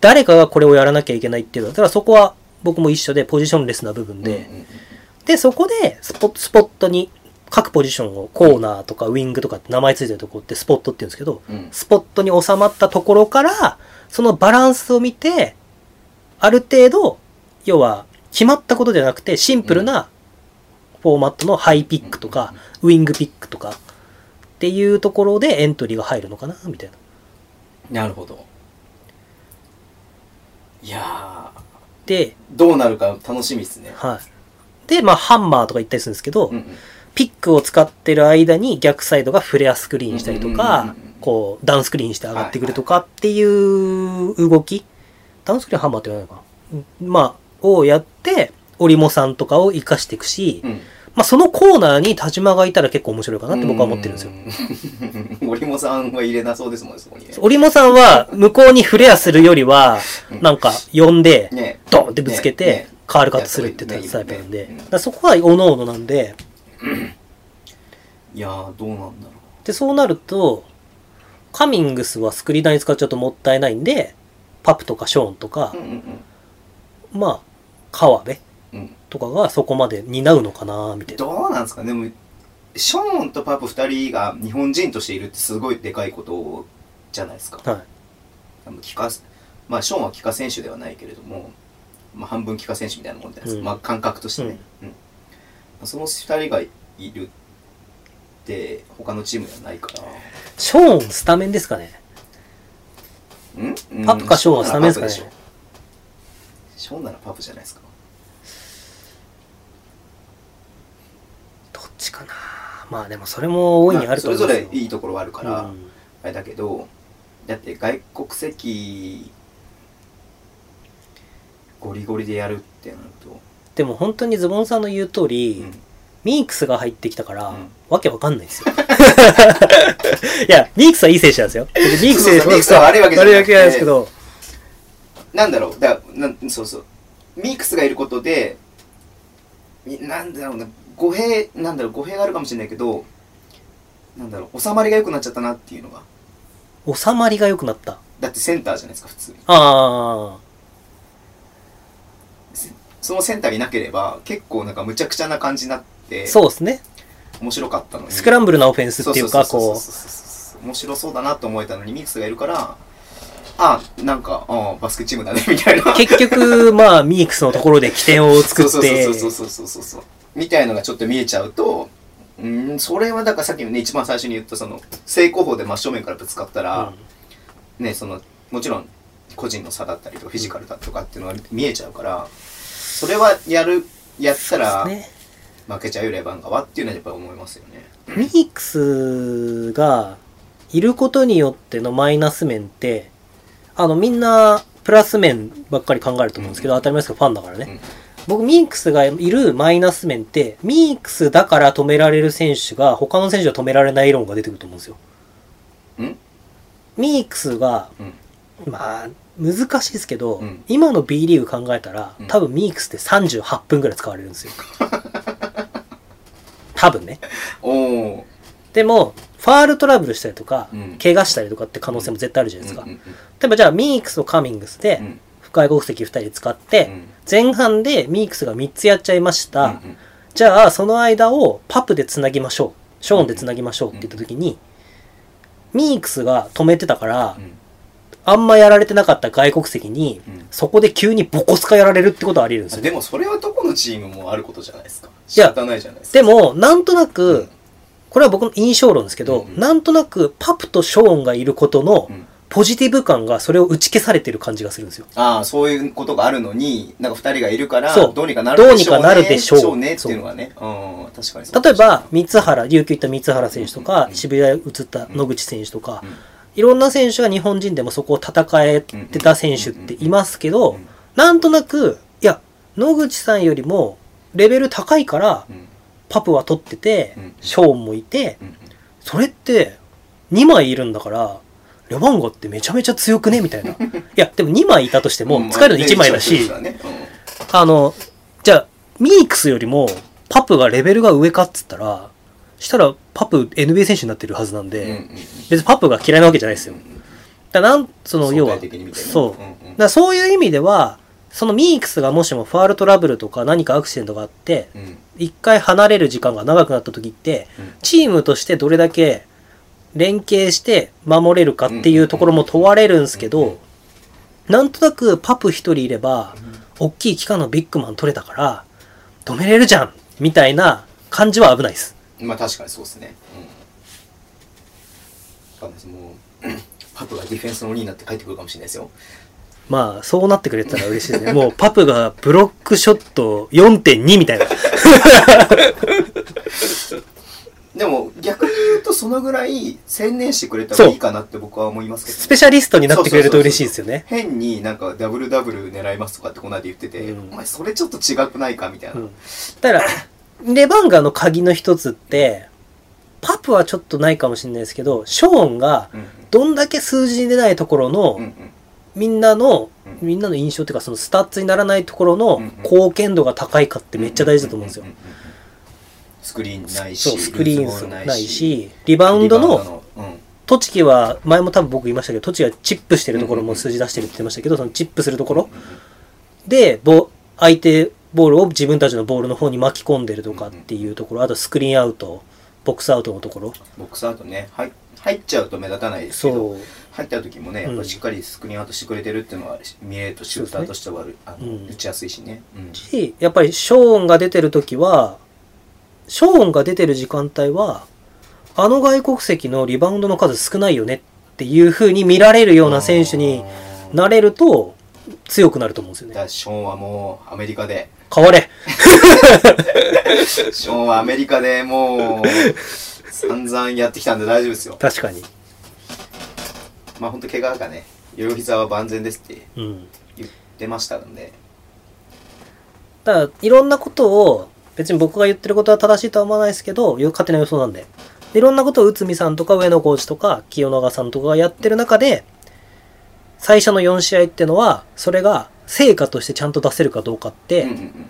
Speaker 3: 誰かがこれをやらなきゃいけないっていうのは、だからそこは僕も一緒で、ポジションレスな部分で、
Speaker 2: うんうん
Speaker 3: で、そこでスポ、スポットに、各ポジションをコーナーとかウィングとかって名前ついてるとこってスポットって言うんですけど、
Speaker 2: うん
Speaker 3: スポットに収まったところから、そのバランスを見て、ある程度、要は、決まったことじゃなくて、シンプルなフォーマットのハイピックとか、ウィングピックとか、っていうところでエントリーが入るのかな、みたいな。
Speaker 2: なるほどいやー
Speaker 3: で、
Speaker 2: どうなるか楽しみですね
Speaker 3: はい。で、まあ、ハンマーとか言ったりするんですけど、
Speaker 2: うんうん
Speaker 3: ピックを使ってる間に逆サイドがフレアスクリーンしたりと
Speaker 2: うんうん
Speaker 3: か
Speaker 2: うんうん、
Speaker 3: こう、ダウンスクリーンして上がってくるとかっていう動き、ダウンスクリーンハンマーって言わないのかなまあ、をやって、オリモさんとかを活かしていくし
Speaker 2: う、ん
Speaker 3: まあそのコーナーに田島がいたら結構面白いかなって僕は思ってるんですよ。
Speaker 2: よ森本さんは入れなそうですもんねそこにね
Speaker 3: オリモさんは向こうにフレアするよりは、なんか呼んで、
Speaker 2: ね
Speaker 3: ドンってぶつけ
Speaker 2: ね
Speaker 3: て
Speaker 2: ね、
Speaker 3: カールカットするってタイプなん
Speaker 2: いや
Speaker 3: で、
Speaker 2: それいいよねうん
Speaker 3: だからそこはおのおのなんで、
Speaker 2: いやーどうなんだろ
Speaker 3: で、そうなると、カミングスはスクリーナーに使っちゃうともったいないんで、パプとかショーンとか
Speaker 2: う、うん
Speaker 3: まあ、川辺
Speaker 2: うんうん
Speaker 3: とかがそこまで担うのかなみたいな。
Speaker 2: どうなんですかねでもショーンとパープ2人が日本人としているってすごいでかいことじゃないですか
Speaker 3: は
Speaker 2: あの帰化まあショーンは帰化選手ではないけれども、まあ、半分帰化選手みたいなもんじゃないですか、
Speaker 3: うん
Speaker 2: まあ、感覚としてね、うんその2人がいるって他のチームではないから
Speaker 3: い。ショーンスタメンですかね。
Speaker 2: んうん
Speaker 3: パプかショーンはスタメンですかね
Speaker 2: ショーンならパプでしょショーンならパプじゃないですか
Speaker 3: どっちかなまあでもそれも大いにあると思うん
Speaker 2: ま
Speaker 3: です
Speaker 2: それ
Speaker 3: よ
Speaker 2: ぞ。れいいところはあるから、
Speaker 3: うん
Speaker 2: あれだけどだって外国籍ゴリゴリでやるってなると、
Speaker 3: でも本当にズボンさんの言う通り、
Speaker 2: うん
Speaker 3: ミークスが入ってきたから、
Speaker 2: うん
Speaker 3: わけわかんないですよ。 いや、ミークスはいい選手なんですよ。でミークス
Speaker 2: そうそうミークスは悪いわけじゃ
Speaker 3: 悪
Speaker 2: ないい
Speaker 3: わけじゃないですけど、
Speaker 2: なんだろうだなんそうそうミックスがいることでみなんだろうな語弊なんだろう語弊があるかもしれないけどなんだろう収まりが良くなっちゃったなっていうのが
Speaker 3: 収まりが良くなった。
Speaker 2: だってセンターじゃないですか普通に
Speaker 3: ああ。
Speaker 2: そのセンターがいなければ結構なんか無茶苦茶な感じになって
Speaker 3: そうですね。
Speaker 2: 面白かったのに
Speaker 3: スクランブルなオフェンスっていうか、
Speaker 2: そそ
Speaker 3: こ
Speaker 2: そそそう面白そうだなと思えたのにミックスがいるからあなんかあバスケチームだねみたいな
Speaker 3: う、結局、まあ、ミークスのところで起点を作
Speaker 2: そ
Speaker 3: っ
Speaker 2: う
Speaker 3: て
Speaker 2: そう、そうそうそうそうそうみたいのがちょっと見えちゃうとうーんそれはだからさっきのね一番最初に言ったその正攻法で真正面からぶつかったら、ねそのもちろん個人の差だったりとかフィジカルだとかっていうのは見えちゃうからそれはやるやったら
Speaker 3: うんね。
Speaker 2: 負けちゃうよレバンガはっていうのはやっぱり思いますよね。
Speaker 3: ミークスがいることによってのマイナス面って、あの、みんな、プラス面ばっかり考えると思うんですけど、当たり前ですけど、ファンだからね。僕、ミークスがいるマイナス面って、ミークスだから止められる選手が、他の選手は止められない論が出てくると思うんですよ。
Speaker 2: うん
Speaker 3: ミークスが、
Speaker 2: うん
Speaker 3: まあ、難しいですけど、
Speaker 2: うん
Speaker 3: 今の B リーグ考えたら
Speaker 2: うん、
Speaker 3: 多分ミークスって38分ぐらい使われるんですよ。多分ね。
Speaker 2: おお
Speaker 3: でも、ファールトラブルしたりとか、
Speaker 2: うん
Speaker 3: 怪我したりとかって可能性も絶対あるじゃないですか。
Speaker 2: うんうん
Speaker 3: 例えばじゃあ、ミークスとカミングスで、
Speaker 2: うん
Speaker 3: 外国籍2人使って、
Speaker 2: うん
Speaker 3: 前半でミークスが3つやっちゃいました。
Speaker 2: うんうん
Speaker 3: じゃあ、その間をパプでつなぎましょう。ショーンでつなぎましょうって言った時に、ミークスが止めてたから、あんまやられてなかった外国籍に、
Speaker 2: うんうん
Speaker 3: そこで急にボコスカやられるってことはあり得るんです
Speaker 2: あ
Speaker 3: よ。
Speaker 2: でもそれはどこのチームもあることじゃないですか
Speaker 3: い
Speaker 2: 仕
Speaker 3: や
Speaker 2: 方ないじゃないですか
Speaker 3: でも、なんとな
Speaker 2: うん
Speaker 3: く、これは僕の印象論ですけど、
Speaker 2: うんうん
Speaker 3: なんとなくパプとショーンがいることの
Speaker 2: うん
Speaker 3: ポジティブ感がそれを打ち消されてる感じがするんですよ。
Speaker 2: ああそういうことがあるのになんか2人がいるから
Speaker 3: そう
Speaker 2: どうにかなるでしょ
Speaker 3: ど
Speaker 2: うね
Speaker 3: うにかなるでしょう
Speaker 2: ねっていうのはねうん確かにそう
Speaker 3: 例えば、三原、琉球行った三原選手と
Speaker 2: うんうん
Speaker 3: か
Speaker 2: う、ん
Speaker 3: 渋谷移った野口選手とか
Speaker 2: うん、
Speaker 3: いろんな選手が日本人でもそこを戦えてた選手っていますけ
Speaker 2: う
Speaker 3: ど
Speaker 2: ん、
Speaker 3: なんとなく、いや、野口さんよりもレベル高いから、
Speaker 2: うん
Speaker 3: パプは取ってて
Speaker 2: うん、
Speaker 3: ショーンもいて、
Speaker 2: うん
Speaker 3: それって2枚いるんだから、レバンガってめちゃめちゃ強くねみた いな。いや、でも2枚いたとしても、使えるの1枚だし、
Speaker 2: うんね
Speaker 3: あの、じゃあ、ミークスよりも、パプがレベルが上かっつったら、したら、パプ NBA 選手になってるはずなん
Speaker 2: うんうん
Speaker 3: で、別にパプが嫌いなわけじゃないですよ。だからなん、その、要
Speaker 2: 相
Speaker 3: は
Speaker 2: 対、的にみたいな
Speaker 3: そう。
Speaker 2: ん
Speaker 3: だか
Speaker 2: うん
Speaker 3: らそういう意味では、そのミークスがもしもファールトラブルとか何かアクシデントがあって、
Speaker 2: うん
Speaker 3: 一回離れる時間が長くなった時って、
Speaker 2: うん
Speaker 3: チームとしてどれだけ連携して守れるかっていうところも問われるんですけ
Speaker 2: うんうんうん
Speaker 3: ど、なんとなくパプ一人いれば、大きい期間のビッグマン取れたから、止めれるじゃんみたいな感じは危ないです。
Speaker 2: まあ確かにそうですね。うん。わかんないですもう パプがディフェンスの鬼になって帰ってくるかもしれないですよ。
Speaker 3: まあ、そうなってくれてたら嬉しい ですね。もう、パプがブロックショット4.2みたいな。
Speaker 2: でも逆に言うとそのぐらい専念してくれたらいいかなって僕は思いますけどね、
Speaker 3: スペシャリストになってくれると嬉しいですよね。
Speaker 2: 変になんかダブルダブル狙いますとかってこの間言ってて、
Speaker 3: うん
Speaker 2: お前それちょっと違くないかみたいな。
Speaker 3: うんだから、レバンガの鍵の一つって、パプはちょっとないかもしれないですけど、ショーンが
Speaker 2: うん
Speaker 3: どんだけ数字に出ないところの、
Speaker 2: うん
Speaker 3: みんなの、
Speaker 2: うん
Speaker 3: みんなの印象っていうか、そのスタッツにならないところの
Speaker 2: うんうん
Speaker 3: 貢献度が高いかってめっちゃ大事だと思うんですよ。。
Speaker 2: スクリーンないし、
Speaker 3: そう、スクリ
Speaker 2: ルズ
Speaker 3: ー
Speaker 2: ボ
Speaker 3: ン
Speaker 2: ル
Speaker 3: ない、し、リバウンドの、、
Speaker 2: うん、
Speaker 3: 栃木は、前も多分僕言いましたけど、栃木はチップしてるところも数字出してるって言ってましたけど、そのチップするところで、ボ相手ボールを自分たちのボールの方に巻き込んでるとかっていうところ、あとスクリーンアウト、ボックスアウトのところ。
Speaker 2: ボックスアウトね、入入っちゃうと目立たないですけど、
Speaker 3: そう。
Speaker 2: 入った時もね、やっぱ
Speaker 3: うん
Speaker 2: しっかりスクリーンアウトしてくれてるっていうのは、見えるとシューターとしては悪いあの、
Speaker 3: うん
Speaker 2: 打ちやすいしね。うん
Speaker 3: し、やっぱりショーンが出てる時は、ショーンが出てる時間帯は、あの外国籍のリバウンドの数少ないよねっていう風に見られるような選手に
Speaker 2: あー
Speaker 3: なれると、強くなると思うんですよ
Speaker 2: だ
Speaker 3: ね
Speaker 2: か。らショーンはもうアメリカで、
Speaker 3: 変われ
Speaker 2: ショーンはアメリカでもう散々やってきたんで大丈夫ですよ。
Speaker 3: 確かに。
Speaker 2: まあ本当怪我がね、両膝は万全ですって
Speaker 3: うん。
Speaker 2: 言ってましたので、
Speaker 3: だからいろんなことを別に僕が言ってることは正しいとは思わないですけどよ勝手な予想なんででいろんなことを内海さんとか上野コーチとか清永さんとかがやってる中で最初の4試合ってのはそれが成果としてちゃんと出せるかどうかって、
Speaker 2: うんうん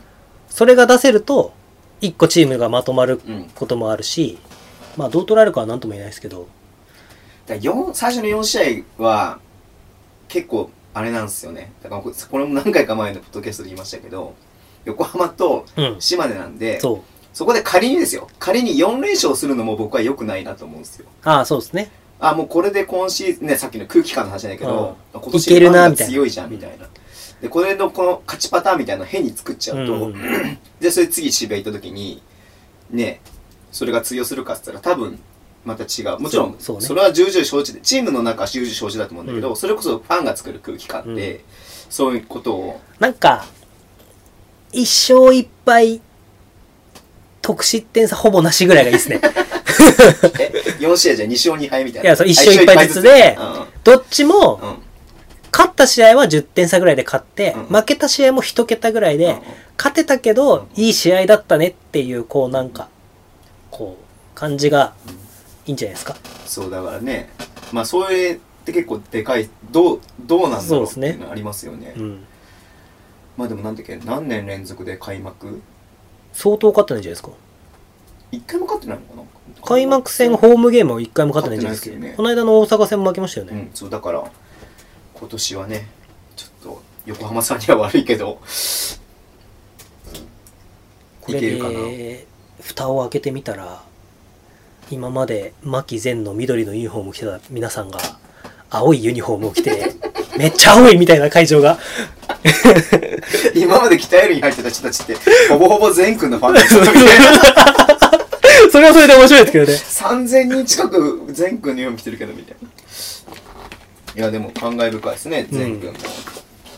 Speaker 3: それが出せると1個チームがまとまる
Speaker 2: うんうん、だか
Speaker 3: こともあるしまあどう捉えるかは何とも言えないですけど
Speaker 2: ら四最初の4試合は結構あれなんですよね。だからここれも何回か前のポッドキャストで言いましたけど、横浜と
Speaker 3: うん
Speaker 2: 島根なんで、
Speaker 3: そう
Speaker 2: そこで仮にですよ、仮に4連勝するのも僕は良くないなと思うんですよ。
Speaker 3: ああそうですね
Speaker 2: あ、もうこれで今シーズン、ね、さっきの空気感の話だけど、今
Speaker 3: いけるな
Speaker 2: ファンが
Speaker 3: みたいな
Speaker 2: 強いじゃん、みたいな。で、これのこの勝ちパターンみたいなの変に作っちゃうと、
Speaker 3: うん
Speaker 2: で、それ次渋谷行った時に、ね、それが通用するかっつったら多分、また違う。もちろん、
Speaker 3: そうそう
Speaker 2: そ
Speaker 3: ね
Speaker 2: れは重々承知で、チームの中は重々承知だと思うんだけど、
Speaker 3: うん
Speaker 2: それこそファンが作る空気感で、そういうことを、
Speaker 3: なんか一勝一敗得失点差ほぼなしぐらいがいいです ね
Speaker 2: え、4試合じゃ2勝2敗みたいな。
Speaker 3: いやそう
Speaker 2: あ
Speaker 3: 一勝一敗ずつで
Speaker 2: 一勝一敗ず
Speaker 3: どっち
Speaker 2: つ
Speaker 3: も、
Speaker 2: うん。うん
Speaker 3: 勝った試合は10点差ぐらいで勝って、
Speaker 2: うん
Speaker 3: 負けた試合も1桁ぐらいで、
Speaker 2: うん
Speaker 3: 勝勝てたけど、いい試合だったねっていう、こうなんか、こう、感じがいいんじゃないですか。
Speaker 2: そうだからねまあそれって結構でかいどうどうなんだ
Speaker 3: そう
Speaker 2: ろう
Speaker 3: で
Speaker 2: っ
Speaker 3: す
Speaker 2: て
Speaker 3: ね
Speaker 2: いうのありますよね
Speaker 3: うん。
Speaker 2: まあでもなんだっけ何年連続で開幕
Speaker 3: 相当勝ってないんじゃないですか。
Speaker 2: 一回も勝ってないのかな
Speaker 3: 開幕戦ホームゲームを一回も勝ってないんじゃないですか。
Speaker 2: 勝ってないです
Speaker 3: こ
Speaker 2: よ
Speaker 3: の間の大阪戦も負けましたよ
Speaker 2: う
Speaker 3: ね。
Speaker 2: んそうだから今年はねちょっと横浜さんには悪いけど
Speaker 3: こ
Speaker 2: い
Speaker 3: れ
Speaker 2: けるかな
Speaker 3: で、蓋を開けてみたら、今まで牧前の緑のユニフォームを着てた皆さんが、青いユニフォームを着 て、めっちゃ青いみたいな会場が。
Speaker 2: 今まで鍛えるに入ってた人たちってほぼほぼ全君のファンだったみたいな
Speaker 3: それはそれで面白いですけどね。
Speaker 2: 3000人近く全君のように来てるけどみたいないやでも感慨深いですね
Speaker 3: うん
Speaker 2: 全君も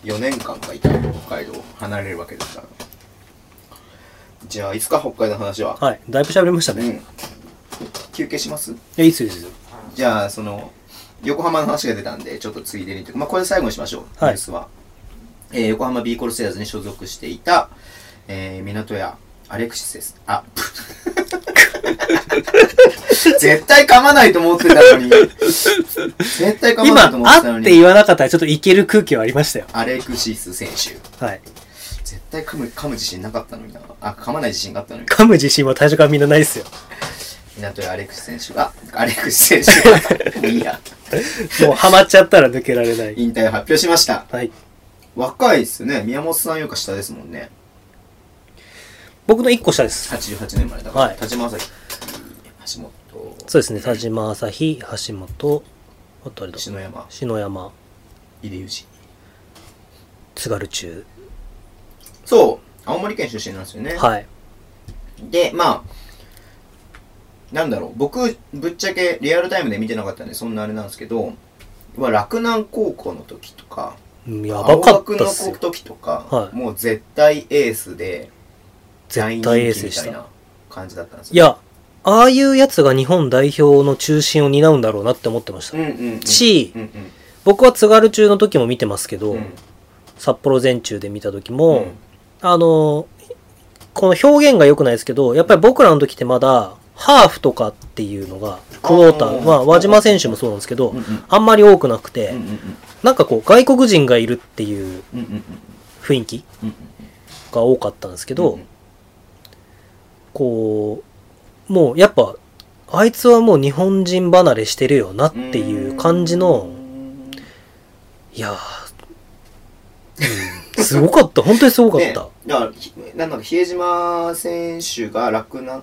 Speaker 2: 4年間かいた北海道を離れるわけですからじゃあいつか北海道の話は、
Speaker 3: はい。だいぶ喋りました
Speaker 2: う
Speaker 3: ね。い
Speaker 2: ん休憩します
Speaker 3: や、いいっすよ、いいっすよ。
Speaker 2: じゃあその横浜の話が出たんでちょっとついでにというかまあこれで最後にしましょう、
Speaker 3: はい
Speaker 2: ニュースは、えー横浜ビーコルセアーズに所属していた、えー、港屋アレクシスですあ 絶対噛まないと思ってたのに絶対噛まない
Speaker 3: 今
Speaker 2: と思、ってた
Speaker 3: あ
Speaker 2: の
Speaker 3: って
Speaker 2: に
Speaker 3: 言わなかったらちょっといける空気はありましたよ。
Speaker 2: アレクシス選手
Speaker 3: はい。
Speaker 2: 絶対噛む噛む自信なかったのになあ噛まない自信があったのに
Speaker 3: 噛む自信は最初からみんなないっ すよ。
Speaker 2: 港屋アレクシス選手がアレクシス選手がいいや
Speaker 3: もうハマっちゃったら抜けられない。
Speaker 2: 引退を発表しました
Speaker 3: はい。
Speaker 2: 若いっすね宮本さんよりか下ですもんね
Speaker 3: 僕の1個下です。
Speaker 2: 88年生まれだから、
Speaker 3: はい
Speaker 2: 田島朝日橋本
Speaker 3: そうですね。田島朝日、橋本、あとあれだ。
Speaker 2: 篠山
Speaker 3: 篠山、
Speaker 2: 井出裕
Speaker 3: 津軽中。
Speaker 2: 二そう青森県出身なんですよね、
Speaker 3: はい。
Speaker 2: でまあなんだろう僕ぶっちゃけリアルタイムで見てなかったんでそんなあれなんですけどまあ洛南高校の時とか
Speaker 3: うんやば
Speaker 2: 青
Speaker 3: かっ
Speaker 2: 学
Speaker 3: た
Speaker 2: の
Speaker 3: っすよ。
Speaker 2: 時とか、
Speaker 3: はい
Speaker 2: もう絶対エースで
Speaker 3: 絶対エース
Speaker 2: 大人気
Speaker 3: で
Speaker 2: み
Speaker 3: した
Speaker 2: い
Speaker 3: た。
Speaker 2: な感じだったんですよ
Speaker 3: いや、ああいうやつが日本代表の中心を担うんだろうなって思ってまし
Speaker 2: う
Speaker 3: た。
Speaker 2: んうんうん
Speaker 3: し
Speaker 2: うんうん
Speaker 3: 僕は津軽中の時も見てますけど、
Speaker 2: うん
Speaker 3: 札幌全中で見た時
Speaker 2: う
Speaker 3: も、
Speaker 2: ん
Speaker 3: あの、この表現が良くないですけど、やっぱり僕らの時ってまだ、ハーフとかっていうのが、クォータ
Speaker 2: あ
Speaker 3: ー、
Speaker 2: ー
Speaker 3: まあ、和島選手もそうなんですけど、
Speaker 2: うんうん
Speaker 3: あんまり多くなくて、
Speaker 2: うんうん
Speaker 3: なんかこう、外国人がいるっていう
Speaker 2: うんうんうん
Speaker 3: 雰囲気
Speaker 2: うんうん
Speaker 3: が多かったんですけど、
Speaker 2: うんうん
Speaker 3: こう、もうやっぱ、あいつはもう日本人離れしてるよなっていう感じの、いやー、うんすごかった、本当にすごかった。
Speaker 2: ねだからひなんだろう比江島選手が洛南ん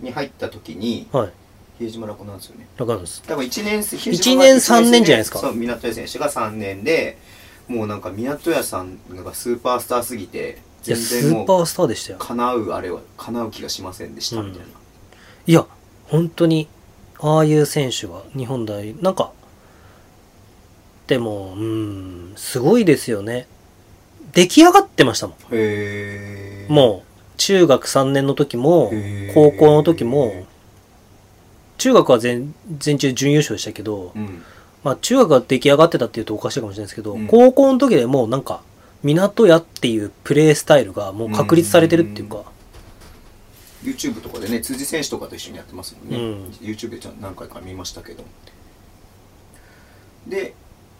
Speaker 2: に入った時に
Speaker 3: はい、
Speaker 2: 比江島洛南ですよね
Speaker 3: わかるんです。
Speaker 2: だから1年生比江
Speaker 3: 一
Speaker 2: 島が
Speaker 3: 年三年じゃないですか
Speaker 2: そう港屋選手が3年でもうなんか港屋さんがスーパースターすぎて
Speaker 3: いや、
Speaker 2: 全
Speaker 3: ス
Speaker 2: 然
Speaker 3: ー
Speaker 2: も
Speaker 3: パ
Speaker 2: う
Speaker 3: ースターでしたよ。
Speaker 2: 叶うあれは叶う気がしませんでしたみたいな、
Speaker 3: いや、本当に、ああいう選手が日本代、なんか、でも、うん、すごいですよね。出来上がってましたもん。
Speaker 2: へえ
Speaker 3: もう、中学3年の時も
Speaker 2: へー、
Speaker 3: 高校の時も、中学は全、全中準優勝でしたけど、
Speaker 2: うん
Speaker 3: まあ中学が出来上がってたっていうとおかしいかもしれないですけど、
Speaker 2: うん
Speaker 3: 高校の時でもうなんか、港屋っていうプレースタイルがもう確立されてるっていうか、
Speaker 2: YouTube とかでね辻選手とかと一緒にやってますも
Speaker 3: う
Speaker 2: んね、
Speaker 3: ん
Speaker 2: YouTube でちゃん何回か見ましたけどで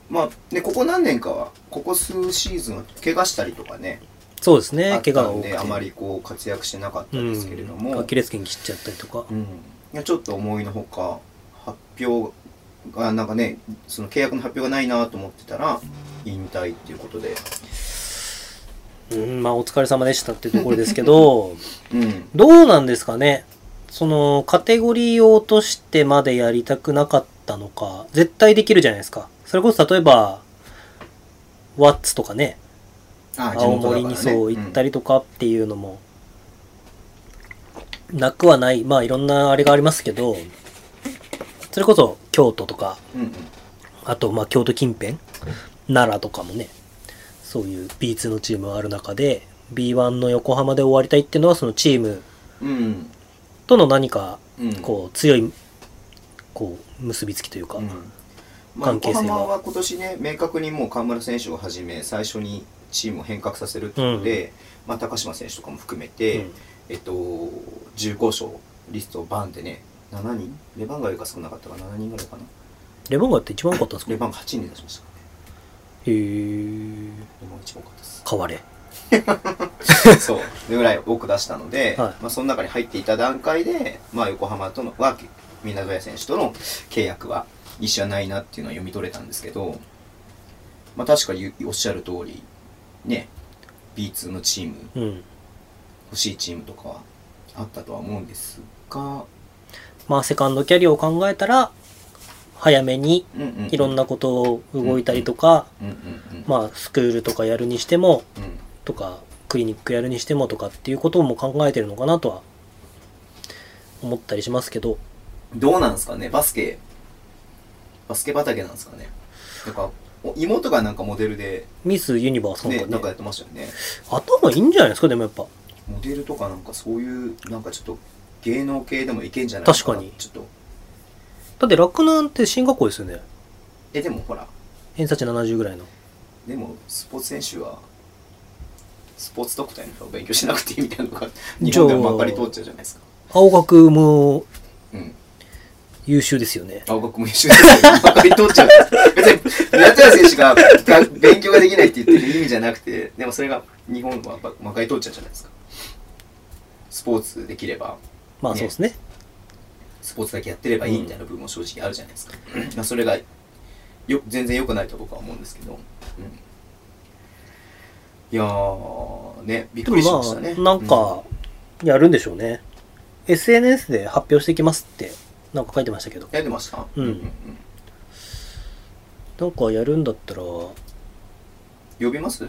Speaker 2: まあねここ何年かはここ数シーズンは怪我したりとかね
Speaker 3: そうです
Speaker 2: あ
Speaker 3: ね
Speaker 2: っ、
Speaker 3: 怪我が
Speaker 2: た
Speaker 3: 多
Speaker 2: ん
Speaker 3: くて。
Speaker 2: であまりこう活躍してなかった
Speaker 3: うんん
Speaker 2: ですけれども、
Speaker 3: アキレス腱切っちゃったりとか、
Speaker 2: うんいやちょっと思いのほか発表がなんかねその契約の発表がないなと思ってたら引退っていうことで、
Speaker 3: うん、まあお疲れ様でしたっていうところですけ ど
Speaker 2: うん、
Speaker 3: どうなんですかねそのカテゴリーを落としてまでやりたくなかったのか絶対できるじゃないですかそれこそ例えばワッツとかね
Speaker 2: あ
Speaker 3: 青森にそう行った
Speaker 2: り、
Speaker 3: りとかっていうのも、なくはないまあいろんなあれがありますけどそれこそ京都とか
Speaker 2: うんうん
Speaker 3: あと、まあ、京都近辺、奈良とかもね、そういう B2 のチームがある中で、B1 の横浜で終わりたいっていうのは、そのチーム
Speaker 2: うん
Speaker 3: との何か、
Speaker 2: うんうん
Speaker 3: こう、強い、こう、結びつきというか、
Speaker 2: うんまあ、
Speaker 3: 関係
Speaker 2: 横
Speaker 3: 性
Speaker 2: 浜
Speaker 3: は。
Speaker 2: は今年ね、明確にもう河村選手をはじめ、最初にチームを変革させるってことで、まあ、高島選手とかも含め
Speaker 3: う
Speaker 2: て、
Speaker 3: ん
Speaker 2: えっと、重工賞リストをバンでね、7人、レバンガよりか少なかったかな、7人ぐらいかな、
Speaker 3: レバンガって一番多かったんです
Speaker 2: レ
Speaker 3: か
Speaker 2: バンガ8人で出しましたからね、
Speaker 3: へー
Speaker 2: レバンガ一番多かったです。
Speaker 3: 変われ。
Speaker 2: そう、それぐらい多く出したの
Speaker 3: は
Speaker 2: で、
Speaker 3: い
Speaker 2: まあ、その中に入っていた段階で、まあ、横浜とのは湊屋選手との契約は一緒じゃないなっていうのは読み取れたんですけど、まあ、確かにおっしゃる通り、ね、B2 のチーム、
Speaker 3: うん。
Speaker 2: 欲しいチームとかはあったとは思うんですが、
Speaker 3: まあ、セカンドキャリアを考えたら、早めに
Speaker 2: うんうんうん、
Speaker 3: いろんなことを動いたりとか、
Speaker 2: うんうんうん
Speaker 3: まあ、スクールとかやるにしても、
Speaker 2: うん
Speaker 3: とか、クリニックやるにしてもとかっていうことも考えてるのかなとは、思ったりしますけど、
Speaker 2: どうなんですかね、バスケ、バスケ畑なんですかね。なんかお妹がなんかモデルで、
Speaker 3: ミスユニバースなん
Speaker 2: ね
Speaker 3: かね
Speaker 2: なんかやってましたよね。
Speaker 3: 頭いいんじゃないですか、でもやっぱ。
Speaker 2: モデルとかなんかそういうなんかちょっと芸能系でもいけんじゃない
Speaker 3: 確かに
Speaker 2: ちょっと
Speaker 3: だって、洛南って進学校ですよね。
Speaker 2: えでもほら
Speaker 3: 偏差値70ぐらいの。
Speaker 2: でもスポーツ選手はスポーツ特待の人は勉強しなくていいみたいなのが日本でもばっかり通っちゃうじゃないですか
Speaker 3: 青学も
Speaker 2: うん
Speaker 3: 優秀ですよね。
Speaker 2: 青学も一緒ですよばっかり通っちゃう別に八谷選手がが勉強ができないって言ってる意味じゃなくてでもそれが日本はばばっかり通っちゃうじゃないですかスポーツできれば
Speaker 3: まあ、そうですね。
Speaker 2: スポーツだけやってればいいみたいな部分も正直あるじゃないですか、まあそれがよ全然良くないと僕は思うんですけど、うんいやーねびっ
Speaker 3: で
Speaker 2: くりし
Speaker 3: も
Speaker 2: ましたね
Speaker 3: まあ、なんか、やるんでしょうね。SNS で発表してきますって、なんか書いてましたけど
Speaker 2: うん、やってました
Speaker 3: うんなんかやるんだったら、
Speaker 2: 呼びます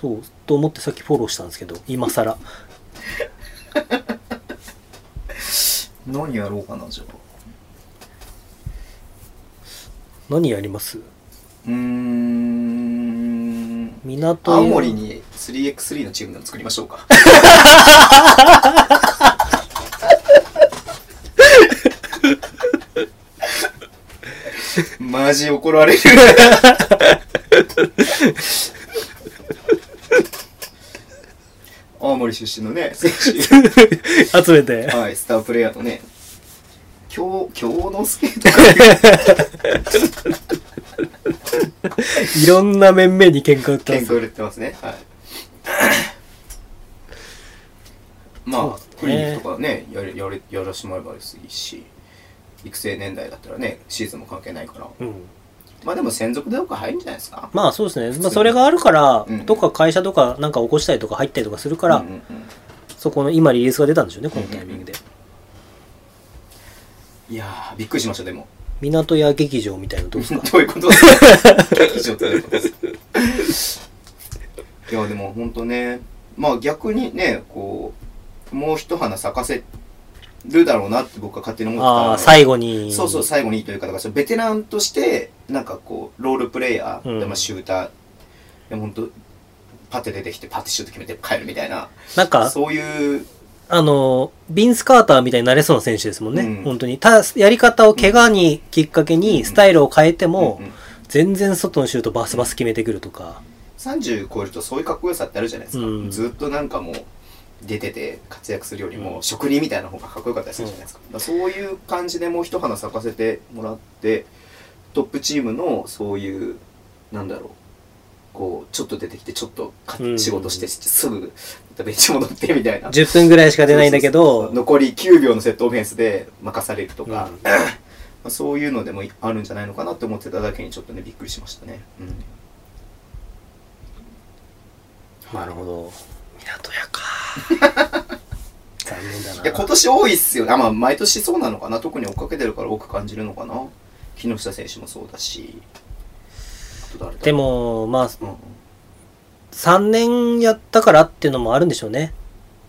Speaker 3: そう、と思ってさっきフォローしたんですけど、今更。
Speaker 2: 何やろうかなじゃあ
Speaker 3: 何やります
Speaker 2: うーん
Speaker 3: 港
Speaker 2: 青森に 3x3 のチームでも作りましょうかマジ怒られる青森出身のね選手
Speaker 3: 集めて。
Speaker 2: はいスタープレイヤーのね京京之助とかいう
Speaker 3: いろんな面々に喧嘩売ったんで
Speaker 2: 喧
Speaker 3: す
Speaker 2: 嘩
Speaker 3: よ
Speaker 2: 売れてますね。 はい。まあ、
Speaker 3: そ
Speaker 2: ク
Speaker 3: うです
Speaker 2: リニ
Speaker 3: ね
Speaker 2: ックとかね、やれ、やれ、やらしてもらえばいいし、育成年代だったらね、シーズンも関係ないから。
Speaker 3: うん。
Speaker 2: まあでも専属でどっか入るんじゃないですか。
Speaker 3: まあそうですね。まあそれがあるから
Speaker 2: うん、
Speaker 3: どっか会社とかなんか起こしたりとか入ったりとかするから、
Speaker 2: うんうんうん
Speaker 3: そこの今リリースが出たんでしょうね、このタイミングで。
Speaker 2: いやー、びっくりしました、でも。
Speaker 3: 港屋劇場みたいなのどうですか
Speaker 2: どういうことですか劇場ってどういうこと ですかいや、でも本当ね、まあ逆にね、こう、もう一花咲かせるだろうなって僕は勝手に思ってたの
Speaker 3: ああ、最後に。
Speaker 2: そうそう、最後にいいというか、だからそのベテランとして、なんかこう、ロールプレイヤー、
Speaker 3: うん
Speaker 2: まあ、シューター、いや本当パッて出てきて、パッてシュート決めて帰るみたいな、
Speaker 3: なんか、
Speaker 2: そういう、
Speaker 3: あの、ビンス・カーターみたいになれそうな選手ですもんね。
Speaker 2: うん
Speaker 3: 本当に。た、やり方を怪我にきっかけ
Speaker 2: うん
Speaker 3: にスタイルを変えても、
Speaker 2: うんうん
Speaker 3: 全然外のシュートバスバス決めてくるとか。
Speaker 2: 30超えるとそういうかっこよさってあるじゃないですか。
Speaker 3: うん
Speaker 2: ずっとなんかもう、出てて活躍するよりも、
Speaker 3: うん
Speaker 2: 職人みたいな方がかっこよかったりするじゃないですか。だからそういう感じでもう一花咲かせてもらって、トップチームのそういう、なんだろう、こう、ちょっと出てきて、ちょっとか
Speaker 3: うん
Speaker 2: 仕事して、すぐ、またベンチ戻ってみたいな。
Speaker 3: 10分ぐらいしか出ないんだけ
Speaker 2: そうそうそう
Speaker 3: ど、
Speaker 2: 残り9秒のセットオフェンスで任されるとか、
Speaker 3: うん
Speaker 2: まあそういうのでもあるんじゃないのかなって思ってただけにちょっとねびっくりしましたね、うん
Speaker 3: なるほど。港屋か。 残念だ
Speaker 2: いや今
Speaker 3: な。
Speaker 2: 年多いっすよねあまあ毎年そうなのかな特に追っかけてるから多く感じるのかな木下選手もそうだしあと誰だ
Speaker 3: で、も、まあ、
Speaker 2: うんうん、
Speaker 3: 3年やったからっていうのもあるんでしょうね。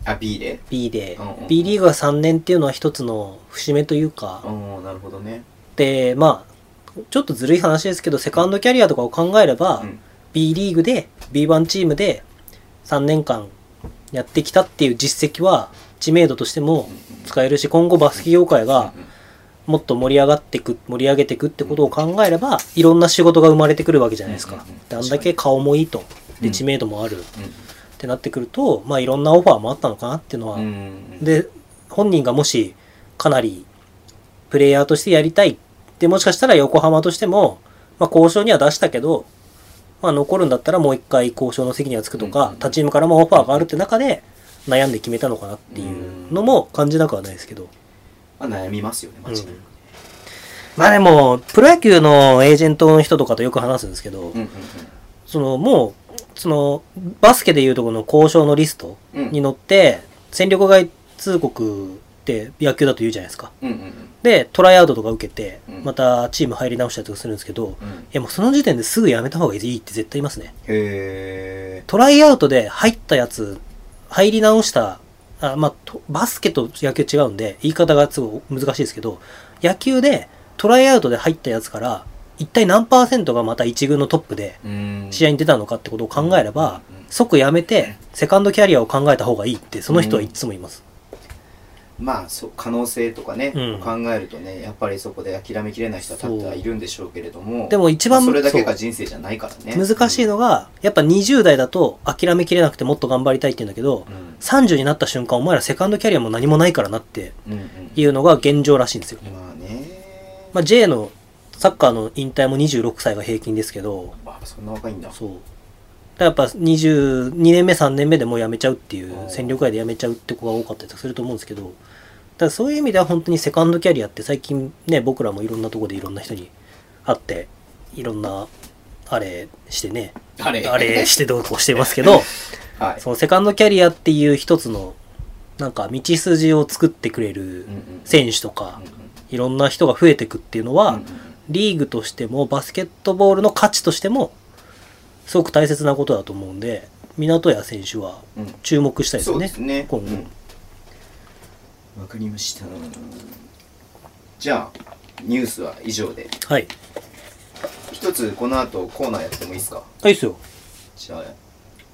Speaker 2: あ B で
Speaker 3: B で
Speaker 2: うんうん。
Speaker 3: B リーグが3年っていうのは一つの節目というか、
Speaker 2: ああなるほどね
Speaker 3: でまあちょっとずるい話ですけどセカンドキャリアとかを考えれば、
Speaker 2: うん
Speaker 3: B リーグで B1 チームで3年間やってきたっていう実績は知名度としても使えるし今後バスケ業界が
Speaker 2: うん
Speaker 3: もっと盛り上がってく盛り上げていくってことを考えればいろんな仕事が生まれてくるわけじゃないです
Speaker 2: うんう
Speaker 3: か
Speaker 2: んうん。
Speaker 3: であんだけ顔もいいと
Speaker 2: う
Speaker 3: で
Speaker 2: ん
Speaker 3: 知名度もあるってなってくると、まあ、いろんなオファーもあったのかなっていうのは、
Speaker 2: うん
Speaker 3: で本人がもしかなりプレイヤーとしてやりたいでもしかしたら横浜としても、まあ、交渉には出したけど、まあ、残るんだったらもう一回交渉の席にはつくと
Speaker 2: うんうん
Speaker 3: か
Speaker 2: うん
Speaker 3: 他チームからもオファーがあるって中で悩んで決めたのかなっていうのも感じなくはないですけど。
Speaker 2: まあ、悩みますよね間違いなくね
Speaker 3: まあでも、プロ野球のエージェントの人とかとよく話すんですけど、
Speaker 2: うんうん
Speaker 3: そのもう、その、バスケでいうとこの交渉のリスト
Speaker 2: うん
Speaker 3: に乗って、戦力外通告って野球だと言うじゃないですか。
Speaker 2: うんうんうん
Speaker 3: で、トライアウトとか受けて
Speaker 2: う、ん
Speaker 3: またチーム入り直したりとかするんですけど、い
Speaker 2: うん
Speaker 3: やもうその時点ですぐやめた方がいいって絶対言いますね。
Speaker 2: へえ
Speaker 3: トライアウトで入ったやつ、入り直した、あまあ、とバスケと野球違うんで、言い方がすごい難しいですけど、野球でトライアウトで入ったやつから、一体何パーセントがまた一軍のトップで試合に出たのかってことを考えれば、
Speaker 2: うん
Speaker 3: 即やめて、セカンドキャリアを考えた方がいいって、その人はいつも言います。
Speaker 2: まあそう可能性とかね、
Speaker 3: うん
Speaker 2: 考えるとねやっぱりそこで諦めきれない人は多々いるんでしょうけれども
Speaker 3: でも一番
Speaker 2: それだけ
Speaker 3: そ
Speaker 2: が
Speaker 3: う
Speaker 2: 人生じゃないからね
Speaker 3: 難しいのが、やっぱ20代だと諦めきれなくてもっと頑張りたいって言うんだけど
Speaker 2: う、ん
Speaker 3: 30になった瞬間、お前らセカンドキャリアも何もないからなって
Speaker 2: うんうん
Speaker 3: いうのが現状らしいんですよ。
Speaker 2: まあね
Speaker 3: まあ、J のサッカーの引退も26歳が平均ですけど、
Speaker 2: あそんな若いんだ
Speaker 3: そう。だからやっぱ22年目、3年目でもう辞めちゃうっていう
Speaker 2: う、ん
Speaker 3: 戦力外で辞めちゃうって子が多かったりとかすると思うんですけど、だからそういう意味では本当にセカンドキャリアって最近ね、僕らもいろんなとこでいろんな人に会って、いろんな、あれしてね、
Speaker 2: あれ
Speaker 3: あれしてどうこうしてますけど、
Speaker 2: はい
Speaker 3: そのセカンドキャリアっていう一つの、なんか道筋を作ってくれる
Speaker 2: うんうん
Speaker 3: 選手とか
Speaker 2: うん、
Speaker 3: いろんな人が増えていくっていうのは、
Speaker 2: うん
Speaker 3: リーグとしてもバスケットボールの価値としてもすごく大切なことだと思うんで港谷選手は
Speaker 2: うんうん
Speaker 3: 注目したいです
Speaker 2: そ
Speaker 3: よ
Speaker 2: う
Speaker 3: ね
Speaker 2: ですね
Speaker 3: 今後、
Speaker 2: うんわかりましたじゃあニュースは以上で
Speaker 3: はい
Speaker 2: 一つこの後コーナーやってもいいですか
Speaker 3: あいいっすよ
Speaker 2: じゃあ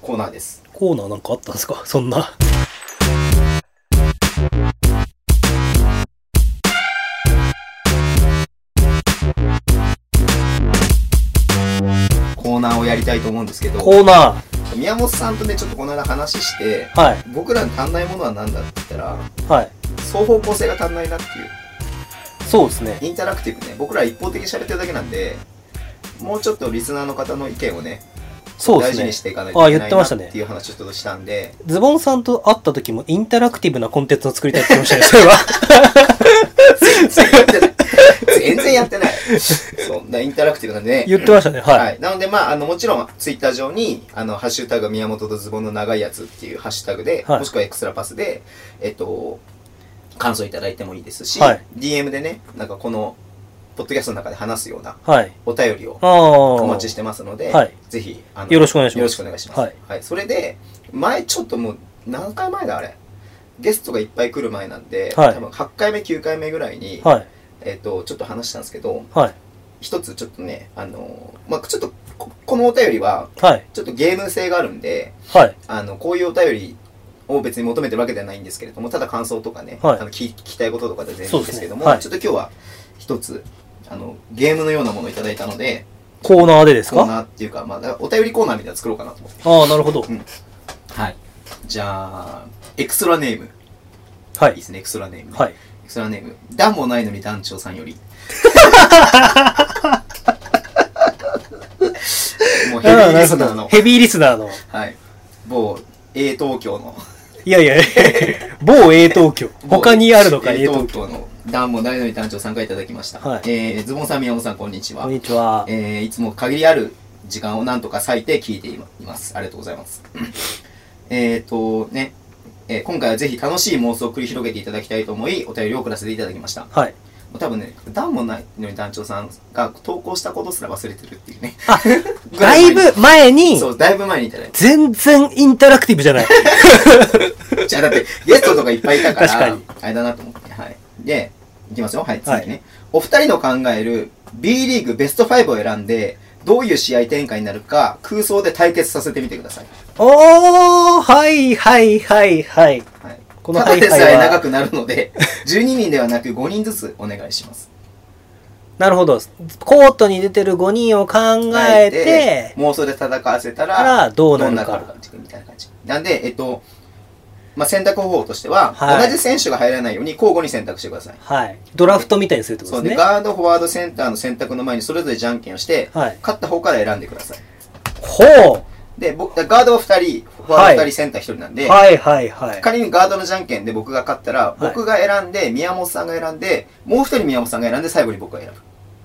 Speaker 2: コーナーです
Speaker 3: コーナーなんかあったんです かそんな
Speaker 2: コーナーをやりたいと思うんですけど
Speaker 3: コーナー
Speaker 2: 宮本さんとねちょっとこの間話して
Speaker 3: はい
Speaker 2: 僕らに足んないものは何だって言ったら
Speaker 3: はい
Speaker 2: 双方向性が足んないなっていう
Speaker 3: そうですね
Speaker 2: インタラクティブね僕ら一方的に喋ってるだけなんでもうちょっとリスナーの方の意見をね
Speaker 3: そう
Speaker 2: 大事
Speaker 3: で
Speaker 2: に
Speaker 3: すね
Speaker 2: していかないといけ
Speaker 3: あ言
Speaker 2: な
Speaker 3: って
Speaker 2: いな
Speaker 3: ました
Speaker 2: っ
Speaker 3: ね
Speaker 2: ていう話をちょっとしたんで
Speaker 3: ズボンさんと会った時もインタラクティブなコンテンツを作りたいって言ってましたねそ れは
Speaker 2: 全然やってないそんなインタラクティブなんでね
Speaker 3: 言ってましたねはい、
Speaker 2: はい、なので、まあ、あのもちろんツイッター上に「あのハッシュタグ宮本とズボンの長いやつ」っていうハッシュタグで、
Speaker 3: はい
Speaker 2: もしくはエクストラパスで、えっと、感想いただいてもいいですし、
Speaker 3: はい
Speaker 2: DM でねなんかこのポッドキャストの中で話すような
Speaker 3: はい、
Speaker 2: お便りを
Speaker 3: ああ
Speaker 2: お待ちしてますので、
Speaker 3: はい
Speaker 2: ぜひあの
Speaker 3: よろしくお願いします
Speaker 2: よろしくお願いします、
Speaker 3: は
Speaker 2: はいいそれで前ちょっともう何回前だあれゲストがいっぱい来る前なんで、
Speaker 3: はい
Speaker 2: 多分8回目9回目ぐらいに、
Speaker 3: はい
Speaker 2: えっと、ちょっと話したんですけど
Speaker 3: はい
Speaker 2: 一つちょっとねあの、まあ、ちょっとここのお便りは
Speaker 3: はい
Speaker 2: ちょっとゲーム性があるんで、
Speaker 3: はい
Speaker 2: あの、こういうお便りを別に求めてるわけではないんですけれども、ただ感想とかね、
Speaker 3: はい
Speaker 2: あの聞聞きたいこととかで全
Speaker 3: そ
Speaker 2: 然
Speaker 3: う
Speaker 2: いい
Speaker 3: ですね
Speaker 2: ですけども、
Speaker 3: はい
Speaker 2: ちょっと今日は一つ、あの、ゲームのようなものをいただいたので、
Speaker 3: コーナーでです
Speaker 2: コー
Speaker 3: か
Speaker 2: ナーっていうか、まあ、お便りコーナーみたいなの作ろうかなと思って。
Speaker 3: ああなるほど、
Speaker 2: うんはい。じゃあ、エクストラネーム。
Speaker 3: はい
Speaker 2: い
Speaker 3: い
Speaker 2: ですね、エクストラネーム。。
Speaker 3: はいい
Speaker 2: エクストラネーム。段もないのに団長さ んより。
Speaker 3: ああなる
Speaker 2: もうヘビーリ
Speaker 3: ほ
Speaker 2: スナー
Speaker 3: ど
Speaker 2: の。
Speaker 3: ヘビーリスナーの
Speaker 2: はい。某 A 東京の。
Speaker 3: い やいや、某 A 東京。他にあるのか、
Speaker 2: 某
Speaker 3: A 東京。
Speaker 2: 京の。段も誰のに団長さんからいただきました。
Speaker 3: はい
Speaker 2: えーズボンさん、宮本さん、こんにちは。
Speaker 3: こんにちは。
Speaker 2: えーいつも限りある時間をなんとか割いて聞いています。ありがとうございます。えっと、ね。えー今回はぜひ楽しい妄想を繰り広げていただきたいと思い、お便りを送らせていただきました。も
Speaker 3: はい。
Speaker 2: う多分ね、段もないのに団長さんが投稿したことすら忘れてるっていうね。
Speaker 3: あ
Speaker 2: ぐら
Speaker 3: だ
Speaker 2: い
Speaker 3: い
Speaker 2: 前に
Speaker 3: ぶ前に
Speaker 2: そ、う、だいぶ前にいただいて。
Speaker 3: 全然インタラクティブじゃ ない。
Speaker 2: じゃあだってゲストとかいっぱいいたか
Speaker 3: 確からに、
Speaker 2: あれだなと思って。はい。で、いきますよ。はい、次ね。
Speaker 3: は
Speaker 2: お二人の考える B リーグベスト5を選んで、どういう試合展開になるか空想で対決させてみてください。
Speaker 3: おー、はいはいはいはい。
Speaker 2: はい。
Speaker 3: この
Speaker 2: た
Speaker 3: ハ
Speaker 2: だ
Speaker 3: イ
Speaker 2: で
Speaker 3: ハ
Speaker 2: さえ
Speaker 3: イ
Speaker 2: 長
Speaker 3: は、
Speaker 2: くなるので、12人ではなく5人ずつお願いします。
Speaker 3: なるほど。コートに出てる5人を考えて、
Speaker 2: 妄想で戦わせた、
Speaker 3: かららどうな
Speaker 2: どん
Speaker 3: る
Speaker 2: なカード
Speaker 3: か
Speaker 2: が。出てくるみたいな感じ。なんで、えっと、まあ、選択方法としては、
Speaker 3: はい
Speaker 2: 同じ選手が入らないように交互に選択してください。
Speaker 3: はい。ドラフトみたいにするってこ
Speaker 2: そ
Speaker 3: と
Speaker 2: う
Speaker 3: で
Speaker 2: です
Speaker 3: ね。
Speaker 2: ガード、フォワード、センターの選択の前にそれぞれじゃんけんをして、
Speaker 3: はい。
Speaker 2: 勝った方から選んでください。
Speaker 3: ほ
Speaker 2: で、僕、ガードは2人、フォワード2人、センター1人なん
Speaker 3: う
Speaker 2: で、
Speaker 3: はいはいはい。
Speaker 2: 仮にガードのじゃんけんで僕が勝ったら、
Speaker 3: い
Speaker 2: 僕が選んで、宮本さんが選んで、もう1人宮本さんが選んで、最後に僕が選ぶ。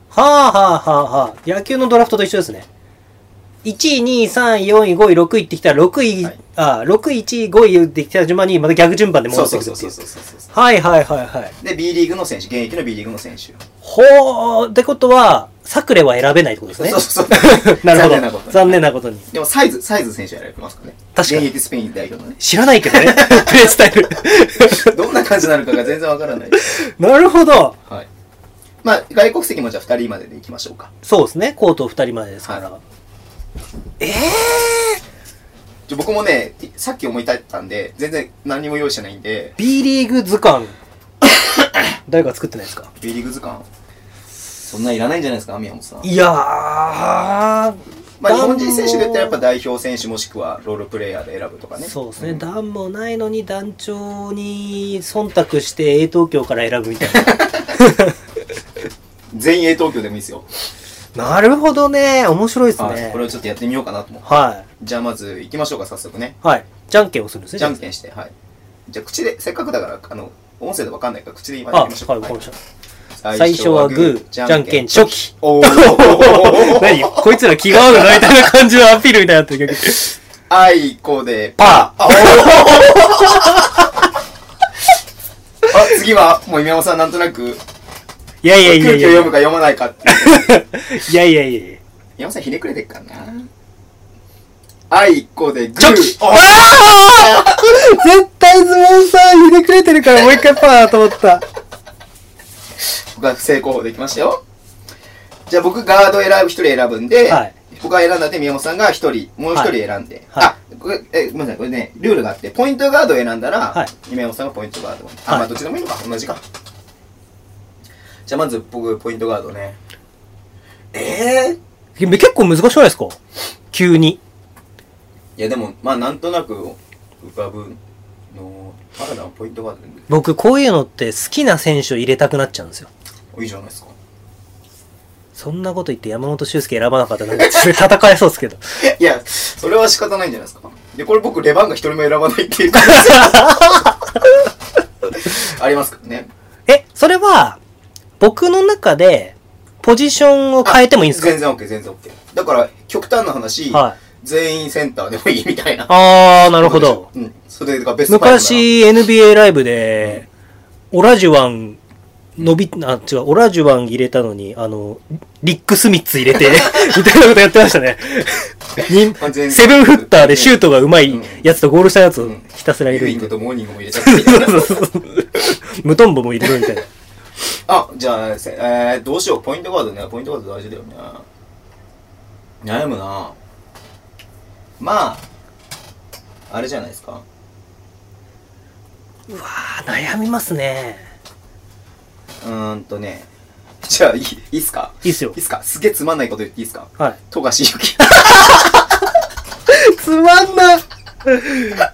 Speaker 3: はあはあはあはあ。野球のドラフトと一緒ですね。1位、2位、3位、4位、5位、6位ってきたら、6位、
Speaker 2: はい
Speaker 3: あ、6位、1位、5位できたら順番に、また逆順番で戻ってくるっていう。
Speaker 2: そうそうそ
Speaker 3: はいはいはいはい。
Speaker 2: う。で、B リーグの選手、現役の B リーグの選手。
Speaker 3: ほう、ってことは、サクレは選べないってことですね。
Speaker 2: そうそうそう。
Speaker 3: なるほど。
Speaker 2: 残念なことに
Speaker 3: 残念なことに。
Speaker 2: でも、サイズ、サイズ選手選びますかね。
Speaker 3: 確かに
Speaker 2: 現役スペイン代表のね。
Speaker 3: 知らないけどね。プレースタイル。
Speaker 2: どんな感じなのかが全然わからないです。
Speaker 3: なるほど。
Speaker 2: はい。まあ、外国籍もじゃあ2人まででいきましょうか。
Speaker 3: そうですね。コート2人までですから。
Speaker 2: は
Speaker 3: ええ
Speaker 2: じゃあ僕もね、さっき思い立ったんで、全然何も用意してないん
Speaker 3: ー、
Speaker 2: で、
Speaker 3: B リーグ図 鑑。誰か作ってないですか
Speaker 2: B リーグ図鑑、そんないらないんじゃないですか、宮本さん。
Speaker 3: いやー、
Speaker 2: まあ、日本人選手で言ったらやっぱ代表選手もしくはロールプレイヤーで選ぶとかね。
Speaker 3: そうですね、
Speaker 2: ん
Speaker 3: 段もないのに団長に忖度して A 東京から選ぶみたい
Speaker 2: 全英東京でもいいですよ。
Speaker 3: ななるほどね面白いです
Speaker 2: はい。
Speaker 3: ね
Speaker 2: これをちょっとやってみようかなと思う。
Speaker 3: は
Speaker 2: じゃあまず行きましょうか、早速ね。
Speaker 3: いはいじゃんけんをするんですね
Speaker 2: じゃんけんして、はい。じゃあ口で、せっかくだから、あの、音声でわかんないから口で今
Speaker 3: あ
Speaker 2: や
Speaker 3: は
Speaker 2: り
Speaker 3: い
Speaker 2: ましょう。
Speaker 3: わかりました
Speaker 2: はい
Speaker 3: 最初はグーじゃんけん。チョキ
Speaker 2: おお
Speaker 3: 何こいつら気が合うのみたいな感じのアピールみたいになってるけど
Speaker 2: あいこで、パ
Speaker 3: パ
Speaker 2: ー。あ、おーあ次は、もう今山さんなんとなく、
Speaker 3: ーいやいや
Speaker 2: 空
Speaker 3: い
Speaker 2: 気
Speaker 3: や
Speaker 2: を
Speaker 3: いやい
Speaker 2: 読むか読まないかっていう。
Speaker 3: やいやいやいや
Speaker 2: 山さんひねくれてっからな。あいこで、グー。
Speaker 3: チョキああー 絶対ズボンさんひねくれてるからもう一回パーだと思った
Speaker 2: 僕が成功法できましたよ。じゃあ僕ガード選ぶ、一人選ぶんで、
Speaker 3: はい
Speaker 2: 僕が選んだで宮本さんが一人、もう一人
Speaker 3: はい
Speaker 2: 選んで、
Speaker 3: はい
Speaker 2: あ、これ、え、ごめんなさい、これね、ルールがあって、ポイントガードを選んだら、
Speaker 3: はい
Speaker 2: 宮本さんがポイントガード。あ、
Speaker 3: はい
Speaker 2: まあどっちでもいいのか、同じか。じゃあまず僕、ポイントガードね。えー、い
Speaker 3: 結構難しくないですか急に
Speaker 2: やでも、まあなんとなく浮かぶの、原田はポイントガードで
Speaker 3: 僕こういうのって好きな選手を入れたくなっちゃうんですよ
Speaker 2: いいじゃないですか。
Speaker 3: そんなこと言って山本修介選ばなかったらなんかそれ戦えそうですけど
Speaker 2: いや、それは仕方ないんじゃないですか。で、これ僕、レバンが一人も選ばないっ ていう感じありますからね。
Speaker 3: えそれは僕の中でポジションを変えてもいいんですか
Speaker 2: 全然 OK、全然 OK。だから、極端な話、
Speaker 3: はい
Speaker 2: 全員センターでもいいみたいな。
Speaker 3: あーなるほど
Speaker 2: うん。それがベストファイブなら。
Speaker 3: 昔 NBA ライブでオラジュワン伸びあ違うオラジュワン入れたのにあのリック・スミッツ入れ てみたいなことやってましたねに
Speaker 2: まあ全然
Speaker 3: セブンフッターでシュートがうまいやつとゴールしたやつを
Speaker 2: うん
Speaker 3: ひたすら入
Speaker 2: ユ
Speaker 3: れる
Speaker 2: ーイ
Speaker 3: み
Speaker 2: ン
Speaker 3: たいな
Speaker 2: グとモーニングも入れちゃってみたいな。
Speaker 3: そう そうそう無トンボも入れるみたいな。
Speaker 2: あ、じゃあ、せえー、どうしよう。ポイントガードね。ポイントガード大事だよね。悩むなまあ、あれじゃないですか。
Speaker 3: うわー悩みますね。
Speaker 2: うーんとね。じゃあ、いいいいっすか
Speaker 3: いいっすよ
Speaker 2: いいっ。すかすげえつまんないこと言っていいっすか
Speaker 3: は
Speaker 2: 富樫勇樹。
Speaker 3: い。つまんな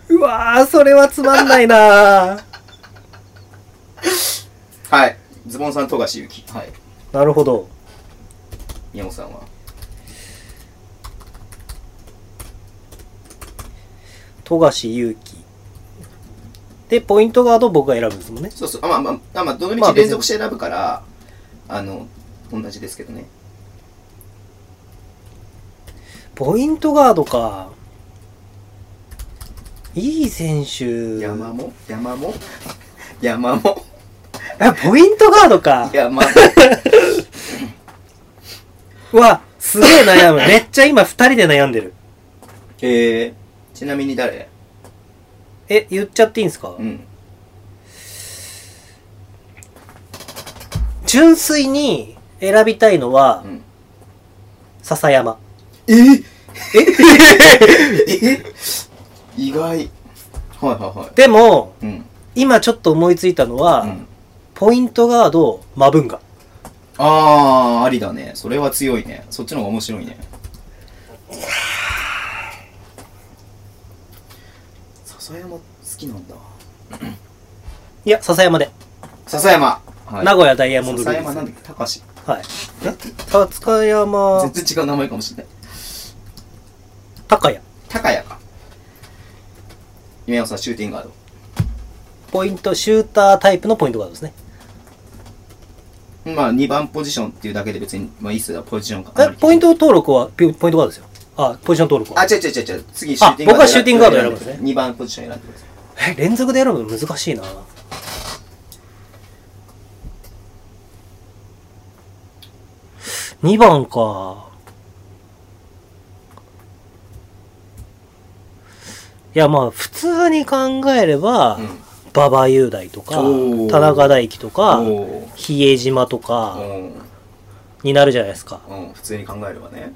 Speaker 3: うわー、それはつまんないな
Speaker 2: はい。ズボンさん、富樫勇樹。はい。
Speaker 3: なるほど。
Speaker 2: 宮本さんは。
Speaker 3: 富樫勇樹。で、ポイントガード僕が選ぶんですもんね。
Speaker 2: そうそう。あまあまあ、あまあ、どの
Speaker 3: まあ
Speaker 2: 道連続して選ぶから、あの、同じですけどね。
Speaker 3: ポイントガードか。いい選手。
Speaker 2: 山も、山も、山も、
Speaker 3: あ、ポイントガードか。
Speaker 2: 山も。
Speaker 3: うわ、すげえ悩む。 めっちゃ今二人で悩んでる。
Speaker 2: えー、ちなみに誰
Speaker 3: え、言っちゃっていいんですか
Speaker 2: うん。
Speaker 3: 純粋に選びたいのは
Speaker 2: う、ん。
Speaker 3: 笹山。
Speaker 2: えー、ええ意外。はいはいは
Speaker 3: でも、
Speaker 2: い。うん。
Speaker 3: 今ちょっと思いついたのは、
Speaker 2: うん
Speaker 3: ポイントガードマブンガ
Speaker 2: あー、ありだね。それは強いね。そっちの方が面白いね。笹山好きなんだ。
Speaker 3: いや笹山で、
Speaker 2: 笹山。は
Speaker 3: 名古屋ダイヤモンドルー
Speaker 2: 笹山
Speaker 3: ズ
Speaker 2: なんだっけ高橋。
Speaker 3: はいた塚山
Speaker 2: 全然違う名前かもしれない。
Speaker 3: 高谷
Speaker 2: 高谷か。今山さん、シューティングガード。
Speaker 3: ポイントシュータータイプのポイントガードですね
Speaker 2: まあ、2番ポジションっていうだけで別に、まあ、いいっすよ、ポジションか。
Speaker 3: えポイント登録はピポイントガードですよあポジション登録
Speaker 2: あ、
Speaker 3: は
Speaker 2: 違う違う違う違う。次、シューティング
Speaker 3: あ僕はシューティングガード選ぶんですね
Speaker 2: 2番ポジション選んでください。
Speaker 3: え連続で選ぶの難しいな2番かいやまあ普通に考えれば、
Speaker 2: う
Speaker 3: 馬場雄大とか
Speaker 2: おー
Speaker 3: 田中大輝とか
Speaker 2: ん。おー
Speaker 3: 比江島とか
Speaker 2: うん
Speaker 3: になるじゃないですか
Speaker 2: うん、普通に考えればね。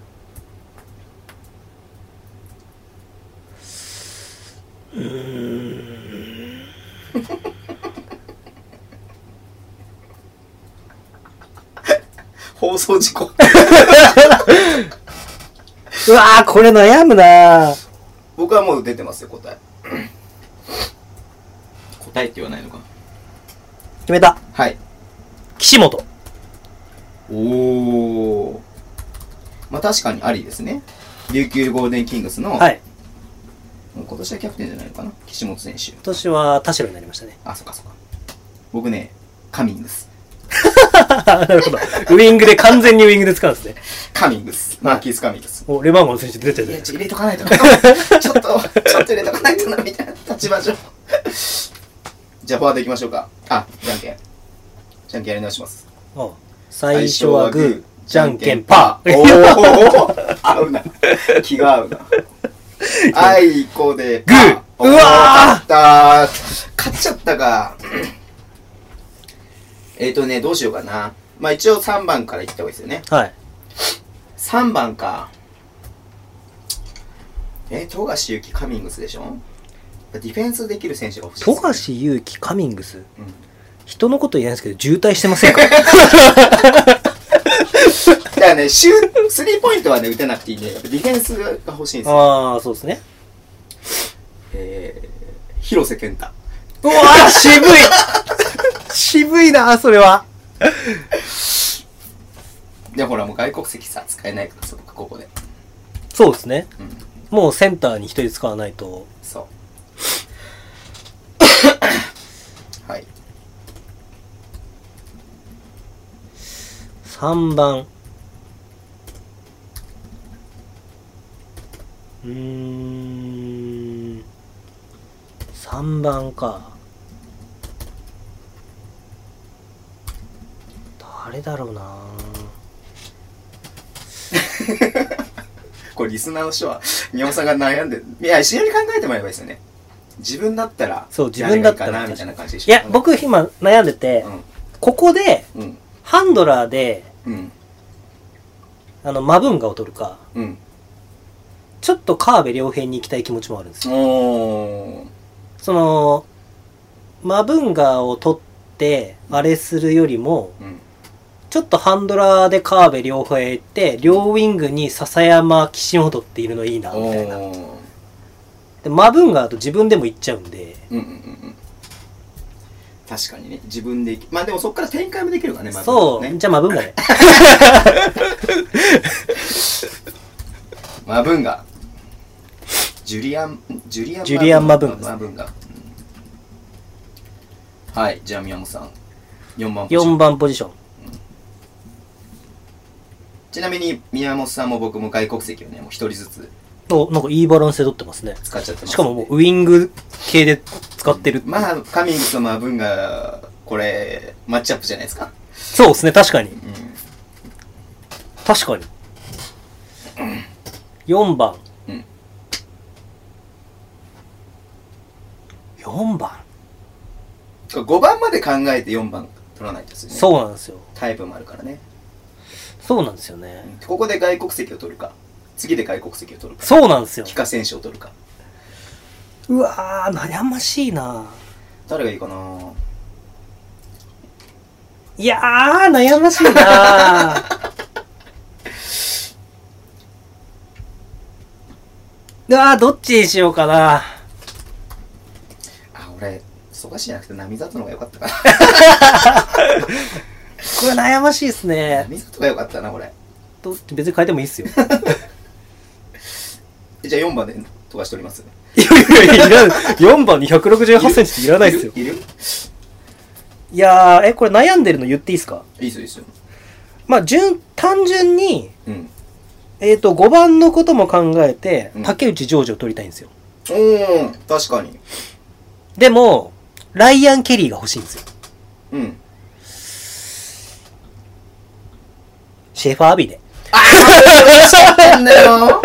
Speaker 2: 放送事故。
Speaker 3: うわーこれ悩むなー
Speaker 2: 僕はもう出てますよ、答え。答えって言わないのか。
Speaker 3: 決めた
Speaker 2: はい。
Speaker 3: 岸本
Speaker 2: おお。まあ確かにありですね。琉球ゴールデンキングスの、
Speaker 3: はい
Speaker 2: もう今年はキャプテンじゃないのかな、岸本選手。
Speaker 3: 今年は田代になりましたね
Speaker 2: あ、そっかそっか。僕ね、カミングス。
Speaker 3: なるほどウイングで完全にウイングで使うんですね
Speaker 2: カミングス。マーキース・カミングス。
Speaker 3: おレバンガの選手出て
Speaker 2: い
Speaker 3: る
Speaker 2: や、ちょ入れとかないと な。ちょっと、ちょっと入れとかないとな、みたいな立場上。じゃあ、フォワード行きましょうか。あ、じゃんけん。じゃんけんやり直します。
Speaker 3: うん最初はグーじゃんけんパー
Speaker 2: おおー合うな。気が合 うな。あいこでパー、
Speaker 3: グーうわ
Speaker 2: ー勝った勝っちゃったか。 えっとね、どうしようかな。まあ一応3番からいった方がいいですよね。
Speaker 3: はい
Speaker 2: 3番か。え、富樫勇樹カミングスでしょディフェンスできる選手が欲しいですね、
Speaker 3: 富樫勇樹カミングス
Speaker 2: うん
Speaker 3: 人のこと言えないですけど渋滞してませんか
Speaker 2: だからね、シュー、スリーポイントはね、打てなくていいんで、やっぱディフェンスが欲しいんですよ。
Speaker 3: ああそうですね
Speaker 2: えー、広瀬健太。
Speaker 3: うわー渋い 渋いなそれは
Speaker 2: で、ほら、もう外国籍さ、使えないからさ、僕ここで。
Speaker 3: そうですね
Speaker 2: うん。
Speaker 3: もうセンターに一人使わないと
Speaker 2: そう。 はい。
Speaker 3: 3番うーん3番か誰だろうな
Speaker 2: これ、リスナーの人は、宮本さんが悩んで、いや、一緒に考えてもらえばいいですよね。自分だったら、
Speaker 3: そう自分だったら
Speaker 2: 誰がいいかな、みたいな感じでし
Speaker 3: い
Speaker 2: ょ。
Speaker 3: や、僕今悩んでて、ここで
Speaker 2: うん、うん、
Speaker 3: ハンドラーで
Speaker 2: うん、
Speaker 3: あのマブンガを取るか
Speaker 2: うん。
Speaker 3: ちょっと川辺良平に行きたい気持ちもあるんですよ
Speaker 2: おー。
Speaker 3: そのマブンガを取ってあれするよりも
Speaker 2: うん。
Speaker 3: ちょっとハンドラーで川辺両方へ行って、両ウィングに笹山、岸本っているのいいな、み
Speaker 2: お
Speaker 3: たいな。
Speaker 2: ー。
Speaker 3: で、マブンガーと自分でも行っちゃうんで、
Speaker 2: うんうんうんうん。確かにね、自分でいき、まあでもそこから展開もできるからね、まあ
Speaker 3: そう、
Speaker 2: ね。
Speaker 3: じゃあマブン ガで。
Speaker 2: マブンガ。ジュリアン、ジュリアン
Speaker 3: ジュリアンマブンガですね
Speaker 2: マブンガ。うんはい、じゃあ宮本さん。4番ポジション
Speaker 3: 4番ポジション。
Speaker 2: ちなみに宮本さんも僕も外国籍をね、もう一人ずつ
Speaker 3: お、なんかいいバランスで取ってますね。
Speaker 2: 使っちゃってます、
Speaker 3: しかももうウィング系で使ってる。
Speaker 2: まあ、カミングスとマブンガ、これ、マッチアップじゃないですか。
Speaker 3: そうですね、確かに。
Speaker 2: うん。
Speaker 3: 確かに。4番。
Speaker 2: うん
Speaker 3: 4番
Speaker 2: 5番まで考えて4番取らないとですよね。う。
Speaker 3: そうなんですよ。
Speaker 2: タイプもあるからね。
Speaker 3: そうなんですよね。
Speaker 2: ここで外国籍を取るか、次で外国籍を取るか、
Speaker 3: そうなんですよ
Speaker 2: 帰。化選手を取るか。
Speaker 3: うわー、悩ましいな
Speaker 2: 誰がいいかない
Speaker 3: やー、悩ましいな ーうわー、どっちにしようかな。
Speaker 2: あ、俺、蘇我市じゃなくて波里の方が良かったか
Speaker 3: これ悩ましいです
Speaker 2: な。
Speaker 3: ね。
Speaker 2: 波里が良かったな、これ。
Speaker 3: どっち別に変えて もいいっすよ。
Speaker 2: じゃあ4番で飛ばしております。
Speaker 3: いやいやいや、いらん4番に168センチっていらないっすよ。
Speaker 2: いるいる
Speaker 3: いやー、え、これ悩んでるの言っていいっすか
Speaker 2: いいですよ、いいですよ。
Speaker 3: まあ、順、単純に、
Speaker 2: うん。
Speaker 3: えっ、と、5番のことも考えて
Speaker 2: うん、
Speaker 3: 竹内ジョージを取りたいんですよ。
Speaker 2: おー、確かに。
Speaker 3: でも、ライアン・ケリーが欲しいんですよ。
Speaker 2: うん。
Speaker 3: シェファー・アビで。
Speaker 2: なんだよ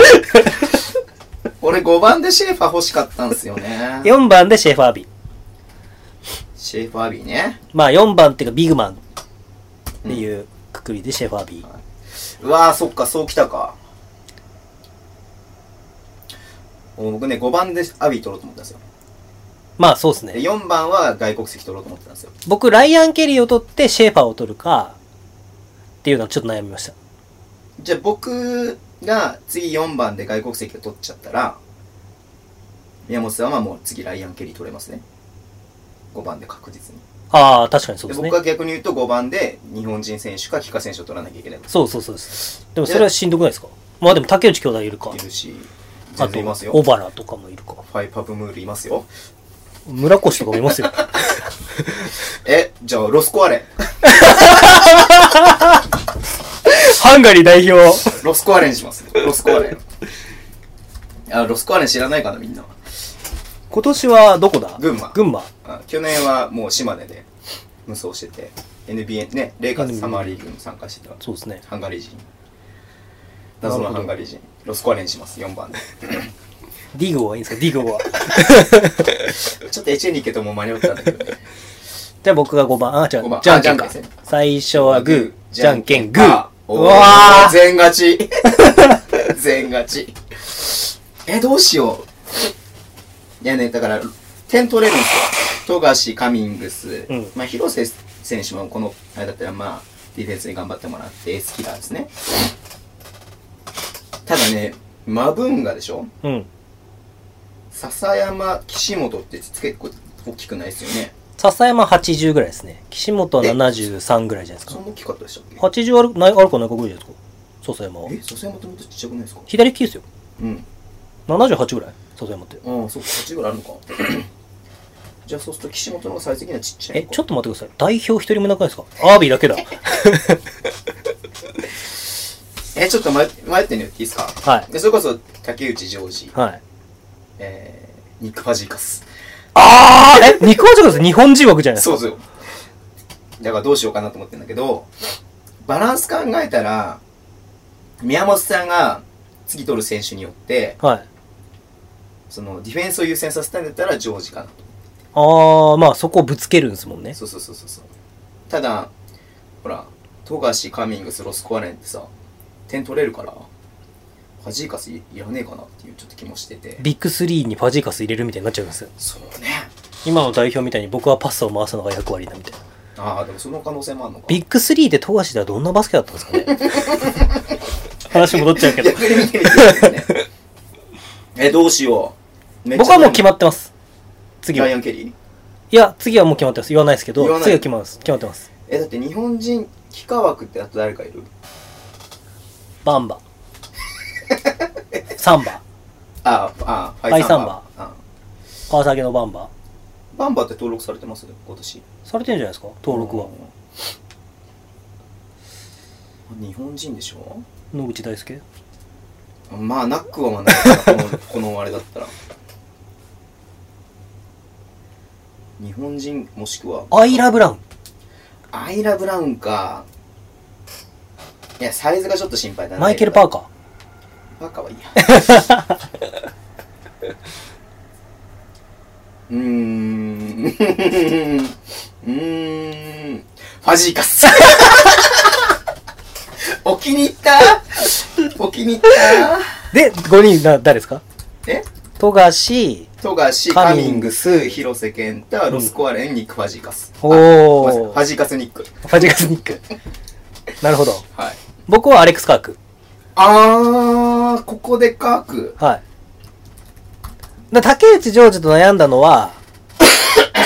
Speaker 2: 俺5番でシェーファー欲しかったんすよね。
Speaker 3: 4番でシェファー・アビ。
Speaker 2: シェーファービーね。
Speaker 3: まあ、4番っていうか、ビッグマンっていうくくりでシェファー・アビ。
Speaker 2: うわー、そっか、そうきたか。お僕ね、5番でアビー取ろうと思ったんですよ。
Speaker 3: まあ、そうです
Speaker 2: で、
Speaker 3: ね。
Speaker 2: 4番は外国籍取ろうと思ってたんですよ。
Speaker 3: 僕、ライアン・ケリーを取って、シェファーを取るか、っていうのはちょっと悩みました。
Speaker 2: じゃあ僕が次4番で外国籍を取っちゃったら、宮本さんはもう次ライアン・ケリー取れますね。5番で確実に。
Speaker 3: ああ、確かにそう
Speaker 2: で
Speaker 3: ですね
Speaker 2: 僕。は逆に言うと5番で日本人選手か帰化選手を取らなきゃいけない
Speaker 3: そうそうそうです。でも、それはしんどくないですかまあ、でも、竹内兄弟いるか
Speaker 2: い。るし、
Speaker 3: あ
Speaker 2: 全
Speaker 3: と
Speaker 2: 然います、よ。
Speaker 3: 小
Speaker 2: フ
Speaker 3: 原とかもいるか。
Speaker 2: ァイパブムールいますよ。
Speaker 3: 村越とかもい ますよ。
Speaker 2: え、じゃあロスコアレ。
Speaker 3: ハンガリー代 表。
Speaker 2: ロスコアレにします。ロスコアレ。あ、ロスコアレ知らないかな、みんな。
Speaker 3: 今年はどこだ
Speaker 2: 群馬
Speaker 3: 群馬。
Speaker 2: あ去年はもう島根で無双してて、NBA ね、レイカーズサマーリーグに参加してた。
Speaker 3: そうですね。
Speaker 2: ハンガリー人。謎のハンガリー人。ロスコアレンします、4番で。
Speaker 3: ディグはいいんですかディグは。
Speaker 2: ちょっと HA に行けとも迷ったんだけどね。
Speaker 3: じゃあ僕が5番。あ、違
Speaker 2: 五番
Speaker 3: う。じゃんけん
Speaker 2: あ
Speaker 3: か
Speaker 2: じゃんけんですね。
Speaker 3: 最初はグー、じゃんけん、グー
Speaker 2: あ。
Speaker 3: う
Speaker 2: お
Speaker 3: わ
Speaker 2: ー
Speaker 3: ー
Speaker 2: 全勝ち。 全勝ち。え、どうしよう。いやね、だから、点取れるんですよ。富樫、カミングス、
Speaker 3: うん
Speaker 2: まあ、広瀬選手もこの、あれだったら、まあ、ディフェンスに頑張ってもらって、エースキラーですね。ただね、マブンガでしょ
Speaker 3: うん。
Speaker 2: 笹山、岸本って結構大きくないですよね。
Speaker 3: 笹山80ぐらいですね。岸本は73ぐらいじゃないです
Speaker 2: そん
Speaker 3: か。
Speaker 2: な大きかったでしたっけ
Speaker 3: 80あるないあるかないかぐらいじゃないですか。笹山は。
Speaker 2: え、笹山ってもっとちっちゃくないですか
Speaker 3: 左利きですよ。
Speaker 2: うん。
Speaker 3: 78ぐらい笹山って。
Speaker 2: ああ、そうか、8ぐらいある のか。じゃあ、そうすると岸本の方がサイズ的にはちっちゃい
Speaker 3: え、
Speaker 2: のか。
Speaker 3: ちょっと待ってください。代表一人もいなくないですかアービーだけだ。
Speaker 2: えちょっと迷迷ってんのよ、いいですか。
Speaker 3: はい
Speaker 2: で、それこそ、竹内ジョージ、
Speaker 3: はい。
Speaker 2: えー、ニック・ファジーカス。
Speaker 3: あーえ、ニコジョーズ日本人枠じゃないですか
Speaker 2: そうそう。だからどうしようかなと思ってんだけど、バランス考えたら、宮本さんが次取る選手によって、
Speaker 3: はい。
Speaker 2: その、ディフェンスを優先させたんだったらジョージかなと。
Speaker 3: ああ、まあそこぶつけるんですもんね。
Speaker 2: そうそうそうそうそう。ただ、ほら、富樫、カミングス、ロスコアレンってさ、点取れるから、ファジーカスいいらねえかなっていうちょっと気もしてて。
Speaker 3: ビッグスリーにファジーカス入れるみたいになっちゃいますよ
Speaker 2: そうね。
Speaker 3: 今の代表みたいに僕はパスを回すのが役割だみたいな。
Speaker 2: ああ、でもその可能性もあるのか。
Speaker 3: ビッグスリーで富樫ではどんなバスケだったんですかね 話戻っちゃうけど。
Speaker 2: 逆に見てみていいですね。え、どうしよう。
Speaker 3: 僕はもう決
Speaker 2: ま
Speaker 3: まってます。次は。
Speaker 2: ライ
Speaker 3: い
Speaker 2: アン・ケリー
Speaker 3: や、次はもう決まってます。言わないですけど
Speaker 2: 言わ、ない
Speaker 3: 次は決まってます。決まってます。
Speaker 2: え、だって日本人、幾何枠ってあと誰かいる
Speaker 3: バンバ。 サンバ。
Speaker 2: あーあー、フ
Speaker 3: ァイサンバ
Speaker 2: ァイサンバ。あ
Speaker 3: 川崎のバンバ。
Speaker 2: ーバンバって登録されてます今年。
Speaker 3: されてるんじゃないですか登録は。
Speaker 2: うん。日本人でしょ
Speaker 3: 野口大輔。
Speaker 2: まあ、なくはまあないかな、このこのあれだったら。日本人、もしくは。
Speaker 3: アイラ・ブラウン。
Speaker 2: アイラ・ブラウンか。いや、サイズがちょっと心配だな。
Speaker 3: マイケル・パー
Speaker 2: ー。
Speaker 3: カー。
Speaker 2: パーカーはいいや。 うーん。うーん。ファジー カス。お気に入ったお気に入った
Speaker 3: で、5人な、誰ですか
Speaker 2: え
Speaker 3: 富樫、
Speaker 2: 富樫、
Speaker 3: カ
Speaker 2: カ
Speaker 3: ミ
Speaker 2: ミ
Speaker 3: ン
Speaker 2: ン
Speaker 3: グ
Speaker 2: グス、広瀬健太、ロスコアレン、ニック・ファジーカス。
Speaker 3: お
Speaker 2: あごめんなさい
Speaker 3: ー
Speaker 2: ファジーカス・ニック。
Speaker 3: ファジカスニック。 なるほど。
Speaker 2: はい。
Speaker 3: 僕はアレックス・カーク。
Speaker 2: あー、ここで書く。
Speaker 3: はい。だ竹内ジョージと悩んだの は、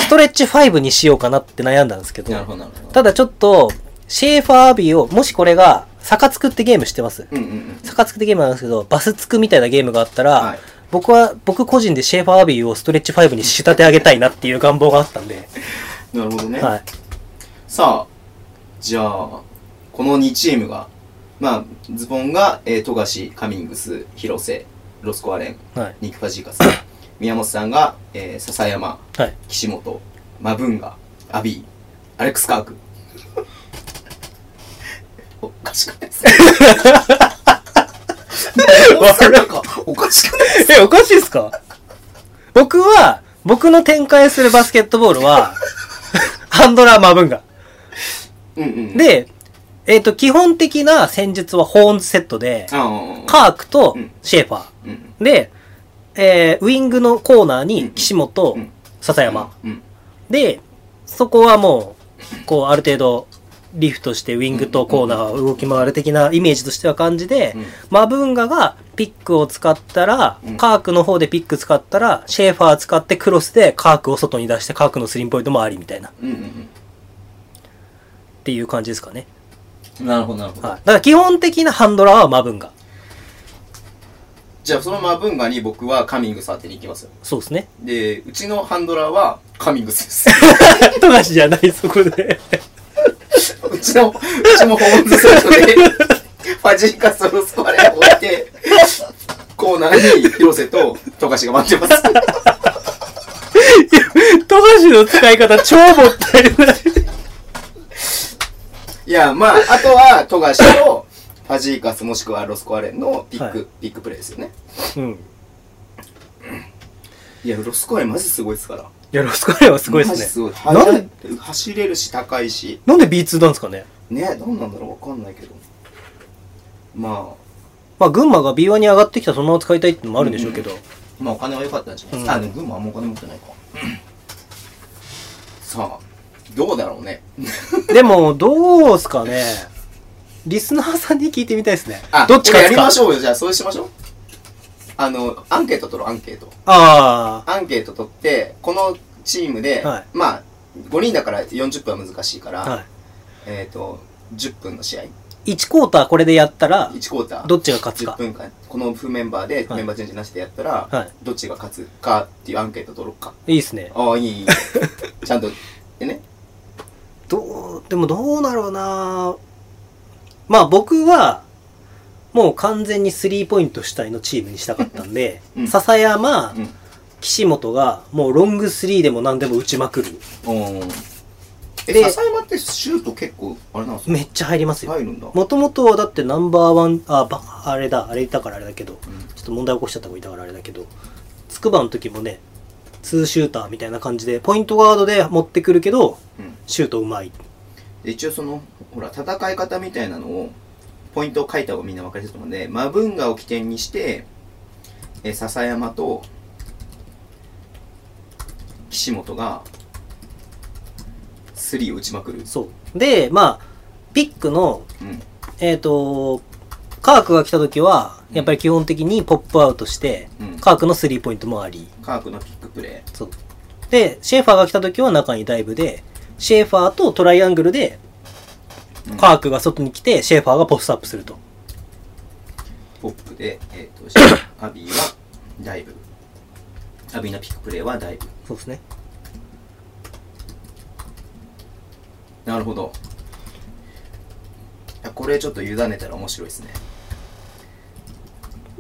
Speaker 3: ストレッチ5にしようかなって悩んだんですけど、
Speaker 2: なるほど、なるほど。
Speaker 3: ただちょっと、シェーファーアビーを、もしこれが、逆作ってゲームしてます。
Speaker 2: うんうんうん。
Speaker 3: 逆作ってゲームなんですけど、バスつくみたいなゲームがあったら、
Speaker 2: はい
Speaker 3: 僕は、僕個人でシェーファーアビーをストレッチ5に仕立て上げたいなっていう願望があったんで、
Speaker 2: なるほどね。
Speaker 3: はい。
Speaker 2: さあ、じゃあ、この2チームが、まあ、ズボンが、えー、富樫、カミングス、広瀬、ロスコアレン、
Speaker 3: はい。
Speaker 2: ニック・ファジ ーカス。宮本さんが、えー、笹山、
Speaker 3: はい。
Speaker 2: 岸本、マブンガ、アビー、アレックス・カーク。おかしくない ですかなんか、おかしくない
Speaker 3: え、おかしいっすか僕は、僕の展開するバスケットボール は、ハンドラーマブンガ。
Speaker 2: うんうん。、
Speaker 3: で、えっ、と、基本的な戦術はホーンズセットで、
Speaker 2: あー、
Speaker 3: カークと
Speaker 2: うん
Speaker 3: シェーファー。
Speaker 2: うん、
Speaker 3: で、えーウィングのコーナー
Speaker 2: う
Speaker 3: に
Speaker 2: ん
Speaker 3: 岸本
Speaker 2: うん、
Speaker 3: 笹山。
Speaker 2: うん。
Speaker 3: で、そこはもう、こう、ある程度、リフトしてウィングとコーナーを動き回る的なイメージとしては感じで
Speaker 2: うん、
Speaker 3: マブンガがピックを使ったら
Speaker 2: う、ん
Speaker 3: カークの方でピック使ったら、シェーファー使ってクロスでカークを外に出して、カークのスリーポイントもありみたいな、っ
Speaker 2: うんうん
Speaker 3: ていう感じですかね。
Speaker 2: うん。なるほど、なるほど。
Speaker 3: はい。だから基本的なハンドラーはマブンガ。
Speaker 2: じゃあ、そのマブンガに僕はカミングス当てに行きますよ。
Speaker 3: そうですね。
Speaker 2: で、うちのハンドラーはカミングスです。
Speaker 3: 富樫じゃない、そこで。
Speaker 2: うちの、うちもホームズセットで、ファジーカスをスパレを置いて、コーナーに広瀬と富樫が待ってます。
Speaker 3: 富樫の使い方超もったいない。
Speaker 2: いや、まあ、あとは富樫とファジーカスもしくはロスコアレンのピック、
Speaker 3: はい
Speaker 2: ピックプレイですよね。
Speaker 3: うん。い
Speaker 2: いや、ロスコアレンマジすごいですから。
Speaker 3: や、ロスカレーはすごいで
Speaker 2: マジ
Speaker 3: す
Speaker 2: す
Speaker 3: ね。
Speaker 2: ごい。
Speaker 3: なん
Speaker 2: 速い走れるし、高いし。
Speaker 3: なんで B2 なんですかね
Speaker 2: ね、どうなんだろうわかんないけど。まあ、
Speaker 3: まあ、群馬が B1 に上がってきたらそのまま使いたいってのもあるんでしょうけど。
Speaker 2: まあお金は良かったんじゃないで
Speaker 3: う
Speaker 2: すか。
Speaker 3: ん
Speaker 2: あ、でも群馬あんまお金持ってないか。さあ、どうだろうね。
Speaker 3: でも、どうすかねリスナーさんに聞いてみたいですね。
Speaker 2: あ、
Speaker 3: どっちか
Speaker 2: こ
Speaker 3: です
Speaker 2: れやり
Speaker 3: か
Speaker 2: ましょうよ。じゃあ、そうしましょう。あの、アンケート取ろう、アンケート。
Speaker 3: あ
Speaker 2: アンケート取って、このチームで、
Speaker 3: はい
Speaker 2: まあ、5人だから40分は難しいから、
Speaker 3: あ。は
Speaker 2: えっ、と、10分の試合、
Speaker 3: い。1クォーターこれでやったら、
Speaker 2: 1クォーター、
Speaker 3: どっちが勝つ
Speaker 2: 10
Speaker 3: か。
Speaker 2: 分間、このフルメンバーで、
Speaker 3: はい
Speaker 2: メンバーチェンジなしでやったら、
Speaker 3: は
Speaker 2: どっちが勝つかっていうアンケート取ろうか。
Speaker 3: い。いいですね。
Speaker 2: ああ、いい いい、いいちゃんと、でね。
Speaker 3: どう、でもどうだろうなまあ僕は、もう完全にスリーポイント主体のチームにしたかったんで、
Speaker 2: うん
Speaker 3: 笹山、
Speaker 2: うん
Speaker 3: 岸本がもうロングスリーでも何でも打ちまくる。
Speaker 2: うん。え、
Speaker 3: で
Speaker 2: 笹山ってシュート結構、あれなんですか
Speaker 3: めっちゃ入りますよ。
Speaker 2: 入るんだ。
Speaker 3: もともとはだってナンバーワン、あ、ば、あれだ、あれだからあれだけど、
Speaker 2: うん
Speaker 3: ちょっと問題起こしちゃった子いたからあれだけど、つくばの時もね、ツーシューターみたいな感じで、ポイントガードで持ってくるけど、
Speaker 2: うん
Speaker 3: シュートうまい。
Speaker 2: で一応そのほら戦い方みたいなのをポイントを書いた方がみんな分かりやすいと思うのでマブンガを起点にしてえー笹山と岸本がスリーを打ちまくる、
Speaker 3: そう。で、まあ、ピックの
Speaker 2: うん
Speaker 3: えっ、と、カークが来た時は、やっぱり基本的にポップアウトして、
Speaker 2: うん、カ
Speaker 3: カークのスリーポイントもあり、
Speaker 2: ークのピックプレ
Speaker 3: そう。で、シェーファーが来た時は中にダイブで、シェーファーとトライアングルで
Speaker 2: うん、
Speaker 3: カークが外に来て、シェーファーがポストアップすると。
Speaker 2: ーポップで、えー、と アビーはダイブアビーのピックプレーはダイブ
Speaker 3: そうですね。
Speaker 2: なるほどいやこれちょっと委ねたら面白いですね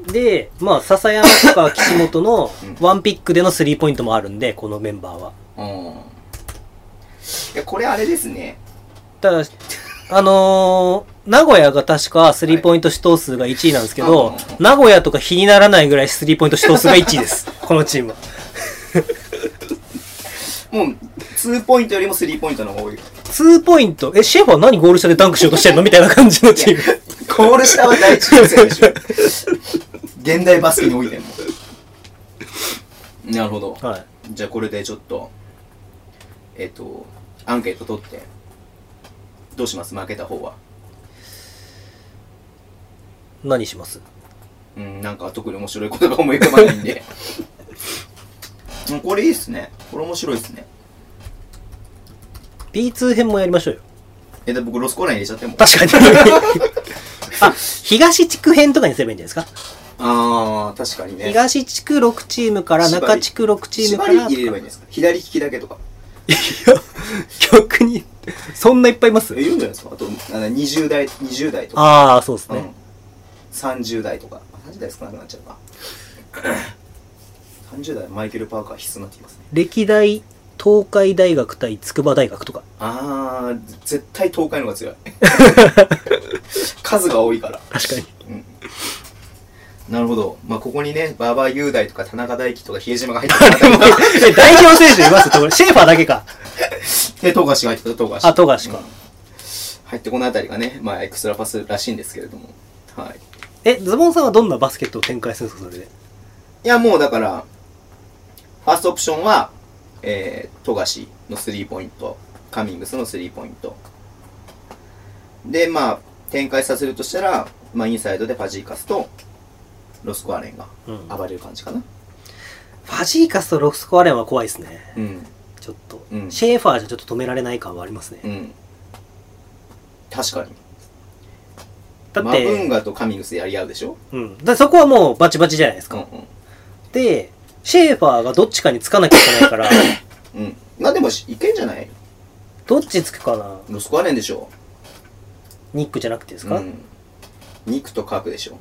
Speaker 3: で、まあ、笹山とか岸本の
Speaker 2: うん
Speaker 3: ワンピックでのスリーポイントもあるんで、このメンバーは。
Speaker 2: うんいやこれあれですね
Speaker 3: ただ、あのー名古屋が確かスリーポイント死闘数が1位なんですけど、
Speaker 2: はいあ
Speaker 3: 名古屋とか比にならないぐらいスリーポイント死闘数が1位です。このチームは。
Speaker 2: もう、ツーポイントよりもスリーポイントの方が多 い。
Speaker 3: ツーポイント、え、シェファー何ゴール下でダンクしようとしてんのみたいな感じのチーム。
Speaker 2: ゴール下は第一優先でしょ。現代バスケにおいても。なるほど
Speaker 3: はい、
Speaker 2: じゃあこれでちょっとえっ、とアンケート取ってどうします負けた方は
Speaker 3: 何します
Speaker 2: うんなんか特に面白いことが思い浮かばないん でうんこれいいっすねこれ面白いっすね
Speaker 3: B2 編もやりましょうよ
Speaker 2: えだって僕ロスコーラに入れちゃっても
Speaker 3: 確かにあ東地区編とかにすればいいんじゃないですか、
Speaker 2: ああ確かにね
Speaker 3: 東地区6チームから
Speaker 2: 縛り
Speaker 3: 中地区6チーム
Speaker 2: 縛
Speaker 3: か
Speaker 2: り
Speaker 3: ら
Speaker 2: 入れればいいんですか左利きだけとか
Speaker 3: 逆にそんないっぱいいます
Speaker 2: えいるんじゃないですかあとあの20代20代とか、
Speaker 3: ああそうです
Speaker 2: う
Speaker 3: ね、
Speaker 2: ん、30代とか30代少なくなっちゃうか 30代マイケル・パーカー必須になってきますね
Speaker 3: 歴代東海大学対筑波大学とか
Speaker 2: あー絶対東海の方が強い 数が多いから
Speaker 3: 確 かに
Speaker 2: なるほどまあここにね馬場雄大とか田中大輝とか比江島が入ってきた
Speaker 3: え代表選手いますシェーファーだけか
Speaker 2: で富樫が入ってきた富樫
Speaker 3: あ富樫か
Speaker 2: うん入ってこの辺りがねまあエクストラパスらしいんですけれどもはい
Speaker 3: えズボンさんはどんなバスケットを展開するんですかそれで
Speaker 2: いや、もうだから、ファーストオプションは、えー、富樫のスリーポイント、カミングスのスリーポイント。で、まあ、展開させるとしたら、まあ、インサイドでファジーカスと、ロスコアレンが
Speaker 3: うん
Speaker 2: 暴れる感じかな。
Speaker 3: ファジーカスとロスコアレンは怖いですね
Speaker 2: うん。
Speaker 3: ちょっと、
Speaker 2: うん
Speaker 3: シェーファーじゃちょっと止められない感はありますね、
Speaker 2: うん。確かに。
Speaker 3: だっ
Speaker 2: マブン
Speaker 3: て、
Speaker 2: ガとカミングスでやり合うでしょ
Speaker 3: うん、だってそこはもうバチバチじゃないです
Speaker 2: う
Speaker 3: か、
Speaker 2: ん
Speaker 3: でシェーファーがどっちかにつかなきゃいけない から
Speaker 2: うん。うん。まあでも、いけんじゃない
Speaker 3: どっちつくかな
Speaker 2: ロスコアレンでしょ
Speaker 3: ニックじゃなくてですか、
Speaker 2: うん、肉とカークでしょ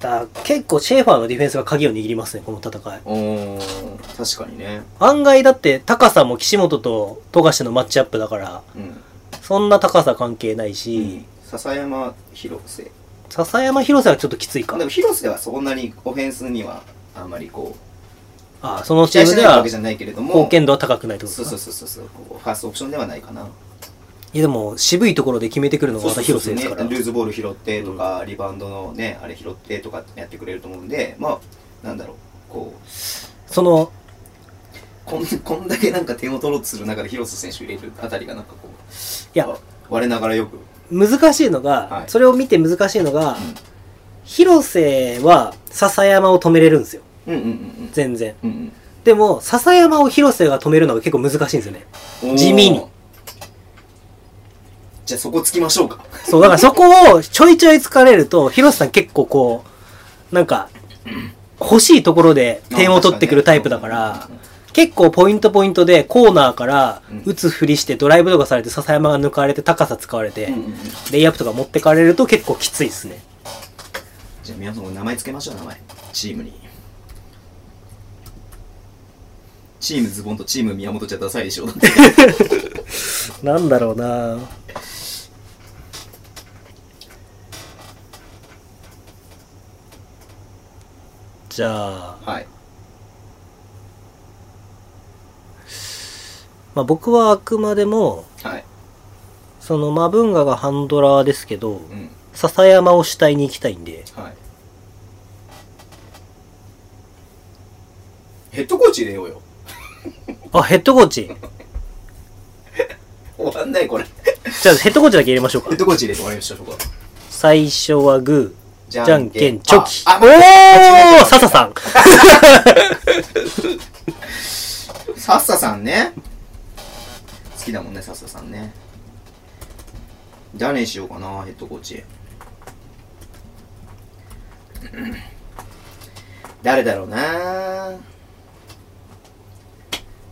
Speaker 3: だ結構シェーファーのディフェンスが鍵を握りますねこの戦い
Speaker 2: おー、確かにね。
Speaker 3: 案外だって高さも岸本と富樫のマッチアップだから
Speaker 2: うん。
Speaker 3: そんな高さ関係ないし、
Speaker 2: 笹山広瀬
Speaker 3: 笹山広瀬はちょっときついか
Speaker 2: でも広瀬はそんなにオフェンスにはあんまりこう
Speaker 3: あその
Speaker 2: 期
Speaker 3: チー
Speaker 2: 待
Speaker 3: ム
Speaker 2: し
Speaker 3: で
Speaker 2: てないわ
Speaker 3: は
Speaker 2: けじゃないけれども
Speaker 3: 貢献度は高くないってこと
Speaker 2: そ
Speaker 3: で
Speaker 2: う
Speaker 3: す
Speaker 2: そう
Speaker 3: か
Speaker 2: そうそうそうこうファーストオプションではないか
Speaker 3: い
Speaker 2: な
Speaker 3: やでも渋いところで決めてくるのがまた広瀬ですから
Speaker 2: ね、ルーズボール拾ってとか、リバウンドのねあれ拾ってとかやってくれると思うんでまあなんだろうこう
Speaker 3: その
Speaker 2: こん こんだけなんか点を取ろうとする中で広瀬選手入れるあたりがなんかこう
Speaker 3: いや
Speaker 2: 我ながらよく
Speaker 3: 難しいのが、
Speaker 2: はい
Speaker 3: それを見て難しいのが、広瀬は笹山を止めれるんですよ
Speaker 2: うんうんうん
Speaker 3: 全然
Speaker 2: うんうん
Speaker 3: でも笹山を広瀬が止めるのが結構難しいんですよね
Speaker 2: うんおー
Speaker 3: 地味に
Speaker 2: じゃあそこつきましょうか
Speaker 3: そうだからそこをちょいちょい疲れると広瀬さん結構こうなんか欲しいところで点を取ってくるタイプだから
Speaker 2: うんうん
Speaker 3: 結構ポイントポイントでコーナーから
Speaker 2: うん
Speaker 3: 打つふりしてドライブとかされて笹山が抜かれて高さ使われて
Speaker 2: うんうんうん
Speaker 3: レイアップとか持ってかれると結構きついですね
Speaker 2: じゃあ皆さんも名前つけましょう名前チームにチームズボンとチーム宮本じゃダサいで しょ
Speaker 3: なんだろうなじゃあ、
Speaker 2: はい
Speaker 3: まあ、僕はあくまでも
Speaker 2: はい
Speaker 3: そのマブンガがハンドラーですけど
Speaker 2: うん
Speaker 3: 笹山を主体に行きたいんで
Speaker 2: はいヘッドコーチ入れようよ
Speaker 3: あヘッドコーチ
Speaker 2: 終わんないこれヘ
Speaker 3: じゃあヘッドコーチだけ入れましょうか
Speaker 2: ッドコーチ入れて終わりましょうここ
Speaker 3: 最初はグ
Speaker 2: じ
Speaker 3: ーじゃんけんチ
Speaker 2: パ
Speaker 3: ョ
Speaker 2: ー
Speaker 3: キ
Speaker 2: あ
Speaker 3: おお笹さん
Speaker 2: サッサさんね好きだもんねサッサさんね誰にしようかなヘッドコーチ 誰だろうな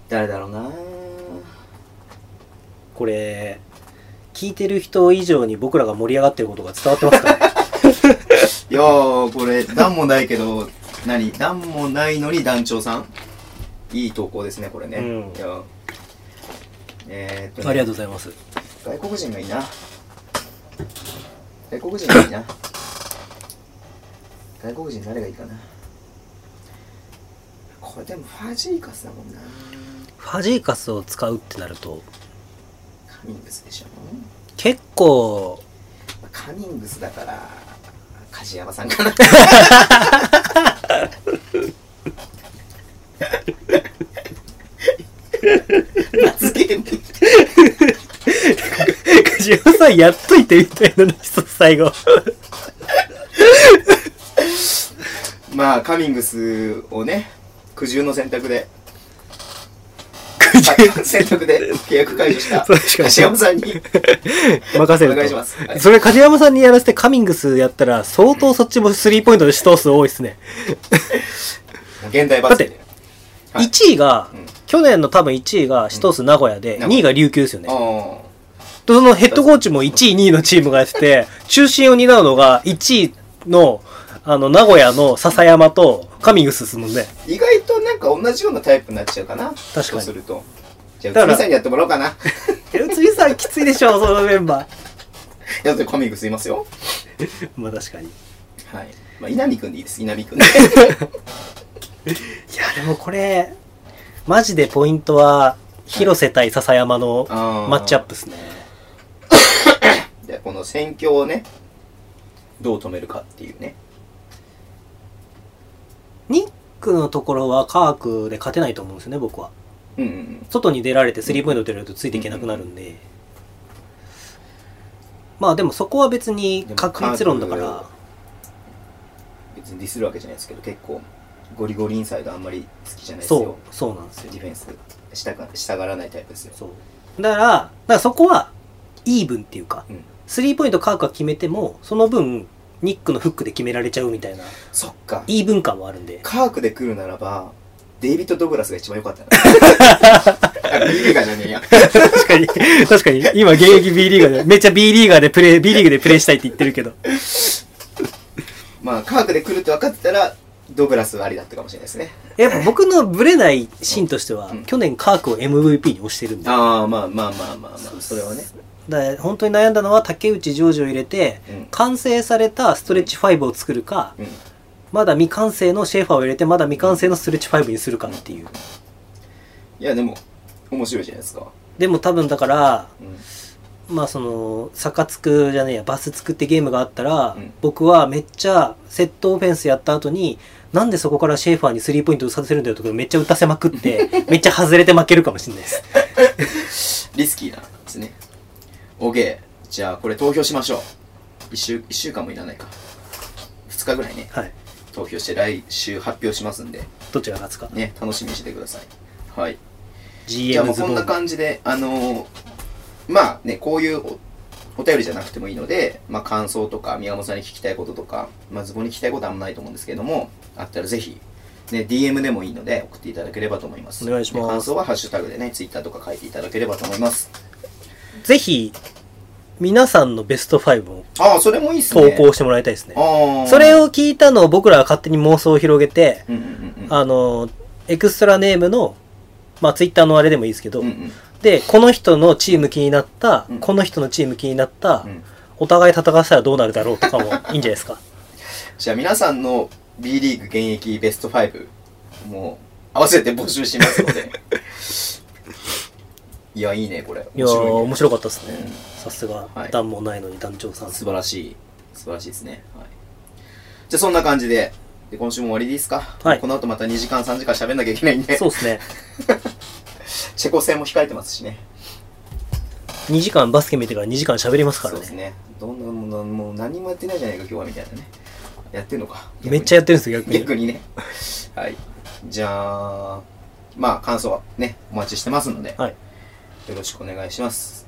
Speaker 2: 誰だろうな
Speaker 3: これ聞いてる人以上に僕らが盛り上がってることが伝わってます かね
Speaker 2: いやーこれ段もないけど何段もないのに団長さんいい投稿ですねこれね、
Speaker 3: うん
Speaker 2: いやーえー、っとね、
Speaker 3: ありがとうございます
Speaker 2: 外国人がいいな外国人がいいな外国人誰がいいかなこれでもファジーカスだもんな
Speaker 3: ファジーカスを使うってなると
Speaker 2: カミングスでしょ
Speaker 3: 結構
Speaker 2: まあカミングスだからカ梶山さんかな罰ゲーム
Speaker 3: 梶山さんやっといてみたいなのにそう最後
Speaker 2: まあカミングスをね苦渋の選択で
Speaker 3: 苦
Speaker 2: はい選択で契約解除した
Speaker 3: そう 確かに
Speaker 2: 梶山さんに
Speaker 3: 任せると
Speaker 2: お願いしますはい
Speaker 3: それ梶山さんにやらせてカミングスやったら相当そっちもスリーポイントの死闘数多いっすね、
Speaker 2: 現代バスケではい
Speaker 3: 1位が、
Speaker 2: うん
Speaker 3: 去年の多分1位が死闘数名古屋で、
Speaker 2: うん
Speaker 3: 2位が琉球ですよね
Speaker 2: ああ
Speaker 3: でそのヘッドコーチも1位2位のチームがやってて中心を担うのが1位のあの名古屋の笹山とカミングスですもんね
Speaker 2: 意外となんか同じようなタイプになっちゃうかな確
Speaker 3: かに
Speaker 2: そうするとじゃ
Speaker 3: だ
Speaker 2: あ
Speaker 3: から
Speaker 2: 内海さんにやってもらおうかな
Speaker 3: 宇津木さんきついでし ょそのメンバー
Speaker 2: やってコミックスいますよ
Speaker 3: まあ確かにい
Speaker 2: はいまあ稲見君でいいです稲見 君で
Speaker 3: やでもこれマジでポイントは広瀬対笹山のマッチアップですね
Speaker 2: でこの戦況をねどう止めるかっていうね
Speaker 3: ニックのところは科学で勝てないと思うんですよね僕は
Speaker 2: うんうんうん
Speaker 3: 外に出られてスリーポイント打てられるとついていけなくなるんで、まあでもそこは別に確率論だか
Speaker 2: でもカー
Speaker 3: ら
Speaker 2: ク別にディスるわけじゃないですけど結構ゴリゴリインサイドあんまり好きじゃないです
Speaker 3: そ
Speaker 2: よ
Speaker 3: うそうなんですよ
Speaker 2: ディフェンスしたがしたがらないタイプですよ
Speaker 3: そうだからだからそこはイーブンっていうか
Speaker 2: うん
Speaker 3: スリーポイントカークが決めてもその分ニックのフックで決められちゃうみたいな
Speaker 2: そっか
Speaker 3: イーブン感はあるんで
Speaker 2: カークで来るならばデイビッド・ドグラスが一番良かったなあ B リーガーじゃねえや
Speaker 3: 確かに確かに今現役 B リーガー でめっちゃ B リーガーでプレー B リーグでプレーしたいって言ってるけど
Speaker 2: まあカークで来るって分かってたらドグラスはありだったかもしれないですね
Speaker 3: やっぱ僕のブレないシーンとしては、
Speaker 2: うん
Speaker 3: 去年カークを MVP に推してるんで
Speaker 2: ああまあまあまあまあまあそれはね
Speaker 3: だから本当に悩んだのは竹内ジョージを入れて
Speaker 2: うん
Speaker 3: 完成されたストレッチ5を作るか
Speaker 2: うん
Speaker 3: まだ未完成のシェーファーを入れてまだ未完成のストレッチ5にするかっていう
Speaker 2: いやでも面白いじゃないですか、
Speaker 3: でも多分だから
Speaker 2: うん
Speaker 3: まあその坂つくじゃねえやバス作ってゲームがあったら、
Speaker 2: うん
Speaker 3: 僕はめっちゃセットオフェンスやった後になんでそこからシェーファーにスリーポイント打たせるんだよとかめっちゃ打たせまくって めっちゃ外れて負けるかもしれないです
Speaker 2: リスキーなんですね OK じゃあこれ投票しましょう 1, 週一週間もいらないか2日ぐらいね
Speaker 3: はい
Speaker 2: 投票して来週発表しますんで
Speaker 3: どっちが勝つか
Speaker 2: ね楽しみにしててくださいはいじゃあ
Speaker 3: GM
Speaker 2: もう
Speaker 3: ズ
Speaker 2: こ
Speaker 3: ボ
Speaker 2: んな
Speaker 3: ン
Speaker 2: 感じで、あのーまあね、こういうおお便りじゃなくてもいいので、まあ、感想とか、宮本さんに聞きたいこととか、まあ、ズボンに聞きたいことはあんまないと思うんですけれども、あったらぜひ、ね、DM でもいいので送っていただければと思います。
Speaker 3: お願いします
Speaker 2: で感想はハッシュタグでね、ツイッターとか書いていただければと思います。
Speaker 3: ぜひ皆さんのベスト5を
Speaker 2: ああ、それもいいっす
Speaker 3: 投
Speaker 2: ね。
Speaker 3: 稿してもらいたいですね
Speaker 2: ああ。
Speaker 3: それ、を聞いたのを僕らは勝手に妄想を広げて、
Speaker 2: うんうんうんうん。
Speaker 3: あのエクストラネームのまあツイッターのあれでもいいですけど、
Speaker 2: うんうん
Speaker 3: でこの人のチーム気になった、
Speaker 2: うん
Speaker 3: この人のチーム気になった、
Speaker 2: うん
Speaker 3: お互い戦わせたらどうなるだろうとかもいいんじゃない ですか
Speaker 2: じゃあ皆さんの B リーグ現役ベスト5もう合わせて募集しますので いやいいねこれ
Speaker 3: いやー
Speaker 2: ね
Speaker 3: 面白かったですね
Speaker 2: うん
Speaker 3: さすが
Speaker 2: はい
Speaker 3: 弾もないのに団長さん
Speaker 2: 素晴らしい素晴らしいですね、はい、じゃあそんな感じでで今週も終わりでいいですか、
Speaker 3: はい
Speaker 2: この後また2時間3時間喋んなきゃいけないんで
Speaker 3: そうですね
Speaker 2: チェコ戦も控えてますしね
Speaker 3: 2時間バスケ見てから2時間喋りますから
Speaker 2: そうです
Speaker 3: ね
Speaker 2: ねどんどんどんどんもう何もやってないじゃないか今日はみたいなねやってんのか
Speaker 3: めっちゃやってるんですよ逆に
Speaker 2: 逆にねはいじゃあまあ感想はねお待ちしてますので、
Speaker 3: はい
Speaker 2: よろしくお願いします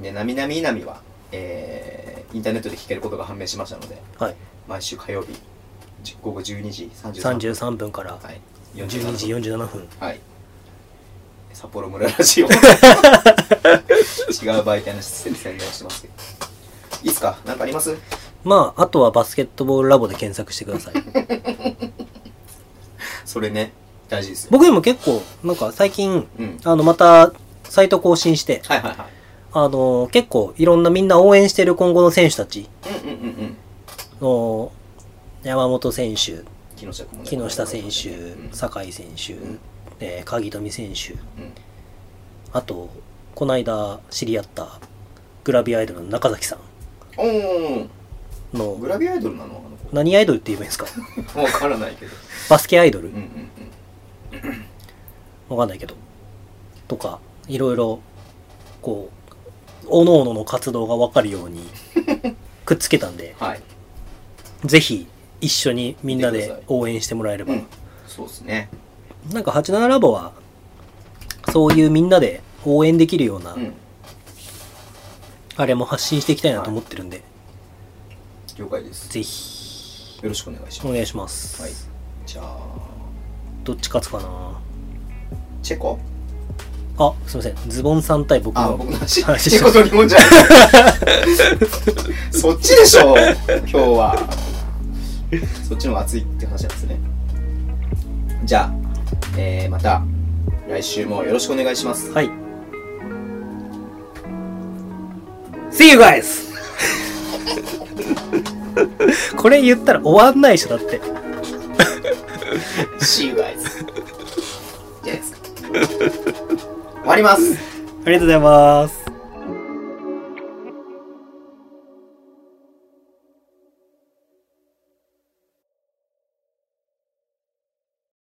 Speaker 2: で「なみなみいなみ」は、えーインターネットで聞けることが判明しましたので
Speaker 3: はい
Speaker 2: 毎週火曜日じ午後12時33分
Speaker 3: 33分から
Speaker 2: はい、
Speaker 3: 12時47分
Speaker 2: はい札幌村ラ ジオ違う媒体の出演宣伝をしてますけどいいっすか何かあります
Speaker 3: まああとはバスケットボールラボで検索してください
Speaker 2: それね大事ですよ
Speaker 3: 僕でも結構なんか最近
Speaker 2: うん
Speaker 3: あのまたサイト更新して
Speaker 2: はいはいはい
Speaker 3: あの結構いろんなみんな応援してる今後の選手たち
Speaker 2: うんうんうんうん
Speaker 3: の山本選手
Speaker 2: 木下君もね
Speaker 3: 木下選手
Speaker 2: うん
Speaker 3: 酒井選手、
Speaker 2: ん
Speaker 3: えー鍵富選手
Speaker 2: うん
Speaker 3: あとこの間知り合ったグラビアアイドルの中崎さん
Speaker 2: おー
Speaker 3: の
Speaker 2: グラビアアイドルなのあの子
Speaker 3: 何アイドルって言えばいいんです か
Speaker 2: 分からないけど
Speaker 3: バスケアイドル
Speaker 2: うんうんうん
Speaker 3: わかんないけど。とか、いろいろ、こう、おののの活動がわかるようにくっつけたんで、
Speaker 2: はい
Speaker 3: ぜひ一緒にみんな
Speaker 2: 見てくださ
Speaker 3: で
Speaker 2: い
Speaker 3: 応援してもらえれば。
Speaker 2: うんそうですね
Speaker 3: なんか87ラボは、そういうみんなで応援できるような、
Speaker 2: うん
Speaker 3: あれも発信していきたいなと思ってるんで、
Speaker 2: 了解です
Speaker 3: ぜひ
Speaker 2: よろしくお願いし
Speaker 3: お
Speaker 2: ま
Speaker 3: 願いします。
Speaker 2: すはいじゃあ
Speaker 3: どっち勝つかな
Speaker 2: チェコ
Speaker 3: あ、すいません。ズボンさん対僕
Speaker 2: あ
Speaker 3: の
Speaker 2: 僕の話
Speaker 3: 話
Speaker 2: チェコと日本 じゃないそっちでしょ今日はそっちの方が熱いって話なんですねじゃあ、えーまた来週もよろしくお願いします
Speaker 3: はい。See you guys! これ言ったら終わんないでしょ、だって。
Speaker 2: See you guys じゃないですか終わります
Speaker 3: ありがとうございます。